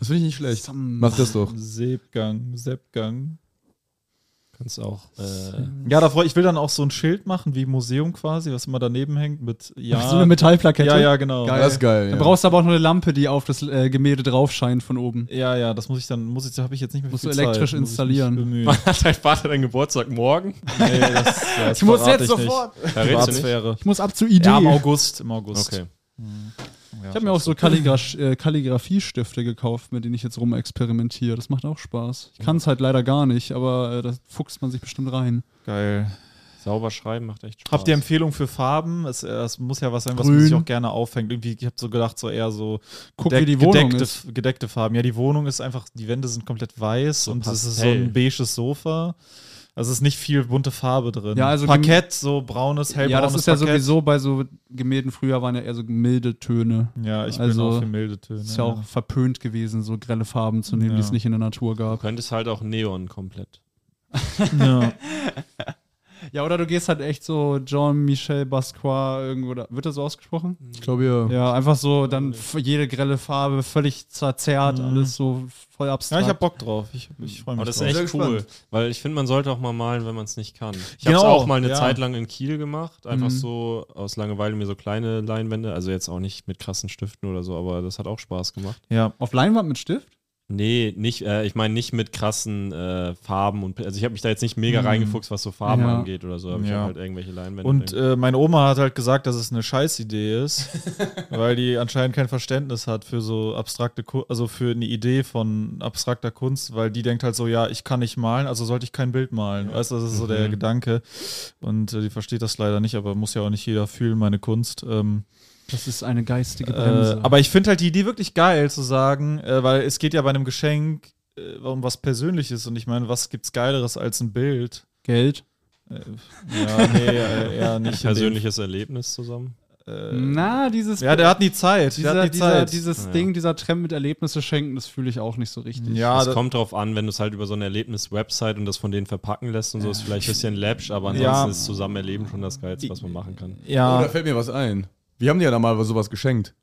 [SPEAKER 1] Das finde ich nicht schlecht.
[SPEAKER 2] Sam-
[SPEAKER 1] Mach das doch.
[SPEAKER 5] Sebgang. Seppgang.
[SPEAKER 4] Kannst auch. Äh,
[SPEAKER 5] Ja, da freu, ich will dann auch so ein Schild machen, wie Museum quasi, was immer daneben hängt mit ja.
[SPEAKER 2] So eine Metallplakette.
[SPEAKER 5] ja, ja, genau.
[SPEAKER 1] Das ist geil.
[SPEAKER 2] Dann brauchst du aber auch noch eine Lampe, die auf das äh, Gemälde drauf scheint von oben.
[SPEAKER 5] Ja, ja, das muss ich dann, muss ich, da habe ich jetzt nicht mehr
[SPEAKER 2] Musst
[SPEAKER 5] viel
[SPEAKER 2] du elektrisch
[SPEAKER 5] Zeit, muss ich mich
[SPEAKER 2] installieren. [laughs]
[SPEAKER 5] bemühen.
[SPEAKER 4] Wann [laughs] hat dein Vater deinen Geburtstag morgen?
[SPEAKER 5] nee, das, das
[SPEAKER 2] Ich muss
[SPEAKER 5] verrate
[SPEAKER 2] jetzt
[SPEAKER 5] ich nicht.
[SPEAKER 2] sofort.
[SPEAKER 4] Da redest du nicht?
[SPEAKER 5] Privatsphäre.
[SPEAKER 2] Ich muss ab zur Idee.
[SPEAKER 5] Ja, im August, im August.
[SPEAKER 4] Okay.
[SPEAKER 2] ich habe mir auch so Kalligra- äh, Kalligrafiestifte gekauft, mit denen ich jetzt rumexperimentiere. Das macht auch Spaß. Ich kann es halt leider gar nicht, aber äh, da fuchst man sich bestimmt rein.
[SPEAKER 5] Geil.
[SPEAKER 4] Sauber schreiben macht echt Spaß.
[SPEAKER 5] Habt ihr Empfehlungen für Farben? Es, äh, es muss ja was sein, was
[SPEAKER 2] Grün.
[SPEAKER 5] man sich auch gerne aufhängt. Irgendwie, ich habe so gedacht, so eher so
[SPEAKER 2] Guck,
[SPEAKER 5] gedeck-
[SPEAKER 2] wie die Wohnung
[SPEAKER 5] gedeckte,
[SPEAKER 2] ist.
[SPEAKER 5] gedeckte Farben. Ja, die Wohnung ist einfach, die Wände sind komplett weiß
[SPEAKER 4] So
[SPEAKER 5] und es ist so
[SPEAKER 4] Pastell.
[SPEAKER 5] ein beiges Sofa. Also es ist nicht viel bunte Farbe drin.
[SPEAKER 2] Ja, also
[SPEAKER 5] Parkett, so braunes, hellbraunes
[SPEAKER 2] Ja, das ist ja
[SPEAKER 5] Parkett.
[SPEAKER 2] sowieso bei so Gemälden früher waren ja eher so milde Töne.
[SPEAKER 5] Ja, ich
[SPEAKER 2] Also,
[SPEAKER 5] bin auch für milde Töne.
[SPEAKER 2] Ist ja auch verpönt gewesen, so grelle Farben zu nehmen, die
[SPEAKER 5] Ja.
[SPEAKER 2] es nicht in der Natur gab.
[SPEAKER 4] Du könntest halt auch Neon komplett.
[SPEAKER 5] ja.
[SPEAKER 2] Ja, oder du gehst halt echt so Jean-Michel Basquiat irgendwo, da, wird das so ausgesprochen?
[SPEAKER 1] Ich glaube ja.
[SPEAKER 2] Ja, einfach so dann f- jede grelle Farbe völlig zerzerrt,
[SPEAKER 5] Mhm.
[SPEAKER 2] alles so voll
[SPEAKER 5] ja,
[SPEAKER 2] abstrakt.
[SPEAKER 5] ich hab Bock drauf. Ich, ich freue mich
[SPEAKER 4] Aber das ist
[SPEAKER 5] drauf.
[SPEAKER 4] echt
[SPEAKER 1] Sehr
[SPEAKER 4] cool,
[SPEAKER 1] gespannt.
[SPEAKER 4] weil ich finde, man sollte auch mal malen, wenn man es nicht kann. Ich
[SPEAKER 5] Genau,
[SPEAKER 4] habe es auch mal eine
[SPEAKER 5] ja.
[SPEAKER 4] Zeit lang in Kiel gemacht, einfach
[SPEAKER 2] Mhm.
[SPEAKER 4] so aus Langeweile mir so kleine Leinwände, also jetzt auch nicht mit krassen Stiften oder so, aber das hat auch Spaß gemacht.
[SPEAKER 5] Ja.
[SPEAKER 2] Auf Leinwand mit Stift?
[SPEAKER 4] Nee, nicht, äh, ich meine nicht mit krassen äh, Farben und also ich habe mich da jetzt nicht mega
[SPEAKER 5] Mhm.
[SPEAKER 4] reingefuchst, was so Farben
[SPEAKER 2] Ja.
[SPEAKER 4] angeht oder so, aber ich
[SPEAKER 5] Ja.
[SPEAKER 4] habe halt irgendwelche Leinwände.
[SPEAKER 5] Und äh, meine Oma hat halt gesagt, dass es eine Scheißidee ist, weil die anscheinend kein Verständnis hat für so abstrakte, Ku also für eine Idee von abstrakter Kunst, weil die denkt halt so, ja, ich kann nicht malen, also sollte ich kein Bild malen. Weißt du, das ist so der
[SPEAKER 4] Mhm.
[SPEAKER 5] Gedanke. Und äh, die versteht das leider nicht, aber muss ja auch nicht jeder fühlen, meine Kunst. Ähm,
[SPEAKER 2] Das ist eine geistige
[SPEAKER 5] äh,
[SPEAKER 2] Bremse.
[SPEAKER 5] aber ich finde halt die Idee wirklich geil zu sagen, äh, weil es geht ja bei einem Geschenk äh, um was Persönliches und ich meine, was gibt's Geileres als ein Bild?
[SPEAKER 2] Geld?
[SPEAKER 5] Äh, ja, nee, äh, eher nicht. in dem-
[SPEAKER 4] persönliches Erlebnis zusammen.
[SPEAKER 5] Äh,
[SPEAKER 2] Na, dieses
[SPEAKER 5] Ja, der hat nie Zeit. der
[SPEAKER 2] dieser,
[SPEAKER 5] hat nie
[SPEAKER 2] dieser,
[SPEAKER 5] Zeit.
[SPEAKER 2] dieses
[SPEAKER 4] Ja.
[SPEAKER 2] Ding, dieser Trend mit Erlebnisse schenken, das fühle ich auch nicht so richtig.
[SPEAKER 5] ja,
[SPEAKER 4] es
[SPEAKER 5] Ah, das,
[SPEAKER 4] kommt drauf an, wenn du es halt über so eine Erlebnis-Website und das von denen verpacken lässt und so, ist vielleicht ein bisschen läppsch, aber
[SPEAKER 5] Äh. Ja.
[SPEAKER 4] ansonsten ist zusammen erleben schon das Geilste, was man machen kann.
[SPEAKER 1] Oh, da
[SPEAKER 5] ja.
[SPEAKER 1] fällt mir was ein. Wir haben dir ja da mal sowas geschenkt.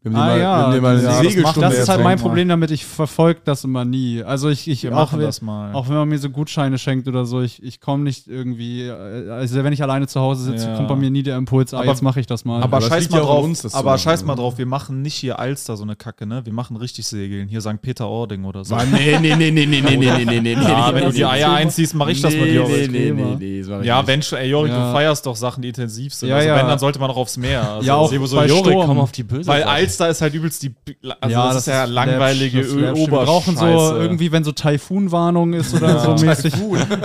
[SPEAKER 1] Wir haben
[SPEAKER 2] Ah,
[SPEAKER 1] dir mal,
[SPEAKER 2] ja,
[SPEAKER 1] wir haben dir mal eine
[SPEAKER 5] ja, das
[SPEAKER 1] Segelstunde
[SPEAKER 2] Das ist halt
[SPEAKER 1] erzählt.
[SPEAKER 2] mein
[SPEAKER 5] mal.
[SPEAKER 2] Problem damit, ich verfolge das immer nie. Also ich, ich
[SPEAKER 5] Wir
[SPEAKER 2] auch,
[SPEAKER 5] machen
[SPEAKER 2] wenn-
[SPEAKER 5] das mal.
[SPEAKER 2] auch wenn man mir so Gutscheine schenkt oder so, ich, ich komme nicht irgendwie, äh, also wenn ich alleine zu Hause sitze,
[SPEAKER 5] Ja.
[SPEAKER 2] kommt bei mir nie der Impuls, ah,
[SPEAKER 5] Aber-
[SPEAKER 2] jetzt mache ich das mal.
[SPEAKER 5] aber
[SPEAKER 1] das
[SPEAKER 5] scheiß
[SPEAKER 1] liegt
[SPEAKER 5] mal
[SPEAKER 1] ja auch an
[SPEAKER 5] drauf,
[SPEAKER 1] uns, das zu
[SPEAKER 5] aber
[SPEAKER 1] machen,
[SPEAKER 5] scheiß mal
[SPEAKER 1] ne?
[SPEAKER 5] drauf, wir machen nicht hier Alster so eine Kacke, ne? Wir machen richtig Segeln. Hier St. Peter-Ording oder so.
[SPEAKER 3] Nee, nee, nee, nee, nee, nee, nee, nee, nee,
[SPEAKER 5] Ja, wenn du die Eier einziehst, mache ich das mit Jorik.
[SPEAKER 3] nee, nee, nee, das war
[SPEAKER 5] Ja, wenn schon, ey, Jorik,
[SPEAKER 2] Ja.
[SPEAKER 5] du feierst doch Sachen, die intensiv sind.
[SPEAKER 2] Ja,
[SPEAKER 5] also
[SPEAKER 2] ja.
[SPEAKER 5] wenn, dann sollte man auch aufs Meer. Also,
[SPEAKER 2] Ja, auch
[SPEAKER 5] Sebo so,
[SPEAKER 2] bei
[SPEAKER 5] Jorik,
[SPEAKER 2] Sturm.
[SPEAKER 5] komm auf
[SPEAKER 4] die böse
[SPEAKER 5] Weil Alster ist halt übelst die, also das, ist ja läppsch,
[SPEAKER 2] läppsch,
[SPEAKER 5] das
[SPEAKER 2] das
[SPEAKER 5] ist läppsch.
[SPEAKER 2] läppsch. Wir brauchen so irgendwie, wenn so Taifunwarnung ist oder
[SPEAKER 5] Ja. [laughs]
[SPEAKER 2] so mäßig.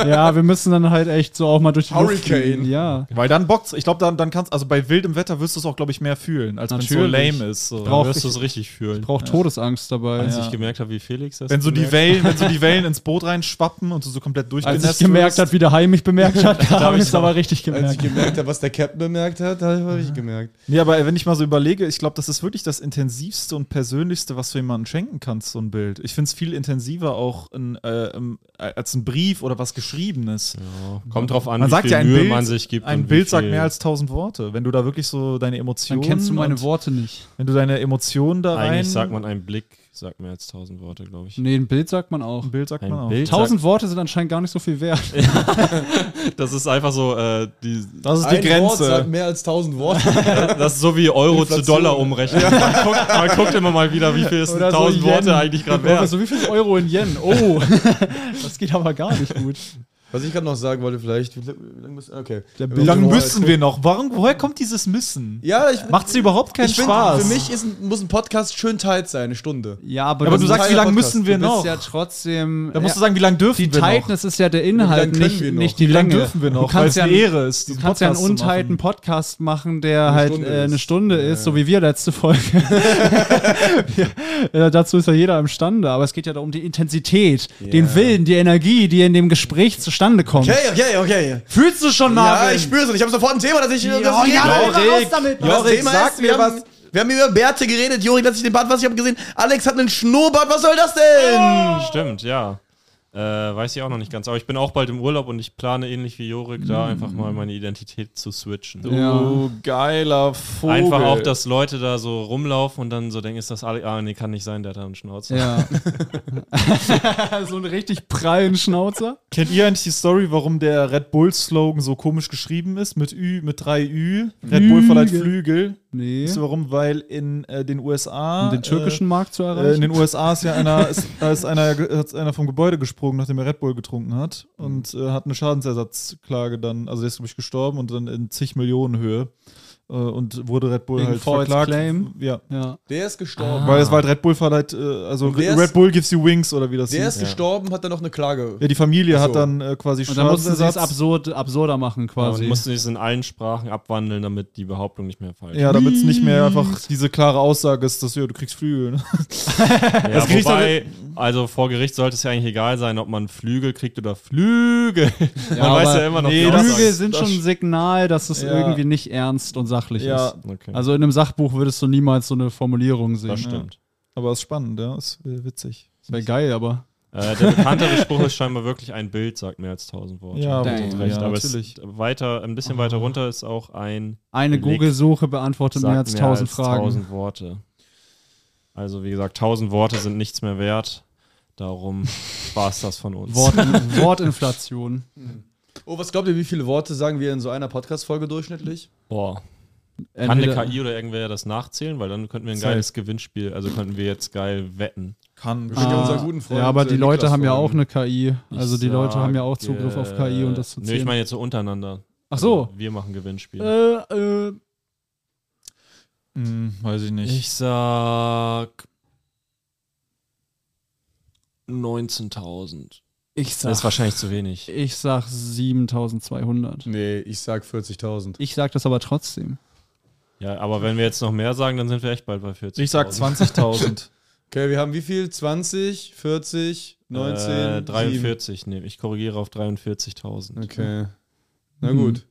[SPEAKER 2] Ja, wir müssen dann halt echt so auch mal durch die Luft
[SPEAKER 1] Hurricane.
[SPEAKER 2] fliegen. Ja.
[SPEAKER 5] Weil dann bockt's, ich glaube, dann, dann kannst, also bei wildem Wetter wirst du es auch, glaube ich, mehr fühlen, als wenn es so
[SPEAKER 2] Natürlich.
[SPEAKER 5] lame ist. So.
[SPEAKER 2] Brauch-
[SPEAKER 4] Dann wirst du es Also [laughs] richtig fühlen.
[SPEAKER 2] Braucht Todesangst dabei.
[SPEAKER 4] Als
[SPEAKER 5] Ja.
[SPEAKER 4] ich gemerkt habe, wie Felix das
[SPEAKER 5] Wenn so die
[SPEAKER 4] gemerkt
[SPEAKER 5] Wellen, wenn so die Wellen ins Boot reinschwappen und du so komplett
[SPEAKER 2] Als
[SPEAKER 5] durchgenässt
[SPEAKER 2] ich gemerkt hat, wie der Hai mich bemerkt hat, da habe ich es
[SPEAKER 5] auch.
[SPEAKER 2] aber richtig
[SPEAKER 1] Als ich
[SPEAKER 2] gemerkt.
[SPEAKER 1] gemerkt habe, was der Captain bemerkt hat, habe ich gemerkt.
[SPEAKER 5] Nee, aber wenn ich mal so überlege, ich glaube, das ist wirklich das intensivste und persönlichste, was du jemandem schenken kannst, so ein Bild. Ich finde es viel intensiver auch in, äh, im- als ein Brief oder was Geschriebenes.
[SPEAKER 4] Ja, kommt drauf an,
[SPEAKER 5] Man
[SPEAKER 4] wie
[SPEAKER 5] sagt
[SPEAKER 4] viel
[SPEAKER 5] ja, ein
[SPEAKER 4] Mühe
[SPEAKER 5] Bild-
[SPEAKER 4] man sich gibt.
[SPEAKER 5] Ein
[SPEAKER 4] und
[SPEAKER 5] Bild
[SPEAKER 4] wie
[SPEAKER 5] sagt
[SPEAKER 4] viel-
[SPEAKER 5] mehr als tausend Worte. Wenn du da wirklich so deine
[SPEAKER 2] Dann
[SPEAKER 5] Emotionen,
[SPEAKER 2] kennst du meine
[SPEAKER 5] und
[SPEAKER 2] Worte nicht.
[SPEAKER 5] wenn du deine Emotionen da rein,
[SPEAKER 4] Eigentlich sagt man, ein Blick sagt mehr als tausend Worte, glaube ich.
[SPEAKER 2] Nee, ein Bild sagt man auch.
[SPEAKER 5] ein Bild sagt
[SPEAKER 4] Ein
[SPEAKER 5] man auch.
[SPEAKER 4] Bild
[SPEAKER 2] Tausend Worte sind anscheinend gar nicht so viel wert.
[SPEAKER 4] Das ist einfach so, äh, die,
[SPEAKER 5] Das ist die
[SPEAKER 1] Ein Wort sagt
[SPEAKER 5] Grenze.
[SPEAKER 1] mehr als tausend
[SPEAKER 5] [laughs]
[SPEAKER 1] Worte.
[SPEAKER 4] das ist so wie Euro zu
[SPEAKER 1] Inflation.
[SPEAKER 4] Dollar umrechnen. Man, guckt, man guckt immer mal wieder, wie viel ist
[SPEAKER 2] Oder so
[SPEAKER 4] tausend
[SPEAKER 2] Yen.
[SPEAKER 4] Worte eigentlich gerade
[SPEAKER 2] Oder [laughs]
[SPEAKER 4] wert.
[SPEAKER 2] so, wie viel ist Euro in Yen? Oh, das geht aber gar nicht gut.
[SPEAKER 1] Was ich gerade noch sagen wollte, vielleicht. Wie wie lange müssen, okay.
[SPEAKER 5] Wie lange müssen wir noch? Warum, woher kommt dieses Müssen?
[SPEAKER 1] Ja, ich,
[SPEAKER 5] Macht's überhaupt keinen
[SPEAKER 1] ich finde,
[SPEAKER 5] Spaß?
[SPEAKER 1] für mich ist, ein- muss ein Podcast schön teilt sein, eine Stunde.
[SPEAKER 2] Ja, aber,
[SPEAKER 5] Aber du
[SPEAKER 1] ein
[SPEAKER 5] sagst, wie
[SPEAKER 1] Teil
[SPEAKER 5] lange
[SPEAKER 1] der Podcast.
[SPEAKER 5] müssen wir
[SPEAKER 2] du bist
[SPEAKER 5] noch?
[SPEAKER 2] ja trotzdem.
[SPEAKER 5] da musst
[SPEAKER 2] ja,
[SPEAKER 5] du sagen, wie lange dürfen
[SPEAKER 2] die
[SPEAKER 5] wir noch?
[SPEAKER 2] Tightness ist ja der
[SPEAKER 1] lange
[SPEAKER 2] Inhalt,
[SPEAKER 1] können
[SPEAKER 2] nicht,
[SPEAKER 1] wir noch?
[SPEAKER 2] nicht die
[SPEAKER 5] Wie lange
[SPEAKER 2] Länge.
[SPEAKER 5] dürfen wir noch?
[SPEAKER 2] Du kannst ja
[SPEAKER 5] Weil es eine Ehre ist,
[SPEAKER 2] Du
[SPEAKER 5] diesen
[SPEAKER 2] kannst ja einen
[SPEAKER 5] Podcast zu machen.
[SPEAKER 2] unteilten Podcast machen, der halt
[SPEAKER 1] Stunde
[SPEAKER 2] äh, eine
[SPEAKER 1] ist.
[SPEAKER 2] Stunde ist, so wie wir letzte
[SPEAKER 5] [laughs]
[SPEAKER 2] Folge. ja, äh, dazu ist ja jeder imstande, aber es geht ja darum die Intensität, den Willen, die Energie, die in dem Gespräch zustande kommt.
[SPEAKER 1] Okay, okay, okay.
[SPEAKER 2] Fühlst du schon,
[SPEAKER 1] Ja,
[SPEAKER 2] Marvin?
[SPEAKER 1] ich spüre es und ich habe sofort ein Thema, das ich. das ich
[SPEAKER 5] ja,
[SPEAKER 1] rede.
[SPEAKER 5] Jorik,
[SPEAKER 2] raus damit.
[SPEAKER 1] Und das
[SPEAKER 5] Jorik,
[SPEAKER 1] Thema
[SPEAKER 5] sag
[SPEAKER 1] ist,
[SPEAKER 5] mir
[SPEAKER 1] wir haben,
[SPEAKER 5] was.
[SPEAKER 1] Wir haben über Bärte geredet, Jorik lässt sich den Bart was, ich habe gesehen. Alex hat einen Schnurrbart, was soll das
[SPEAKER 5] Oh,
[SPEAKER 1] denn?
[SPEAKER 4] [laughs] Stimmt, ja. Äh, weiß ich auch noch nicht ganz. Aber ich bin auch bald im Urlaub und ich plane ähnlich wie Jorik da einfach mal meine Identität zu switchen.
[SPEAKER 5] Du geiler Vogel.
[SPEAKER 4] Einfach auch, dass Leute da so rumlaufen und dann so denken, ist das alle. Ah, nee, kann nicht sein, der hat da einen Schnauzer.
[SPEAKER 2] Ja. [laughs] so einen richtig prallen Schnauzer.
[SPEAKER 5] Kennt ihr eigentlich die Story, warum der Red Bull-Slogan so komisch geschrieben ist? Mit Ü, mit drei Ü. Red Bull verleiht Flügel.
[SPEAKER 2] Nee.
[SPEAKER 5] Wisst ihr warum? Weil in äh, den USA.
[SPEAKER 2] um den türkischen Markt zu
[SPEAKER 5] Äh, äh, in
[SPEAKER 2] erreichen.
[SPEAKER 5] den USA ist ja einer, ist, da ist einer, ge- hat einer vom Gebäude gesprungen, nachdem er Red Bull getrunken hat und äh, hat eine Schadensersatzklage dann, also der ist, glaube ich, gestorben und dann in zig Millionen Höhe äh, und wurde Red Bull
[SPEAKER 2] Wegen
[SPEAKER 5] halt
[SPEAKER 2] False
[SPEAKER 5] verklagt.
[SPEAKER 2] Claim?
[SPEAKER 5] Ja.
[SPEAKER 2] ja.
[SPEAKER 1] Der ist gestorben.
[SPEAKER 5] Weil es war halt Red Bull verleiht, äh, also
[SPEAKER 1] Ah. Und der
[SPEAKER 5] Red
[SPEAKER 1] ist-
[SPEAKER 5] Bull gives you wings oder wie das
[SPEAKER 1] Der
[SPEAKER 5] hieß.
[SPEAKER 1] ist gestorben, hat dann noch eine Klage.
[SPEAKER 5] Ja, die Familie
[SPEAKER 1] Ach so.
[SPEAKER 5] hat dann äh, quasi
[SPEAKER 2] Und dann mussten sie es
[SPEAKER 5] Schadensersatz-
[SPEAKER 2] absurd, absurder machen
[SPEAKER 4] Aber
[SPEAKER 2] quasi.
[SPEAKER 4] du musst es in allen Sprachen abwandeln, damit die Behauptung nicht mehr falsch
[SPEAKER 5] Ja, damit es nicht mehr einfach diese klare Aussage ist, dass ja, du kriegst Flügel. Ne?
[SPEAKER 4] ist. Ja,
[SPEAKER 5] das kriegst du
[SPEAKER 4] wobei,
[SPEAKER 5] halt
[SPEAKER 4] also vor Gericht sollte es ja eigentlich egal sein, ob man Flügel kriegt oder Flügel.
[SPEAKER 2] Ja,
[SPEAKER 4] [laughs] man weiß
[SPEAKER 2] aber
[SPEAKER 4] ja immer noch
[SPEAKER 5] nee,
[SPEAKER 4] die
[SPEAKER 5] das-
[SPEAKER 4] Aussage.
[SPEAKER 2] Lüge sind schon ein Signal, dass es
[SPEAKER 5] Ja.
[SPEAKER 2] irgendwie nicht ernst und sachlich
[SPEAKER 5] Ja,
[SPEAKER 2] ist.
[SPEAKER 4] Okay,
[SPEAKER 2] Also in einem Sachbuch würdest du niemals so eine Formulierung sehen.
[SPEAKER 4] das stimmt.
[SPEAKER 5] aber ist spannend, ja, ist äh, witzig.
[SPEAKER 2] Wäre geil, aber.
[SPEAKER 4] Äh, der bekanntere Spruch ist scheinbar wirklich ein Bild, sagt mehr als tausend Worte.
[SPEAKER 5] Ja,
[SPEAKER 4] Hat
[SPEAKER 3] Dang.
[SPEAKER 4] recht,
[SPEAKER 5] ja,
[SPEAKER 4] aber
[SPEAKER 5] natürlich.
[SPEAKER 4] Es, weiter, ein bisschen weiter runter ist auch ein
[SPEAKER 2] Eine
[SPEAKER 4] Beleg-
[SPEAKER 2] Google-Suche beantwortet
[SPEAKER 4] sagt
[SPEAKER 2] mehr als tausend Fragen.
[SPEAKER 4] tausend Worte. Also wie gesagt, tausend Worte sind nichts mehr wert.
[SPEAKER 5] [laughs]
[SPEAKER 4] Darum war es das von uns. [laughs]
[SPEAKER 2] Wort, Wortinflation.
[SPEAKER 1] Oh, was glaubt ihr, wie viele Worte sagen wir in so einer Podcast-Folge durchschnittlich?
[SPEAKER 4] Boah. Kann eine
[SPEAKER 2] Entweder-
[SPEAKER 4] KI oder irgendwer das nachzählen? Weil dann könnten wir ein
[SPEAKER 5] Safe.
[SPEAKER 4] geiles Gewinnspiel, also könnten wir jetzt geil wetten.
[SPEAKER 5] Kann.
[SPEAKER 1] Mit
[SPEAKER 2] Ah,
[SPEAKER 1] unseren guten Freund,
[SPEAKER 2] ja, aber
[SPEAKER 1] äh,
[SPEAKER 2] die Leute
[SPEAKER 1] Niklas
[SPEAKER 2] haben ja
[SPEAKER 1] Freund.
[SPEAKER 2] auch eine KI.
[SPEAKER 4] Ich
[SPEAKER 2] Also die Leute haben ja auch
[SPEAKER 4] sage,
[SPEAKER 2] Zugriff auf KI und das zu
[SPEAKER 4] Nö, ich
[SPEAKER 2] zählen.
[SPEAKER 4] meine jetzt so untereinander.
[SPEAKER 2] Ach so.
[SPEAKER 4] Also, wir machen Gewinnspiele.
[SPEAKER 2] Äh, äh,
[SPEAKER 5] Hm, weiß ich nicht.
[SPEAKER 4] Ich sag 19.000.
[SPEAKER 2] ich
[SPEAKER 4] Das ist
[SPEAKER 2] sag,
[SPEAKER 4] wahrscheinlich zu wenig.
[SPEAKER 2] ich sag 7200.
[SPEAKER 1] Nee, ich sag 40.000.
[SPEAKER 2] Ich sag das aber trotzdem.
[SPEAKER 4] Ja, aber wenn wir jetzt noch mehr sagen, dann sind wir echt bald bei 40.
[SPEAKER 5] Ich sag 20.000.
[SPEAKER 1] Okay, wir haben wie viel? 20, 40, 19,
[SPEAKER 4] äh,
[SPEAKER 1] 43.
[SPEAKER 4] 43 nehme ich. korrigiere auf 43.000.
[SPEAKER 1] Okay. Na
[SPEAKER 4] Hm.
[SPEAKER 1] gut.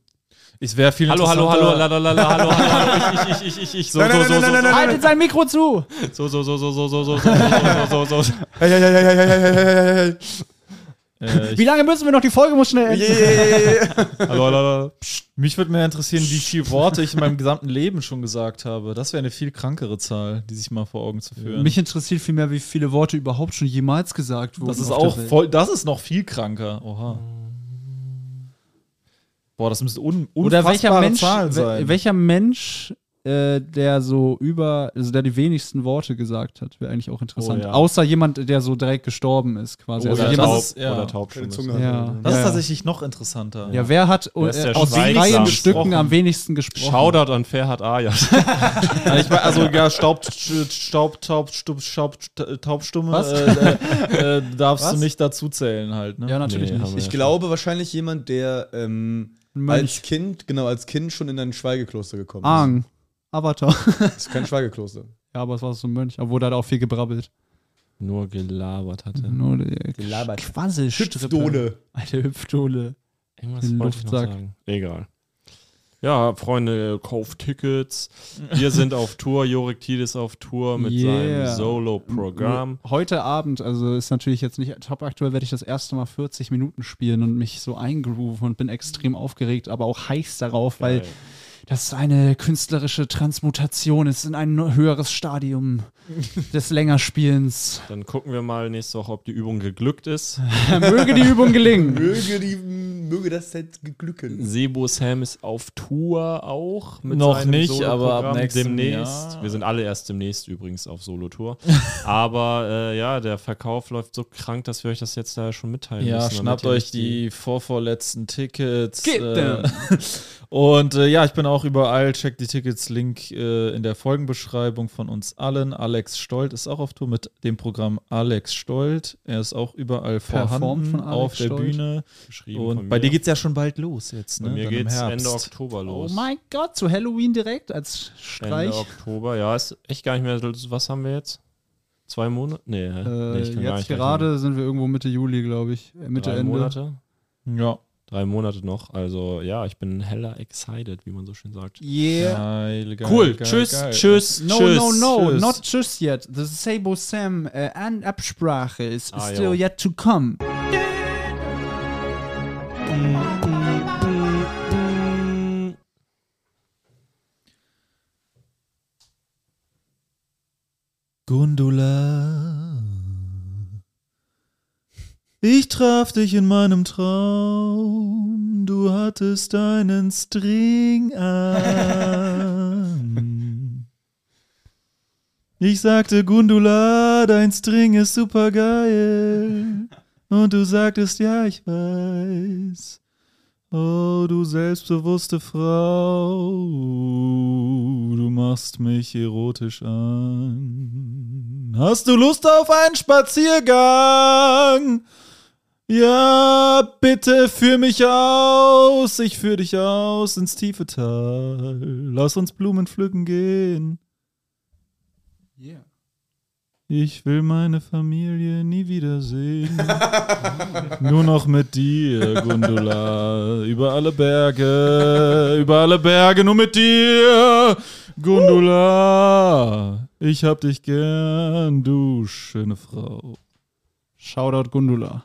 [SPEAKER 5] ich wäre viel
[SPEAKER 4] Hallo, hallo, hallo, la, la, la, la, hallo, hallo, hallo, ich, ich, ich, ich, ich, so, so,
[SPEAKER 1] Nein, nein,
[SPEAKER 4] so,
[SPEAKER 1] nein, nein, nein,
[SPEAKER 2] Haltet sein Mikro zu!
[SPEAKER 4] so, so, so, so, so, so, so, so, so, so, so, so, so,
[SPEAKER 1] Hey, hey, hey, hey, hey, hey, hey, hey, hey.
[SPEAKER 5] Äh,
[SPEAKER 2] Wie
[SPEAKER 5] ich,
[SPEAKER 2] lange müssen wir noch? Die Folge muss schnell enden.
[SPEAKER 1] Yeah.
[SPEAKER 4] hallo, hallo, hallo.
[SPEAKER 5] mich würde mehr interessieren, wie viele Worte ich in meinem gesamten Leben schon gesagt habe. Das wäre eine viel krankere Zahl, die sich mal vor Augen zu führen.
[SPEAKER 2] Mich interessiert vielmehr, wie viele Worte überhaupt schon jemals gesagt wurden.
[SPEAKER 5] das ist
[SPEAKER 2] auf der
[SPEAKER 5] auch
[SPEAKER 2] Welt.
[SPEAKER 5] voll, das ist noch viel kranker. Oha. Boah, das müsste un,
[SPEAKER 2] Oder welcher
[SPEAKER 5] unfassbare
[SPEAKER 2] Mensch,
[SPEAKER 5] Zahlen
[SPEAKER 2] wel-
[SPEAKER 5] sein.
[SPEAKER 2] welcher Mensch, äh, der so über, also der die wenigsten Worte gesagt hat, wäre eigentlich auch interessant.
[SPEAKER 4] Oh, ja.
[SPEAKER 2] Außer jemand, der so direkt gestorben ist,
[SPEAKER 1] Oh,
[SPEAKER 2] quasi. also
[SPEAKER 5] Oder
[SPEAKER 4] Oder
[SPEAKER 5] jemand-
[SPEAKER 4] taub,
[SPEAKER 5] das ist- ja.
[SPEAKER 4] oder taub
[SPEAKER 1] Keine
[SPEAKER 4] schon.
[SPEAKER 1] Zunge.
[SPEAKER 4] ist-
[SPEAKER 2] ja, ja.
[SPEAKER 5] das ist
[SPEAKER 2] ja.
[SPEAKER 5] tatsächlich noch interessanter. Also
[SPEAKER 2] Ja, wer hat äh,
[SPEAKER 4] ist der
[SPEAKER 2] aus
[SPEAKER 4] schweigsam
[SPEAKER 2] freien
[SPEAKER 5] gesprochen?
[SPEAKER 2] Stücken am wenigsten gesprochen?
[SPEAKER 4] [laughs] Shoutout an Ferhat [laughs] Ayat.
[SPEAKER 5] Also, ich, mein, also ja, Staub, Sch- Staub, Taub, Stub, Staub, Ta- Taubstumme äh, äh, äh, darfst du nicht dazu zählen halt. Ne?
[SPEAKER 2] Ja, natürlich
[SPEAKER 4] Nee,
[SPEAKER 2] nicht.
[SPEAKER 4] haben wir-
[SPEAKER 1] Ich glaube wahrscheinlich jemand, der ähm,
[SPEAKER 2] Mönch.
[SPEAKER 1] als Kind, genau, als Kind schon in ein Schweigekloster gekommen
[SPEAKER 2] Aang. Avatar.
[SPEAKER 1] ist.
[SPEAKER 2] [laughs]
[SPEAKER 1] Das ist kein Schweigekloster.
[SPEAKER 2] ja, aber es war so ein Mönch. Aber wurde halt auch viel gebrabbelt.
[SPEAKER 4] Nur gelabert hatte.
[SPEAKER 2] Nur die
[SPEAKER 1] Gelabert.
[SPEAKER 2] Quasselstrippe.
[SPEAKER 1] Schützdohle.
[SPEAKER 2] Alte Hüpfdohle.
[SPEAKER 4] Irgendwas
[SPEAKER 2] Den
[SPEAKER 4] wollte ich noch
[SPEAKER 2] Luftsack.
[SPEAKER 4] sagen. Egal. Ja, Freunde, kauft Tickets. Wir sind auf Tour. Jorik Thiel ist auf Tour mit
[SPEAKER 2] Yeah.
[SPEAKER 4] seinem Solo-Programm.
[SPEAKER 2] Heute Abend, also ist natürlich jetzt nicht top aktuell, werde ich das erste Mal 40 Minuten spielen und mich so eingrooven und bin extrem aufgeregt, aber auch heiß darauf, weil
[SPEAKER 4] Geil.
[SPEAKER 2] das eine künstlerische Transmutation ist in ein höheres [laughs] Stadium des Längerspielens.
[SPEAKER 4] Dann gucken wir mal nächste Woche, ob die Übung geglückt ist.
[SPEAKER 2] Möge die Übung gelingen.
[SPEAKER 1] Möge die, möge das jetzt geglücken.
[SPEAKER 4] Sebo Sam ist auf Tour auch. Mit
[SPEAKER 5] Noch
[SPEAKER 4] seinem
[SPEAKER 5] nicht, aber ab
[SPEAKER 4] Soloprogramm
[SPEAKER 5] nächstem
[SPEAKER 4] demnächst.
[SPEAKER 5] Jahr.
[SPEAKER 4] Wir sind alle erst demnächst übrigens auf
[SPEAKER 5] [laughs]
[SPEAKER 4] Solo-Tour. aber äh, ja, der Verkauf läuft so krank, dass wir euch das jetzt da schon mitteilen
[SPEAKER 5] Ja,
[SPEAKER 4] müssen. damit
[SPEAKER 5] schnappt
[SPEAKER 4] ihr
[SPEAKER 5] euch
[SPEAKER 4] nicht
[SPEAKER 5] die vorvorletzten Tickets.
[SPEAKER 2] Get
[SPEAKER 5] Äh,
[SPEAKER 2] them.
[SPEAKER 5] [laughs] und äh, ja, ich bin auch überall. Checkt die Tickets. Link äh, in der Folgenbeschreibung von uns allen. Alex Stolt ist auch auf Tour mit dem Programm Alex Stolt. Er ist auch überall
[SPEAKER 2] Performt
[SPEAKER 5] vorhanden
[SPEAKER 2] von Alex
[SPEAKER 5] auf der
[SPEAKER 2] Stolt.
[SPEAKER 5] Bühne.
[SPEAKER 4] geschrieben von
[SPEAKER 5] Und bei
[SPEAKER 4] mir.
[SPEAKER 5] dir geht's ja schon bald los jetzt. Ne?
[SPEAKER 4] Bei mir
[SPEAKER 5] Dann im
[SPEAKER 4] geht's
[SPEAKER 5] Herbst.
[SPEAKER 4] Ende Oktober los.
[SPEAKER 2] Oh mein Gott, zu Halloween direkt als Streich.
[SPEAKER 4] Ende Oktober, ja, ist echt gar nicht mehr. so- Was haben wir jetzt? Zwei Monate? Nee, nee
[SPEAKER 2] Äh,
[SPEAKER 4] ich kann gar
[SPEAKER 2] jetzt
[SPEAKER 4] nicht
[SPEAKER 2] gerade sind wir irgendwo Mitte Juli, glaube ich. Äh,
[SPEAKER 4] rechnen.
[SPEAKER 2] Mitte
[SPEAKER 4] Drei
[SPEAKER 2] Ende.
[SPEAKER 4] Monate?
[SPEAKER 5] Ja.
[SPEAKER 4] Drei Monate noch. Also ja, ich bin heller excited, wie man so schön sagt.
[SPEAKER 2] Yeah.
[SPEAKER 5] Geil, geil,
[SPEAKER 4] Cool.
[SPEAKER 5] geil,
[SPEAKER 4] tschüss,
[SPEAKER 5] geil.
[SPEAKER 4] tschüss,
[SPEAKER 2] No,
[SPEAKER 4] tschüss.
[SPEAKER 2] no, no,
[SPEAKER 5] tschüss.
[SPEAKER 2] not just yet. The Sabo Sam äh, an Absprache is
[SPEAKER 4] Ah,
[SPEAKER 2] still
[SPEAKER 4] jo.
[SPEAKER 2] yet to come.
[SPEAKER 5] Gundula. Ich traf dich in meinem Traum, du hattest einen String an. Ich sagte, Gundula, dein String ist super geil. Und du sagtest, ja, ich weiß. Oh, du selbstbewusste Frau, du machst mich erotisch an. Hast du Lust auf einen Spaziergang? Ja, bitte führ mich aus, ich führ dich aus ins tiefe Tal. Lass uns Blumen pflücken gehen.
[SPEAKER 2] Yeah.
[SPEAKER 5] Ich will meine Familie nie wiedersehen. Nur noch mit dir, [laughs] Gundula. Über alle Berge, über alle Berge, nur mit dir, Gundula. Ich hab dich gern, du schöne Frau.
[SPEAKER 2] Shoutout Gundula.